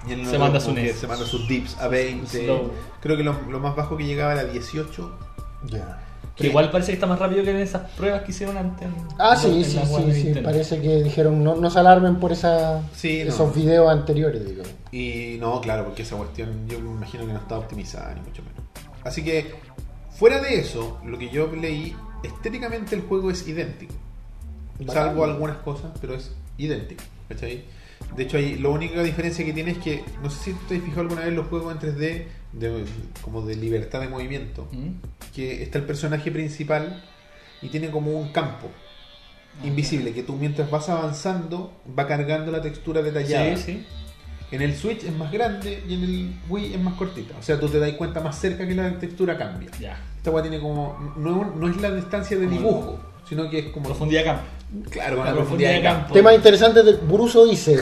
Y en
Se
otro
manda
como
su
que
NES.
Se manda sus dips a 20.
Slow.
Creo que lo, lo más bajo que llegaba era 18.
Ya.
Que igual parece que está más rápido que en esas pruebas que hicieron antes. en-
Ah, sí,
en
sí,
las webs
sí,
de
sí.
Nintendo.
Parece que dijeron no, no se alarmen por esa,
Sí, no.
esos videos anteriores, digo.
Y no, claro, porque esa cuestión yo me imagino que no está optimizada, ni mucho menos. Así que, fuera de eso, lo que yo leí, estéticamente el juego es idéntico.
Bacán.
Salvo algunas cosas, pero es idéntico. ¿cachai? De hecho, ahí, la única diferencia que tiene es que, no sé si te has fijado alguna vez los juegos en 3D, de- como de libertad de movimiento,
Mm.
que está el personaje principal y tiene como un campo
Ah,
invisible que tú mientras vas avanzando va cargando la textura detallada.
Sí, sí.
En el Switch es más grande y en el Wii es más cortita. O sea, tú te das cuenta más cerca que la textura cambia.
Ya.
Esta weá tiene como. No, es un- no es la distancia de
Como-
dibujo, sino que es como.
Profundidad campo.
Claro, con
la
la profundidad de campo.
Tema interesante del Bruso dice.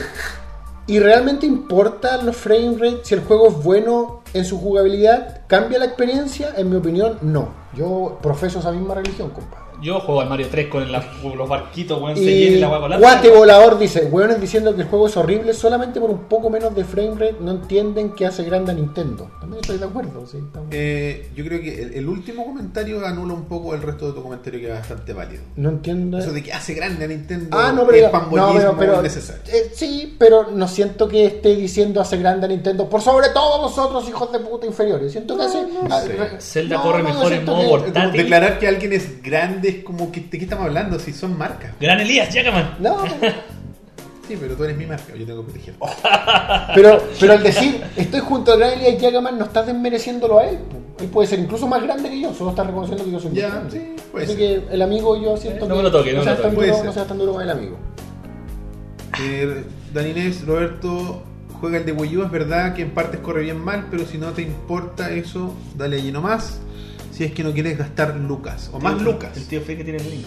¿Y realmente importa los frame rate si el juego es bueno en su jugabilidad? ¿Cambia la experiencia? En mi opinión, no. Yo profeso esa misma religión, compadre.
Yo juego al Mario 3 con la- con los barquitos, weón. Se llena y
Y
la hueá volando.
Guate Volador dice, hueones diciendo que el juego es horrible solamente por un poco menos de frame rate, no entienden que hace grande a Nintendo. También estoy de acuerdo, sí, estamos-
Eh, yo creo que el, el último comentario anula un poco el resto de tu comentario que es bastante válido.
No entiendo.
Eso de que hace grande a Nintendo
Ah, no, pero,
es
no,
fanboyismo
pero, pero-
innecesario.
eh, sí, pero no siento que esté diciendo hace grande a Nintendo por sobre todos vosotros hijos de puta inferiores. Siento que hace
no
ah,
sé.
re-
Zelda corre mejor en
siento
modo
que-
Es como
Tátil.
Declarar que alguien es grande es como que de qué estamos hablando si son marcas.
Gran Elías, Jackaman.
No,
Sí, pero tú eres mi marca, yo tengo que proteger.
Oh, pero, pero al decir estoy junto a Riley y Jagaman no estás desmereciéndolo a él. po. Él puede ser incluso más grande que yo, solo estás reconociendo que yo soy
Ya,
más grande.
sí, puede
Así
ser.
que el amigo yo siento
No
que
me lo toque, no me
seas
lo
tan
toque.
duro,
Puede
no
ser.
seas tan duro con el amigo.
Eh, Dan Inés, Roberto, juega el de Wii U, es verdad que en partes corre bien mal, pero si no te importa eso, dale allí nomás. Si es que no quieres gastar lucas, o más lucas.
El tío Fe que tiene el link.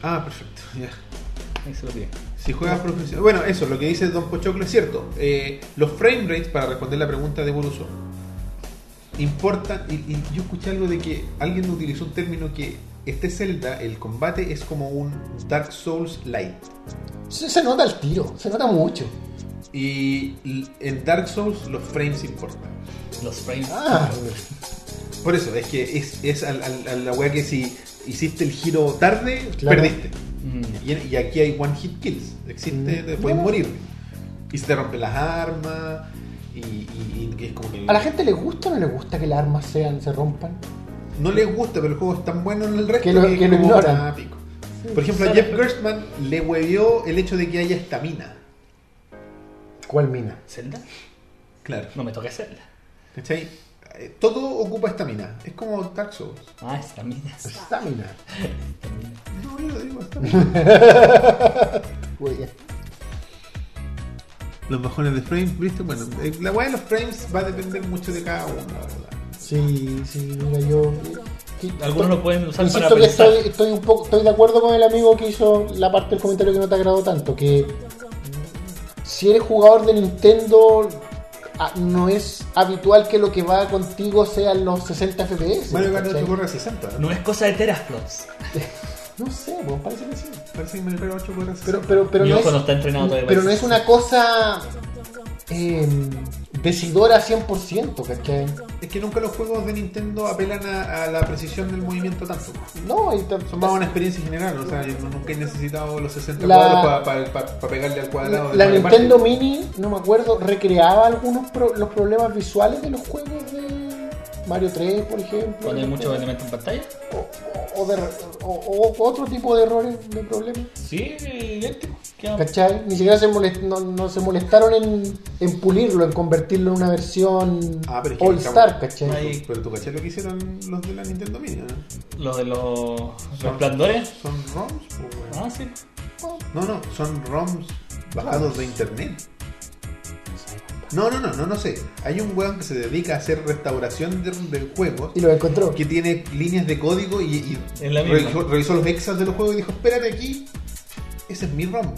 Ah, perfecto, ya.
Ahí se lo pide.
Si juegas profesional. Bueno, eso, lo que dice Don Pochoclo es cierto. Eh, los frame rates, para responder la pregunta de Boruso, importan. Y, y yo escuché algo de que alguien utilizó un término que este Zelda, el combate, es como un Dark Souls Light.
Se, se nota el tiro, se nota mucho.
Y l- en Dark Souls los frames importan.
Los frames.
Ah,
Por eso, es que es, es al- al- a la weá que si hiciste el giro tarde,
Claro.
perdiste.
Mm.
Y, y aquí hay one hit kills. Existe,
Mm.
te puedes
No.
morir. Y se te rompen las armas. Y, y- y es como que.
¿A la gente le gusta o no le gusta que las armas sean, se rompan?
No les gusta, pero el juego es tan bueno en el resto
Que lo- que lo
como,
ignoran.
ah, pico. Por ejemplo, a
Solo-
Jeff Gerstmann le huevió el hecho de que haya estamina.
¿Cuál mina?
¿Zelda?
Claro.
No me toca Zelda.
¿Cachai? Eh, Todo ocupa estamina. Es como Dark Souls.
Ah, es la mina.
Estamina.
No, yo lo digo, estamina.
Güey,
Los bajones de frames, ¿viste? Bueno, eh, la weá de los frames va a depender mucho de cada uno, la verdad.
Sí, sí, mira, yo.
Algunos lo pueden usar
Insisto
para
que
pensar.
estoy, estoy un poco, estoy de acuerdo con el amigo que hizo la parte del comentario que no te agradó tanto, que si eres jugador de Nintendo a- no es habitual que lo que va contigo sean los 60 FPS.
Mario Kart
¿cachai?
8 corre a 60. ¿no?
No es cosa de teraflops.
No sé, pues, parece que sí.
Parece que Mario Kart 8 corre a 60.
Pero, pero, pero
Mi
no
ojo
es,
no está entrenado todavía
Pero
para
no es
eso.
una cosa eh, decidora 100%, ¿cachai?
Es que nunca los juegos de Nintendo apelan a, a la precisión del movimiento tanto.
No, y te-
Son más una experiencia general, o sea, yo nunca he necesitado los 60
La-
cuadros para pegarle al cuadrado.
La,
del Mario
la Nintendo
Party.
Mini, no me acuerdo, recreaba algunos pro- los problemas visuales de los juegos de, Mario 3, por ejemplo.
Cuando hay muchos elementos en pantalla.
O, o- o de- o- o otro tipo de errores, de problemas.
Sí, idéntico. Queda-
¿Cachai? Ni siquiera se molest- no, no se molestaron en, en pulirlo, en convertirlo en una versión
Ah, pero es que
All Star,
estamos-
¿cachai?
Ahí.
Pero tú caché lo que hicieron los de la Nintendo Mini, ¿no?
Los de los resplandores.
Son ROMs, po, weón.
Ah, sí.
No, no, son ROMs bajados de internet. No, no, no, no, no sé. Hay un weón que se dedica a hacer restauración de, de juegos
Y lo encontró.
que tiene líneas de código y, y
Es la misma.
revisó, revisó los exas de los juegos y dijo, espérate aquí, ese es mi ROM.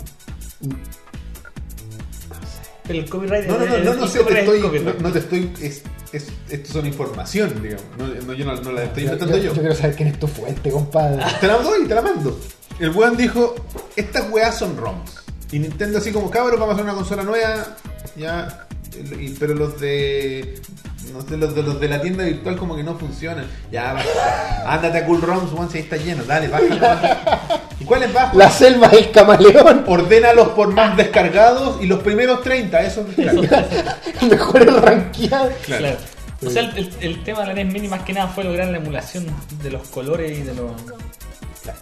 Pero el copyright
No, no, no,
el-
no, no
el
sé, te
copyright
estoy,
es
no,
copyright.
no te estoy, es, es, esto es una información, digamos. No, no, yo no, no la estoy
Yo,
inventando
yo-
yo.
yo quiero saber quién es tu fuente, compadre.
Te la doy, te la mando. El weón dijo, estas weas son ROMs. Y Nintendo así como, cabrón, vamos a hacer una consola nueva. Ya. y- pero los de. No sé, los de, los de la tienda virtual como que no funcionan. Ya, basta. Ándate a Cool ROMs, weón, si ahí está lleno. Dale, baja. baja. ¿Y cuáles bajas?
La selva del camaleón.
Ordénalos por más descargados y los primeros 30, esos descargados.
Mejor el rankeado.
Claro.
Claro. O sea, el, el- el tema de la NES Mini más que nada fue lograr la emulación de los colores y de los.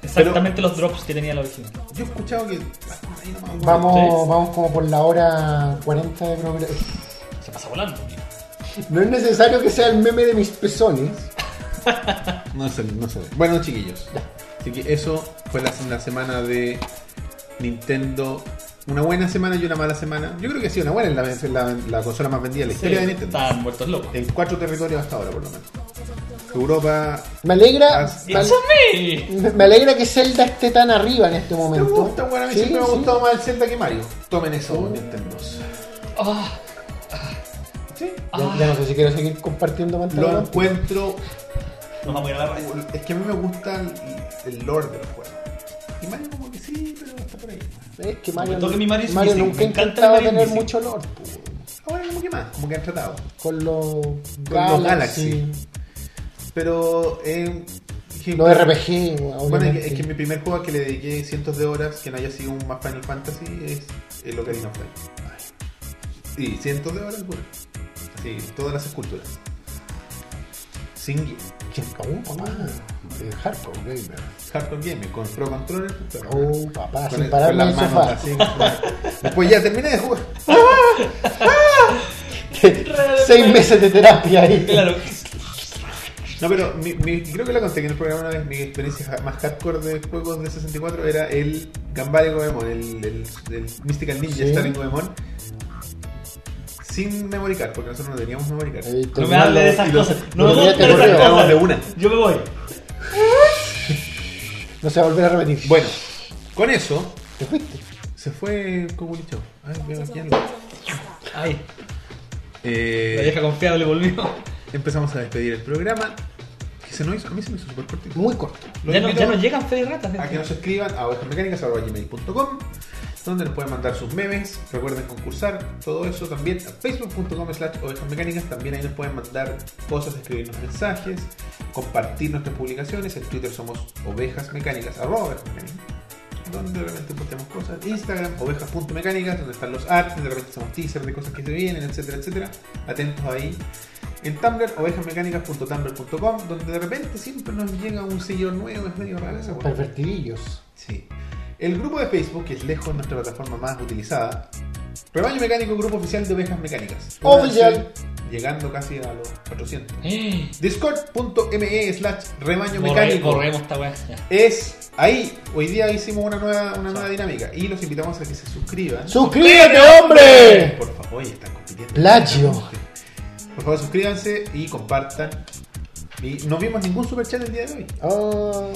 Exactamente los drops que tenía la original.
Yo he escuchado que. "Ah, ahí nomás, weón.
Vamos,
Sí.
vamos como por la hora 40 de programa.
Se pasa volando.
No es necesario que sea el meme de mis pezones.
No sé, no sé. Bueno, chiquillos. Así que eso fue la, la semana de Nintendo. Una buena semana y una mala semana. Yo creo que ha sido una buena, es la, la, la consola más vendida en la historia de Nintendo.
Estaban muertos locos.
En cuatro territorios hasta ahora, por lo menos. Europa.
Me alegra,
As-
me,
¡It's a me!
me- me alegra que Zelda esté tan arriba en este
Me
momento.
gusta, bueno, a mí
Sí,
siempre me ha
sí. Oh.
gustado más el Zelda que Mario. Tomen eso, Nintendo.
Ah,
Sí.
Ya, ya no sé si quiero seguir compartiendo
Lo
pantalla.
encuentro.
nos vamos a ir a la radio.
Es que a mí me gusta el, el lore de los juegos. Y Mario, como que sí, pero está por ahí. Ah,
Es que Mario,
Me toca mi Mario Music,
nunca
me encanta el
intentaba
Mario
tener
Music.
mucho lore. po,
Ahora, como que más, como que han tratado.
Con los
los
Galaxy,
Galaxy. Pero. Eh, que-
los RPG, obviamente.
Bueno, es que, es que mi primer juego al que le dediqué cientos de horas, que no haya sido un más Final Fantasy, es el Ocarina of Time. Y cientos de horas, bueno. Así, todas las esculturas. Sin guía.
Oh, papá. El hardcore gamer.
Hardcore Gaming, con Pro Controller. pero-
Oh, papá,
con
sin
el-
parar
con
en el
las manos
sofá.
así. claro. Después ya terminé de jugar.
Seis meses de terapia ahí.
Claro.
No, pero mi- mi- creo que lo conté que en el programa una vez. Mi experiencia ja- más hardcore de juegos de 64 era el Gambare Goemon, el, el, el Mystical Ninja
Sí.
Starring Goemon. Sin memory card, porque nosotros no teníamos memory card.
Ahí
No me hable de esas
Y los-
cosas. No
los
me
días que
gusta de esas
correo.
Vamos
cosas.
de una.
Yo me voy.
No se va a volver a repetir.
Bueno, con eso
¿Te fuiste?
se fue Comunichó. Ay, veo aquí algo.
Ay,
Eh,
la vieja confiable volvió.
empezamos a despedir el programa. Que se nos hizo, a mí se me hizo súper cortito.
Muy corto.
Los
Ya no,
invito-
ya no llegan Fede Ratas.
a que
¿eh?
nos escriban a ovejasmecánicas.com donde nos pueden mandar sus memes, recuerden concursar, todo eso también a facebook.com slash ovejasmecánicas, también ahí nos pueden mandar cosas, escribirnos mensajes, compartir nuestras publicaciones, en Twitter somos ovejasmecánicas, arroba ovejasmecánicas, donde realmente posteamos cosas, Instagram ovejas.mecánicas, donde están los arts, de repente hacemos teasers de cosas que se vienen, etcétera, etcétera, atentos ahí. En Tumblr, ovejasmecánicas.tumblr.com, donde de repente siempre nos llega un sello nuevo, es medio raro esa hueá.
Pervertidillos.
Sí. El grupo de Facebook, que es lejos nuestra plataforma más utilizada, Rebaño Mecánico, grupo oficial de ovejas mecánicas.
Oficial.
Llegando casi a los 400.
Eh,
Discord.me E slash rebaño
borre-
mecánico.
Borremos esta weá. Ya.
Es ahí. Hoy día hicimos una nueva, una nueva dinámica y los invitamos a que se suscriban.
¡Suscríbete, hombre!
Por favor, oye, están compitiendo.
Plagio.
Por favor, suscríbanse y compartan. Y no vimos ningún superchat el día de hoy.
Oh.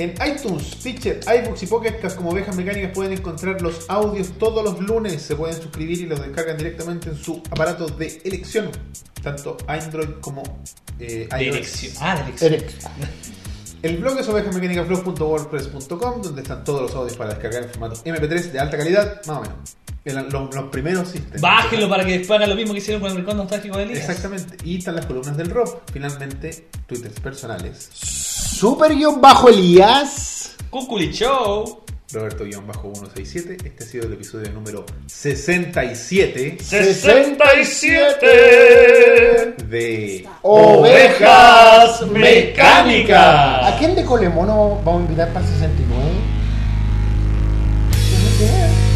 En iTunes, Stitcher, iBooks y Pocket Cast como ovejas mecánicas pueden encontrar los audios todos los lunes. Se pueden suscribir y los descargan directamente en su aparato de elección, tanto Android como eh,
Dirección.
iOS.
Ah, dirección.
Eric.
El blog es ovejasmecánicasblog.wordpress.com donde están todos los audios para descargar en formato MP3 de alta calidad, más o menos. El- los, los primeros sistemas.
Bájenlo para que después hagan lo mismo que hicieron con el rincón nostálgico de Elías.
Exactamente. Y están las columnas del rock. Finalmente, twitters personales.
Super guión bajo Elías.
Cuculi Show.
Roberto-167. Este ha sido el episodio número 67
¡67!
de
¡Ovejas
¿A
mecánicas!
quién de Colemono vamos a invitar para el 69? No sé quién es.